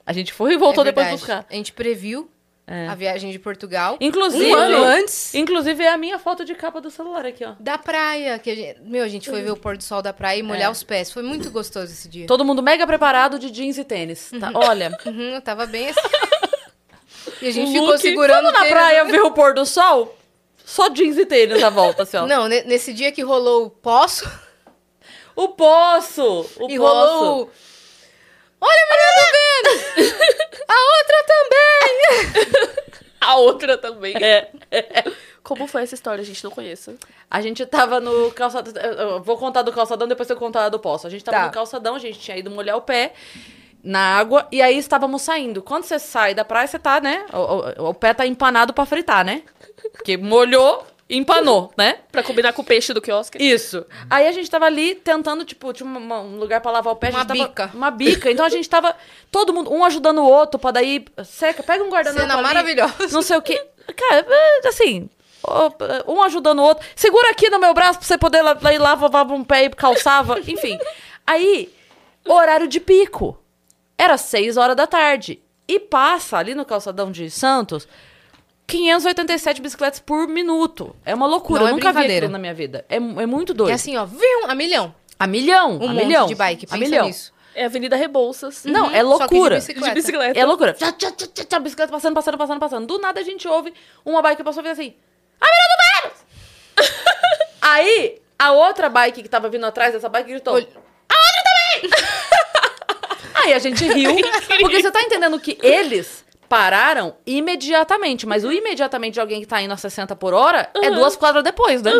A: A gente foi e Ah, voltou
B: É
A: depois
B: verdade.
A: buscar.
B: A gente previu
A: É.
B: a viagem de Portugal.
A: Inclusive,
B: Um ano antes
A: inclusive é a minha foto de capa do celular aqui, ó.
B: da praia. Que a gente, meu, a gente foi ver o pôr do sol da praia e molhar
A: É.
B: os pés. Foi muito gostoso esse dia.
A: Todo mundo mega preparado de jeans e tênis. tá? Olha,
B: Uhum, eu tava
A: (laughs)
B: bem assim. e a gente
A: o Um
B: ficou
A: look,
B: segurando.
A: vamos
B: o
A: na
B: tênis.
A: (laughs) praia ver o pôr do sol? Só jeans e tênis à volta, assim, ó.
B: Não, ne- nesse dia que rolou o poço
A: O poço! O poço.
B: e rolou o. Olha a menina do Vênus! a outra também!
F: A outra também.
A: É.
F: Como foi essa história? A gente não conhece.
A: A gente tava no calçadão. eu- eu Vou contar do calçadão, depois eu contar do poço. A gente tava
B: Tá.
A: no calçadão, a gente tinha ido molhar o pé na água e aí estávamos saindo. Quando você sai da praia, você tá, né? O, o- o pé tá empanado pra fritar, né? Porque molhou, empanou, né?
F: Pra combinar com o peixe do quiosque.
A: Isso. Aí a gente tava ali tentando, tipo, tinha uma- uma- um lugar pra lavar o pé. a
B: Uma
A: gente tava-
B: bica.
A: Uma bica. Então a gente tava, todo mundo, um ajudando o outro pra daí, seca, pega um guardanapo
B: Cena
A: ali,
B: maravilhosa.
A: Não sei o quê. Cara, é, assim, ó, um ajudando o outro. Segura aqui no meu braço pra você poder la- lá ir lá, lavava um pé e calçava. (laughs) Enfim. Aí, horário de pico. Era seis horas da tarde. E passa ali no calçadão de Santos... 587 bicicletas por minuto. É uma loucura.
B: Não
A: Eu
B: é
A: nunca vi
B: brincadeira.
A: aquilo na minha vida. É, mu- é muito
B: E
A: doido.
B: assim, ó, viu? A milhão.
A: a milhão.
B: Um
A: a
B: monte
A: milhão.
B: de bike.
A: A
B: Pensa
A: milhão.
B: nisso.
F: É a Avenida Rebouças.
A: Não,
B: Uhum,
A: é
B: só que
A: loucura.
B: De bicicleta.
F: De bicicleta.
A: É loucura. Tchá, tchá, tchá, tchá, tchá, bicicleta passando, passando, passando, passando. Do nada a gente ouve uma bike que passou e fez assim. A menina do Vênus! (laughs) Aí, a outra bike que tava vindo atrás dessa bike gritou.
B: Olha-
A: (laughs) Aí a gente riu. porque você tá entendendo que eles pararam imediatamente. Mas o imediatamente de alguém que tá indo a 60 por hora é duas quadras depois, né?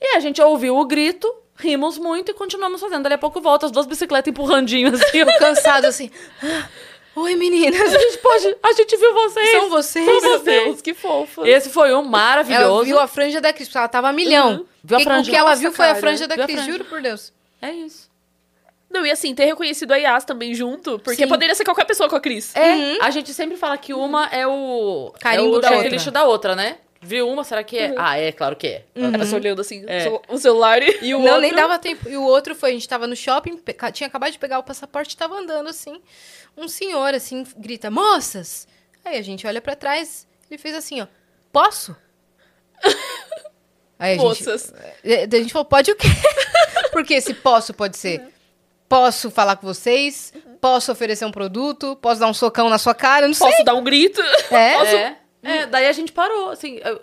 A: E a gente ouviu o grito, rimos muito e continuamos fazendo. Dali a pouco volta, as duas bicicletas empurrandinho
B: (laughs)
A: assim. ó.
B: Cansado assim. "Ah, Oi, meninas.
A: A gente pode. A gente viu vocês.
B: São vocês.
A: São
F: Meu
A: vocês.
F: Deus, que fofa.
A: Esse foi um maravilhoso. Uhum.
B: Ela viu a franja da Cris, porque ela tava a milhão.
A: Viu a
B: Que-
A: franja.
B: O que ela
A: Nossa,
B: viu foi a
A: cara.
B: franja da
A: Viu a
B: Cris,
A: franja.
B: juro por Deus.
A: É isso.
F: Não, e assim, ter reconhecido a Yas também junto, porque
B: Sim.
F: poderia ser qualquer pessoa com a Cris.
A: É, a gente sempre fala que uma é o
B: Carimbo
A: é o
B: da
A: checklist
B: outra. Uhum.
A: da outra, né? Viu uma, será que é? Ah, é, claro que é.
F: A pessoa olhando assim,
A: É.
F: so- o celular e...
A: E o
B: não,
A: outro-
B: nem dava tempo. E o outro foi, a gente tava no shopping, pe- ca- tinha acabado de pegar o passaporte, tava andando assim. Um senhor, assim, grita, moças! Aí a gente olha pra trás, ele fez assim, ó,
A: (laughs)
B: posso? Aí a
F: Moças.
B: Gente, É, daí a gente falou, pode o quê? (laughs) Porque esse posso pode ser, posso falar com vocês, posso oferecer um produto, posso dar um socão na sua cara, eu não
F: Posso dar um grito? (laughs)
B: sei. É?
A: É. É, daí a gente parou, assim. eu-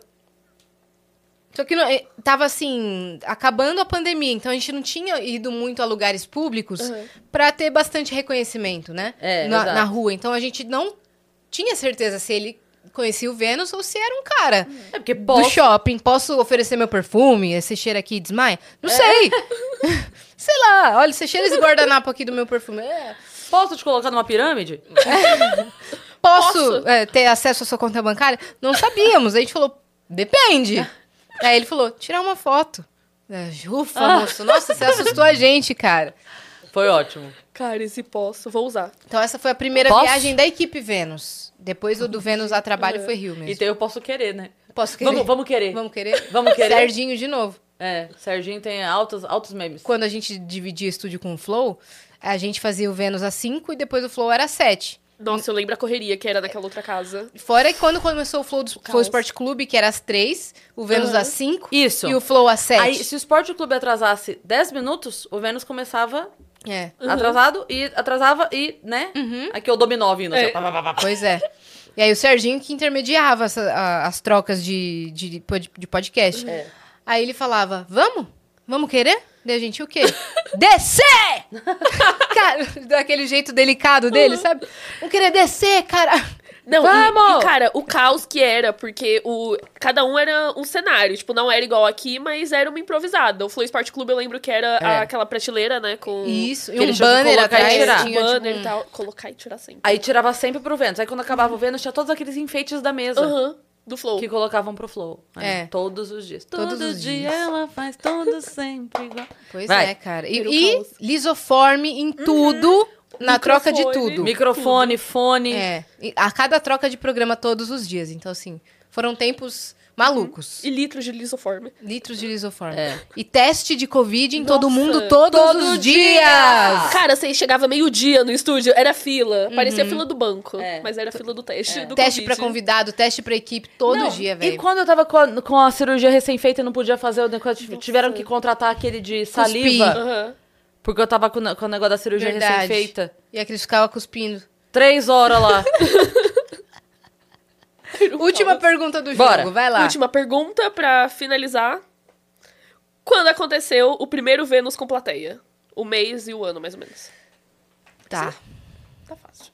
B: Só que não, eh, tava assim, acabando a pandemia, então a gente não tinha ido muito a lugares públicos pra ter bastante reconhecimento, né?
A: É,
B: na,
A: exato.
B: na rua. Então a gente não tinha certeza se ele conhecia o Vênus ou se era um cara
A: É porque
B: do
A: posso.
B: shopping. Posso oferecer meu perfume? Esse cheiro aqui desmaia?
A: É. (laughs)
B: Não sei. sei lá, olha, você cheira esse guardanapo aqui do meu perfume. É.
A: Posso te colocar numa pirâmide?
B: Posso, eh, ter acesso à sua
A: (laughs)
B: conta bancária? Não sabíamos. Aí a gente falou, depende. Aí ele falou, tirar uma foto. É, Ufa,
A: Ah.
B: moço. Nossa, você assustou a gente, cara.
A: Foi ótimo.
F: Cara, esse posso, vou usar.
B: Então essa foi a primeira
A: Posso?
B: viagem da equipe Vênus. Depois o do Vênus a trabalho foi Rio mesmo.
A: E tem eu posso querer, né?
B: Posso querer?
A: Vamos, vamos querer.
B: Vamos querer?
A: Vamos querer.
B: Serginho de novo.
A: É, Serginho tem altos, altos memes.
B: Quando a gente dividia estúdio com o Flow, a gente fazia o Vênus a 5 e depois o Flow era 7.
F: Nossa, eu lembro a correria que era naquela outra casa.
B: Fora que quando começou o Flow, do, Flow
F: caos.
B: Esporte Clube, que era às 3, o Vênus
F: Aham.
B: às 5
A: Isso.
B: e o Flow às 7.
A: Aí, se o Esporte Clube atrasasse 10 minutos, o Vênus começava
B: É,
F: Uhum.
A: atrasado e atrasava e, né?
B: Uhum.
A: Aqui eu dominó vindo. assim,
F: É.
A: pá, pá, pá, pá.
B: pois é. E aí o Serginho que intermediava essa- a- as trocas de, de, pod- de podcast.
F: É.
B: Aí ele falava, vamos? Vamos querer? Daí a gente, o quê? (laughs) descer! (laughs) cara, daquele jeito delicado dele,
F: Uhum.
B: sabe? Vamos querer descer, cara.
F: Não,
A: Vamos!
F: E, e, cara, o caos que era, porque o cada um era um cenário. Tipo, não era igual aqui, mas era uma improvisada. O Flow Sport Clube eu lembro que era
A: É.
F: a- aquela prateleira, né? Com
B: Isso, e
A: Aquele
B: um
A: jogo de
B: banner
A: colocar e
F: É,
B: atrás.
A: tirar.
B: tinha, tipo,
F: banner
B: um-
F: e tal. Colocar e tirar sempre.
A: Aí tirava sempre pro Vênus. Aí quando acabava o Vênus, tinha todos aqueles enfeites da mesa.
F: Aham, do Flow.
A: Que colocavam pro Flow. né?
B: É.
A: Todos os dias.
B: Todos
A: Todo
B: os
A: dia
B: dias.
A: ela faz tudo sempre igual.
B: Pois
A: Vai.
B: é, cara. E,
F: Tira o
B: e
F: caos. Uhum.
B: lisoforme em tudo, na troca de
F: Microfone.
B: tudo.
A: Microfone, fone.
B: É, e a cada troca de programa todos os dias. Então, assim, foram tempos
F: Uhum.
B: malucos.
F: E litros de lisoforme.
B: Litros de lisoforme.
A: É.
B: E teste de Covid em todo
F: Nossa,
B: mundo todos,
A: todo
B: os
A: dia!
B: dias.
F: Cara, você chegava meio-dia no estúdio, era fila. Parecia fila do banco,
A: É.
F: mas era fila do teste. Do
B: Teste pra
F: convite.
B: convidado, teste pra equipe, todo
A: Não,
B: dia,
A: E
B: velho.
A: quando eu tava com a, com a cirurgia recém-feita e não podia fazer o negócio, tive- tiveram que contratar aquele de saliva.
F: Aham.
A: Porque eu tava com, o ne- com o negócio da cirurgia
B: Verdade.
A: recém-feita.
B: E é a Cris ficava cuspindo.
A: Três horas lá.
B: Última pergunta do jogo,
A: Bora.
B: vai lá.
F: Última pergunta pra finalizar. Quando aconteceu o primeiro Vênus com plateia? O mês e o ano, mais ou menos.
B: Tá,
F: Tá fácil.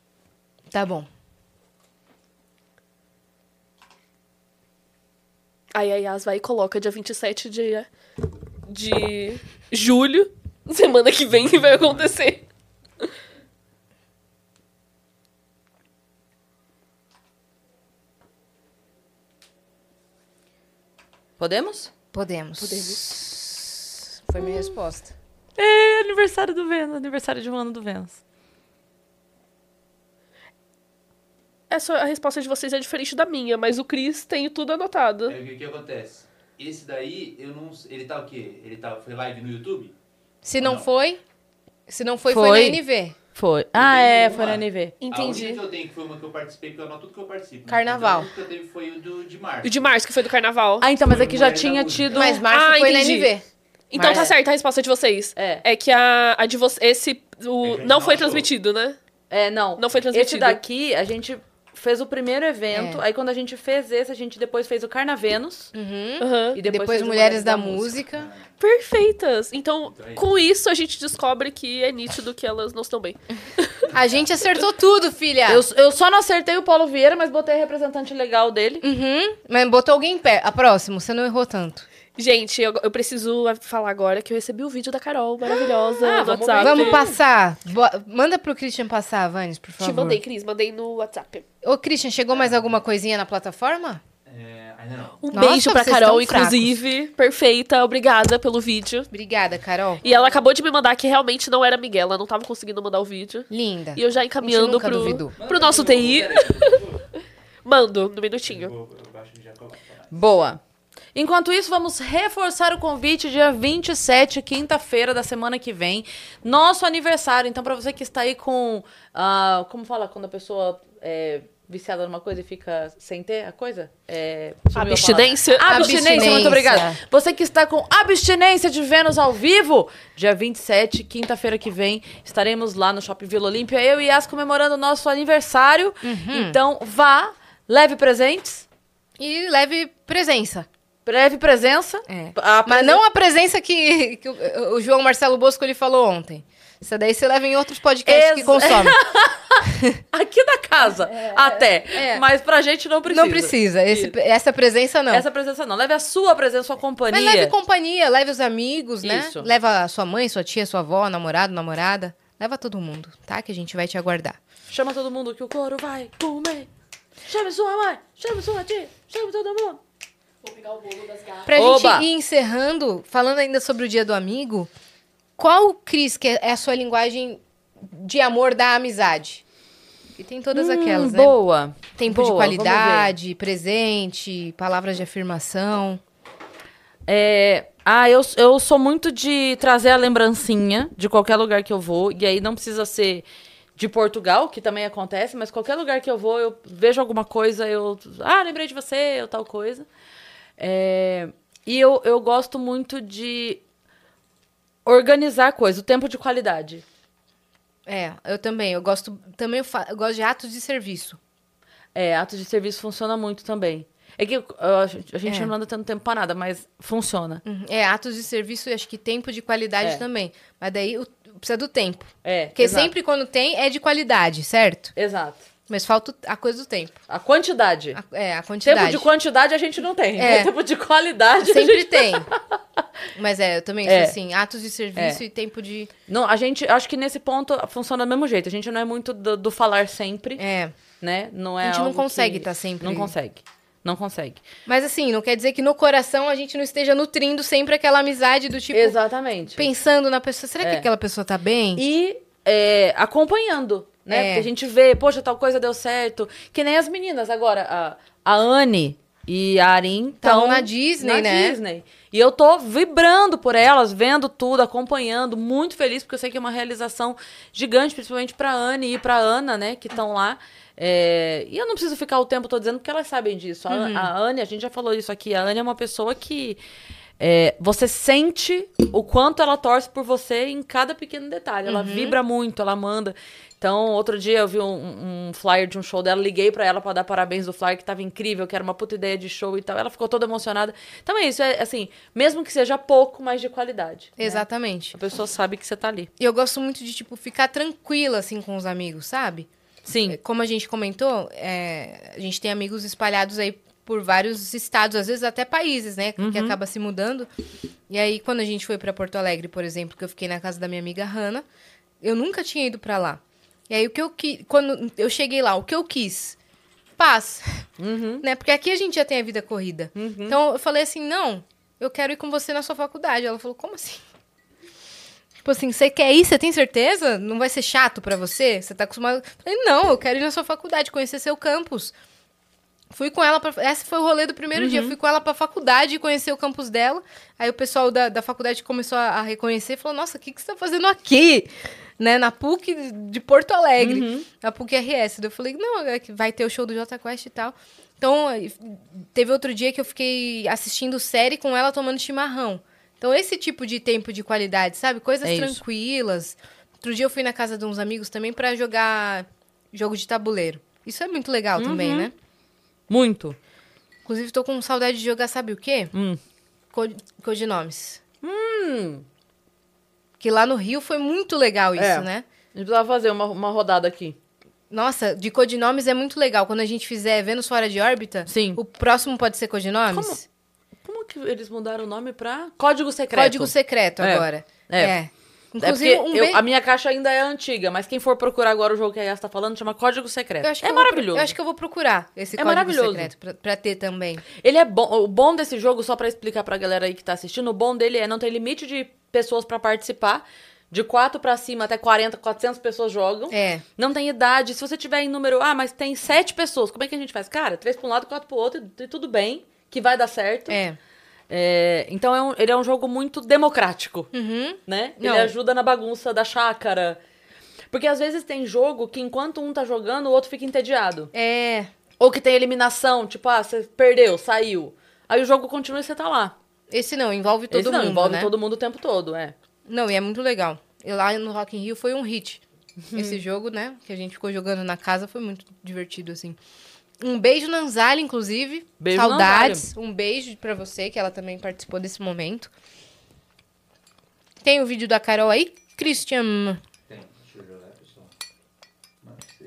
B: tá bom.
F: Aí a Yas vai e coloca dia 27 de, de julho. (laughs) Semana que vem que vai acontecer.
A: Podemos?
B: Podemos. Foi minha resposta.
A: É aniversário do Vênus, aniversário de um ano do Vênus.
F: Essa a resposta de vocês é diferente da minha, mas o Cris tem tudo anotado.
D: É, o que, que acontece? Esse daí, eu não. sei- Ele tá o quê? Ele tá, foi live no YouTube?
B: Se não,
D: Não.
B: foi, se não foi, foi,
A: Foi.
B: na NV.
A: Foi. Ah, é, foi na NV.
D: A
F: Entendi.
D: única que eu tenho que foi uma que eu participei, porque eu anoto tudo que eu participo. né?
B: Carnaval.
D: Então, a única que eu teve foi o do, de
F: O
D: março.
F: de março, que foi do carnaval.
A: Ah, então, mas aqui já
D: Mulher da
A: tinha
D: Música.
A: tido.
B: Mas março
F: Ah,
B: foi
F: entendi.
B: na NV.
F: então tá
A: Março.
F: certa a resposta de vocês.
A: É.
F: É que a, a de vocês. Esse. O,
D: É que a
F: não
D: gente
F: foi
D: não achou.
F: transmitido, né?
A: É, não.
F: Não foi
A: Esse
F: transmitido.
A: daqui, a gente fez o primeiro evento.
B: É.
A: Aí quando a gente fez esse, a gente depois fez o Carnavenos.
B: Uhum.
F: Aham.
A: E
B: E depois,
A: depois, fez o
B: Mulheres da, música.
F: Perfeitas. Então,
D: Então é isso.
F: com isso, a gente descobre que é nítido que elas não estão bem.
B: A gente acertou tudo, filha.
A: Eu, eu só não acertei o Paulo Vieira, mas botei representante legal dele.
B: Uhum. Mas botou alguém em pé. A próxima, você não errou tanto.
F: Gente, eu, eu preciso falar agora que eu recebi o vídeo da Carol, maravilhosa,
A: Ah,
F: no
A: vamos
F: WhatsApp.
B: Vamos passar. Boa- Manda pro Christian passar, Vanes, por favor.
F: Te mandei, Cris, mandei no WhatsApp.
B: Ô, Christian, chegou mais alguma coisinha na plataforma?
D: É, ainda não.
F: Um
B: Nossa,
F: beijo pra
B: vocês
F: Carol,
B: estão fracos.
F: inclusive. Perfeita, obrigada pelo vídeo.
B: Obrigada, Carol.
F: E ela acabou de me mandar que realmente não era Miguel, ela não tava conseguindo mandar o vídeo.
B: Linda.
F: E eu
B: É.
F: já
B: A gente
F: encaminhando
B: nunca
F: pro,
B: duvidou.
F: pro nosso TI. Mando, no minutinho.
D: Eu, eu acho que já coloco.
A: Boa. Enquanto isso, vamos reforçar o convite dia 27, quinta-feira da semana que vem. Nosso aniversário. Então, pra você que está aí com. ah, como fala quando a pessoa é viciada numa coisa e fica sem ter a coisa? É, sumiu a palavra.
F: Abstinência.
A: Abstinência, muito
B: Abstinência.
A: obrigada. Você que está com abstinência de Vênus ao vivo, dia 27, quinta-feira que vem, estaremos lá no Shopping Vila Olímpia, eu e Yas comemorando o nosso aniversário. Então, vá, leve presentes,
B: E leve presença.
A: leve presença.
B: É.
A: A
B: Mas
A: presen-
B: não a presença que, que o, o João Marcelo Bosco ele falou ontem. Isso daí você leva em outros podcasts que
A: Ex-
B: consomem.
A: (laughs) aqui da casa, até.
B: é.
A: Mas pra gente não precisa.
B: Não precisa. Esse- essa presença não.
A: Essa presença não. Leve a sua presença, sua companhia.
B: Mas leve companhia, leve os amigos, né?
A: Isso.
B: Leva a sua mãe, sua tia, sua avó, namorado, namorada. Leva todo mundo, tá? Que a gente vai te aguardar.
A: Chama todo mundo que o couro vai comer. Chame sua mãe, chame sua tia, chame todo mundo.
C: Vou pegar o bolo das gatas.
B: Pra
A: Oba!
B: gente ir encerrando, falando ainda sobre o Dia do Amigo, qual, Cris, que é a sua linguagem de amor da amizade? Que tem todas aquelas, né?
G: Boa.
B: Tempo de
G: boa, vamos ver.
B: qualidade, presente, palavras de afirmação.
G: É, ah, eu, eu sou muito de trazer a lembrancinha de qualquer lugar que eu vou. E aí não precisa ser de Portugal, que também acontece, mas qualquer lugar que eu vou, eu vejo alguma coisa, eu. Ah, lembrei de você, ou tal coisa. É, e eu, eu gosto muito de organizar coisa, o tempo de qualidade.
B: É, eu também. Eu gosto também eu fa- eu gosto de atos de serviço.
A: É, ato de serviço funciona muito também. É que ó, a gente- a gente
B: É.
A: não anda tendo tempo pra nada, mas funciona.
B: Uhum. É, atos de serviço e acho que tempo de qualidade também. Mas daí o- precisa do tempo.
A: É,
B: Porque
A: exato.
B: sempre quando tem é de qualidade, certo?
A: Exato.
B: Mas falta o- a coisa do tempo.
A: A quantidade.
B: A- é, a quantidade.
A: Tempo de quantidade a gente não tem. né?
B: É.
A: (laughs) Tempo de qualidade a gente (laughs)
B: Sempre tem. Mas é, eu também
A: É.
B: sou assim, atos de serviço e tempo de.
A: Não, a gente, acho que nesse ponto funciona do mesmo jeito. A gente não é muito do, do falar sempre,
B: É.
A: né? Não é
B: A gente não
A: algo
B: consegue
A: que-
B: estar sempre.
A: Não consegue. Não consegue.
B: Mas assim, não quer dizer que no coração a gente não esteja nutrindo sempre aquela amizade do tipo.
A: Exatamente.
B: Pensando na pessoa, será que
A: É.
B: aquela pessoa tá bem?
A: E é, acompanhando, né?
B: É.
A: Porque a gente vê, poxa, tal coisa deu certo. Que nem as meninas agora, a, a Anne e a Arin
B: Tavam
A: estão
B: Tá na Disney,
A: Então, na
B: né?
A: Disney. E eu tô vibrando por elas, vendo tudo, acompanhando, muito feliz, porque eu sei que é uma realização gigante, principalmente pra Anne e pra Ana, né, que estão lá. É, e eu não preciso ficar o tempo todo dizendo, porque elas sabem disso. A,
B: Uhum.
A: a Anne, a gente já falou isso aqui, a Anne é uma pessoa que é, você sente o quanto ela torce por você em cada pequeno detalhe.
B: Uhum.
A: Ela vibra muito, ela manda. Então, outro dia eu vi um, um flyer de um show dela, liguei pra ela pra dar parabéns do flyer, que tava incrível, que era uma puta ideia de show e tal. Ela ficou toda emocionada. Então é isso, é assim, mesmo que seja pouco, mas de qualidade. né?
B: Exatamente.
A: A pessoa sabe que você tá ali.
B: E eu gosto muito de, tipo, ficar tranquila, assim, com os amigos, sabe?
A: Sim.
B: Como a gente comentou, é, a gente tem amigos espalhados aí por vários estados, às vezes até países, né? Que acaba se mudando. E aí, quando a gente foi pra Porto Alegre, por exemplo, que eu fiquei na casa da minha amiga Hanna, eu nunca tinha ido pra lá. E aí, o que eu quis. Quando eu cheguei lá, o que eu quis? Paz.
A: Uhum.
B: Né? Porque aqui a gente já tem a vida corrida. Então, eu falei assim: não, eu quero ir com você na sua faculdade. Ela falou: como assim? (laughs) Tipo assim, você quer ir? Você tem certeza? Não vai ser chato pra você? Você tá acostumado? Eu Falei, não, eu quero ir na sua faculdade, conhecer seu campus. Fui com ela pra. Esse foi o rolê do primeiro dia.
A: Uhum.
B: Fui com ela pra faculdade, conhecer o campus dela. Aí o pessoal da, da faculdade começou a, a reconhecer e falou: Nossa, o que, que você tá fazendo aqui? Né, na PUC de Porto Alegre,
A: Uhum.
B: na PUC RS. Daí Eu falei: Não, é que vai ter o show do Jota Quest e tal. Então, aí, teve outro dia que eu fiquei assistindo série com ela tomando chimarrão. Então, esse tipo de tempo de qualidade, sabe? Coisas
A: É isso.
B: tranquilas. Outro dia eu fui na casa de uns amigos também pra jogar jogo de tabuleiro. Isso é muito legal também,
A: Uhum.
B: né?
A: Muito.
B: Inclusive, tô com saudade de jogar, sabe o quê?
A: Hum.
B: Co- Codinomes. Que lá no Rio foi muito legal isso,
A: É.
B: né?
A: A gente precisava fazer uma, uma rodada aqui.
B: Nossa, de codinomes é muito legal. Quando a gente fizer Vênus Fora de Órbita,
A: Sim.
B: o próximo pode ser codinomes?
A: Como? Como que eles mudaram o nome pra Código Secreto?
B: Código secreto
A: É.
B: agora.
A: É.
B: Inclusive,
A: é
B: um
A: porque eu-
B: beijo.
A: a minha caixa ainda é antiga, mas quem for procurar agora o jogo que a Yas tá falando chama Código Secreto.
B: eu acho que
A: é
B: eu vou pro-
A: maravilhoso.
B: Eu acho que eu vou procurar esse
A: É
B: código
A: maravilhoso.
B: secreto pra, pra ter também.
A: Ele é bom. O bom desse jogo, só pra explicar pra galera aí que tá assistindo, o bom dele é não tem limite de pessoas pra participar. De 4 pra cima até 40, 400 pessoas jogam.
B: É.
A: Não tem idade. Se você tiver em número, ah, mas tem 7 pessoas, como é que a gente faz? Cara, três pra um lado, quatro pro outro, e, e tudo bem, que vai dar certo.
B: É.
A: É, então é um- ele é um jogo muito democrático,
B: Uhum.
A: né?
B: Não.
A: Ele ajuda na bagunça da chácara. Porque às vezes tem jogo que enquanto um tá jogando, o outro fica entediado.
B: É.
A: Ou que tem eliminação, tipo, ah, você perdeu, saiu. Aí o jogo continua e você tá lá.
B: Esse não, envolve todo
A: Esse
B: mundo.
A: não, envolve
B: né?
A: todo mundo o tempo todo, é.
B: Não, e é muito legal. E lá no Rock in Rio foi um hit.
A: Uhum.
B: Esse jogo, né? Que a gente ficou jogando na casa foi muito divertido, assim. Um beijo na Anzali, inclusive.
A: Beijo,
B: Saudades. Um beijo pra você, que ela também participou desse momento. Tem o vídeo da Carol aí, Christian?
D: é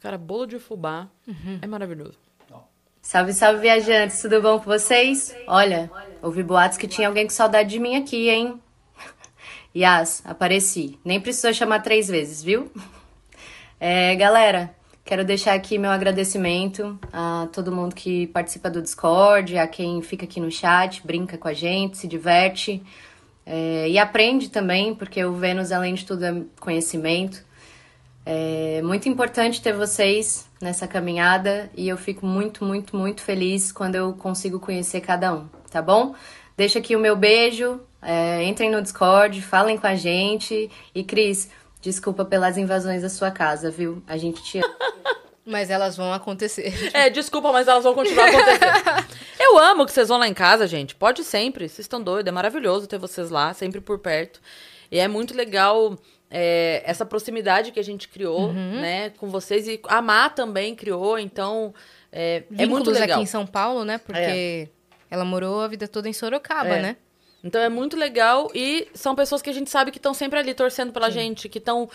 A: Cara, bolo de fubá é maravilhoso.
H: Salve, salve, viajantes, tudo bom com vocês? Olha, ouvi boatos que tinha alguém com saudade de mim aqui, hein? (laughs) Yas, apareci. Nem precisou chamar três vezes, viu? (laughs) É, galera, Quero deixar aqui meu agradecimento a todo mundo que participa do Discord, a quem fica aqui no chat, brinca com a gente, se diverte é, e aprende também, porque o Vênus, além de tudo, é conhecimento. É muito importante ter vocês nessa caminhada e eu fico muito, muito, muito feliz quando eu consigo conhecer cada um, tá bom? Deixa aqui o meu beijo, é, entrem no Discord, falem com a gente. E Cris, desculpa pelas invasões da sua casa, viu? A gente te ama.
B: Mas elas vão acontecer.
A: (laughs) É, desculpa, mas elas vão (laughs) continuar acontecendo. Eu amo que vocês vão lá em casa, gente. Pode sempre. Vocês estão doidos. É maravilhoso ter vocês lá, sempre por perto. E é muito legal é, essa proximidade que a gente criou, né, com vocês. E a Má também criou, então. É, é muito
B: Vínculos
A: legal.
B: aqui em São Paulo, né? Porque ela morou a vida toda em Sorocaba,
A: É.
B: né?
A: Então é muito legal e são pessoas que a gente sabe que estão sempre ali torcendo pela gente, que estão.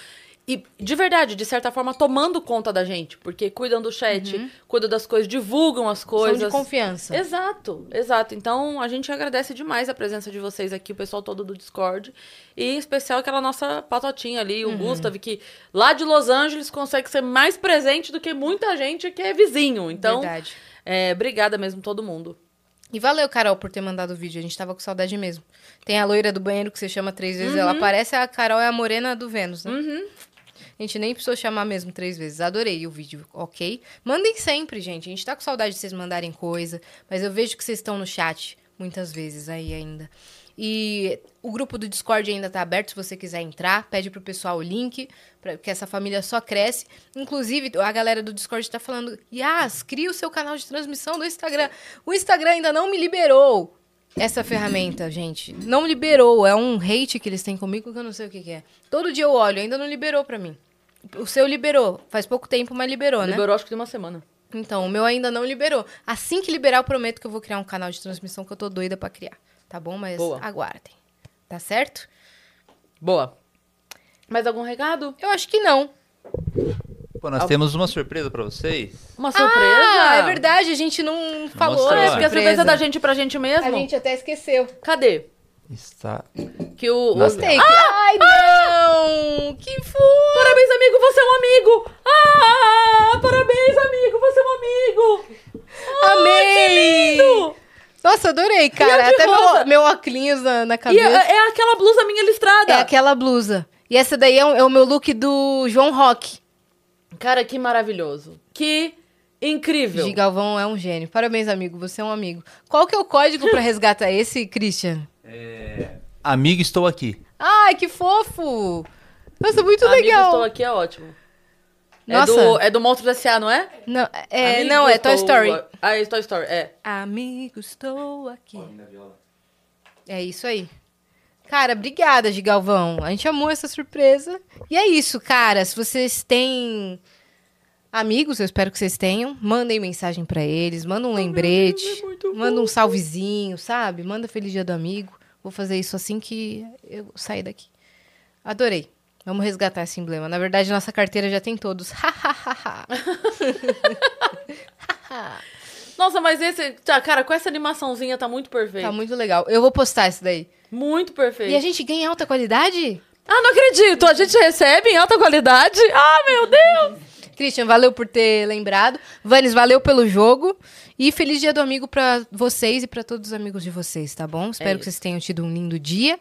A: E de verdade, de certa forma, tomando conta da gente, porque cuidam do chat, cuidam das coisas, divulgam as coisas.
B: Uhum. São de confiança.
A: Exato, exato. Então a gente agradece demais a presença de vocês aqui, o pessoal todo do Discord. E em especial aquela nossa patotinha ali, o
B: Uhum.
A: Gustav, que lá de Los Angeles consegue ser mais presente do que muita gente que é vizinho. Então,
B: Verdade.
A: é, obrigada mesmo todo mundo.
B: E valeu, Carol, por ter mandado o vídeo. A gente tava com saudade mesmo. Tem a loira do banheiro que você chama três vezes. Ela aparece, a Carol é a morena do Vênus, né? A gente nem precisou chamar mesmo três vezes. Adorei o vídeo, ok? Mandem sempre, gente. A gente tá com saudade de vocês mandarem coisa. Mas eu vejo que vocês estão no chat muitas vezes aí ainda. E o grupo do Discord ainda tá aberto, se você quiser entrar, pede pro pessoal o link, pra, que essa família só cresce. Inclusive, a galera do Discord tá falando, Yas, cria o seu canal de transmissão do Instagram. O Instagram ainda não me liberou essa ferramenta, gente. Não liberou, é um hate que eles têm comigo que eu não sei o que, que é. Todo dia eu olho, ainda não liberou pra mim. O seu liberou, faz pouco tempo, mas liberou, né?
A: Liberou acho que tem uma semana.
B: Então, o meu ainda não liberou. Assim que liberar, eu prometo que eu vou criar um canal de transmissão que eu tô doida pra criar. Tá bom? Mas
A: Boa.
B: aguardem. Tá certo?
A: Boa. Mais algum recado?
B: Eu acho que não.
D: Pô, nós temos uma surpresa pra vocês.
A: Uma surpresa?
B: Ah, é verdade, a gente não falou.
D: Mostra
A: É,
D: lá.
B: né?
A: porque a surpresa é da gente pra gente mesmo.
B: A gente até esqueceu.
A: Cadê?
D: Está.
A: Que o. o-
D: Nossa.
B: Tem que- Ai, não! Que fofo!
A: Parabéns, amigo, você é um amigo! Ah! Parabéns, amigo, você é um amigo!
B: Amei! Nossa, adorei, cara.
A: E a de
B: Até
A: rosa?
B: meu, meu óculos na, na
A: E
B: cabeça.
A: é, é aquela blusa minha listrada!
B: É aquela blusa. E essa daí é, o- é o meu look do João Rock.
A: Cara, que maravilhoso! Que incrível!
B: Gi Galvão é um gênio. Parabéns, amigo. Você é um amigo. Qual que é o código pra resgatar esse, Christian?
D: Amigo, estou aqui.
B: Ai, que fofo! Nossa, muito
A: Amigo,
B: legal.
A: estou aqui, é ótimo.
B: Nossa.
A: É do, é do Monstro S.A., não é?
B: Não, é,
A: Amigo,
B: não, é Toy
A: estou-
B: Story.
A: Ah, é Toy Story, é.
I: Amigo, estou aqui.
B: É isso aí. Cara, obrigada, Gigalvão. A gente amou essa surpresa. E é isso, cara. Se vocês têm amigos, eu espero que vocês tenham, mandem mensagem pra eles, manda um
A: é
B: lembrete, manda um salvezinho, sabe? Manda feliz dia do amigo. Vou fazer isso assim que eu sair daqui. Adorei. Vamos resgatar esse emblema. Na verdade, nossa carteira já tem todos. (laughs) Tá
A: Nossa, mas esse. tá, Cara, com essa animaçãozinha tá muito perfeito.
B: tá muito legal. Eu vou postar isso daí.
A: Muito perfeito.
B: E a gente ganha alta qualidade?
A: Ah, não acredito! A gente recebe em alta qualidade? Ah, meu Deus!
B: Christian, valeu por ter lembrado. Vanes, valeu pelo jogo. E feliz dia do amigo pra vocês e pra todos os amigos de vocês, tá bom? Espero que vocês tenham tido um lindo dia.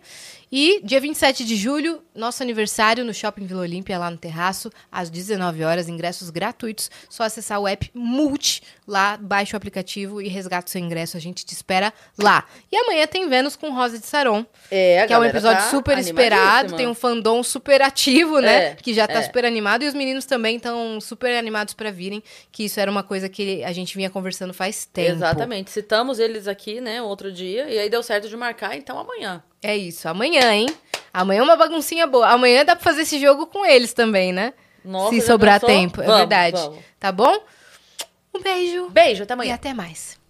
B: E dia 27 de julho, nosso aniversário no Shopping Vila Olímpia, lá no terraço, às 19 horas, ingressos gratuitos. Só acessar o app Multi, lá, baixa o aplicativo e resgata o seu ingresso. A gente te espera lá. E amanhã tem Vênus com Rosa de Saron
A: É,
B: que é um episódio super esperado, tem um fandom super ativo, né?
A: É,
B: que já tá
A: é.
B: super animado e os meninos também estão super animados pra virem, que isso era uma coisa que a gente vinha conversando faz tempo.
A: Exatamente. Citamos eles aqui, né, outro dia, e aí deu certo de marcar, então amanhã.
B: É isso, amanhã, hein? Amanhã é uma baguncinha boa. Amanhã dá pra fazer esse jogo com eles também, né? Se
A: já
B: sobrar
A: pensou?
B: tempo, é
A: Vamos,
B: verdade.
A: vamos.
B: Tá bom? Um beijo
A: Beijo, até amanhã.
B: e até mais.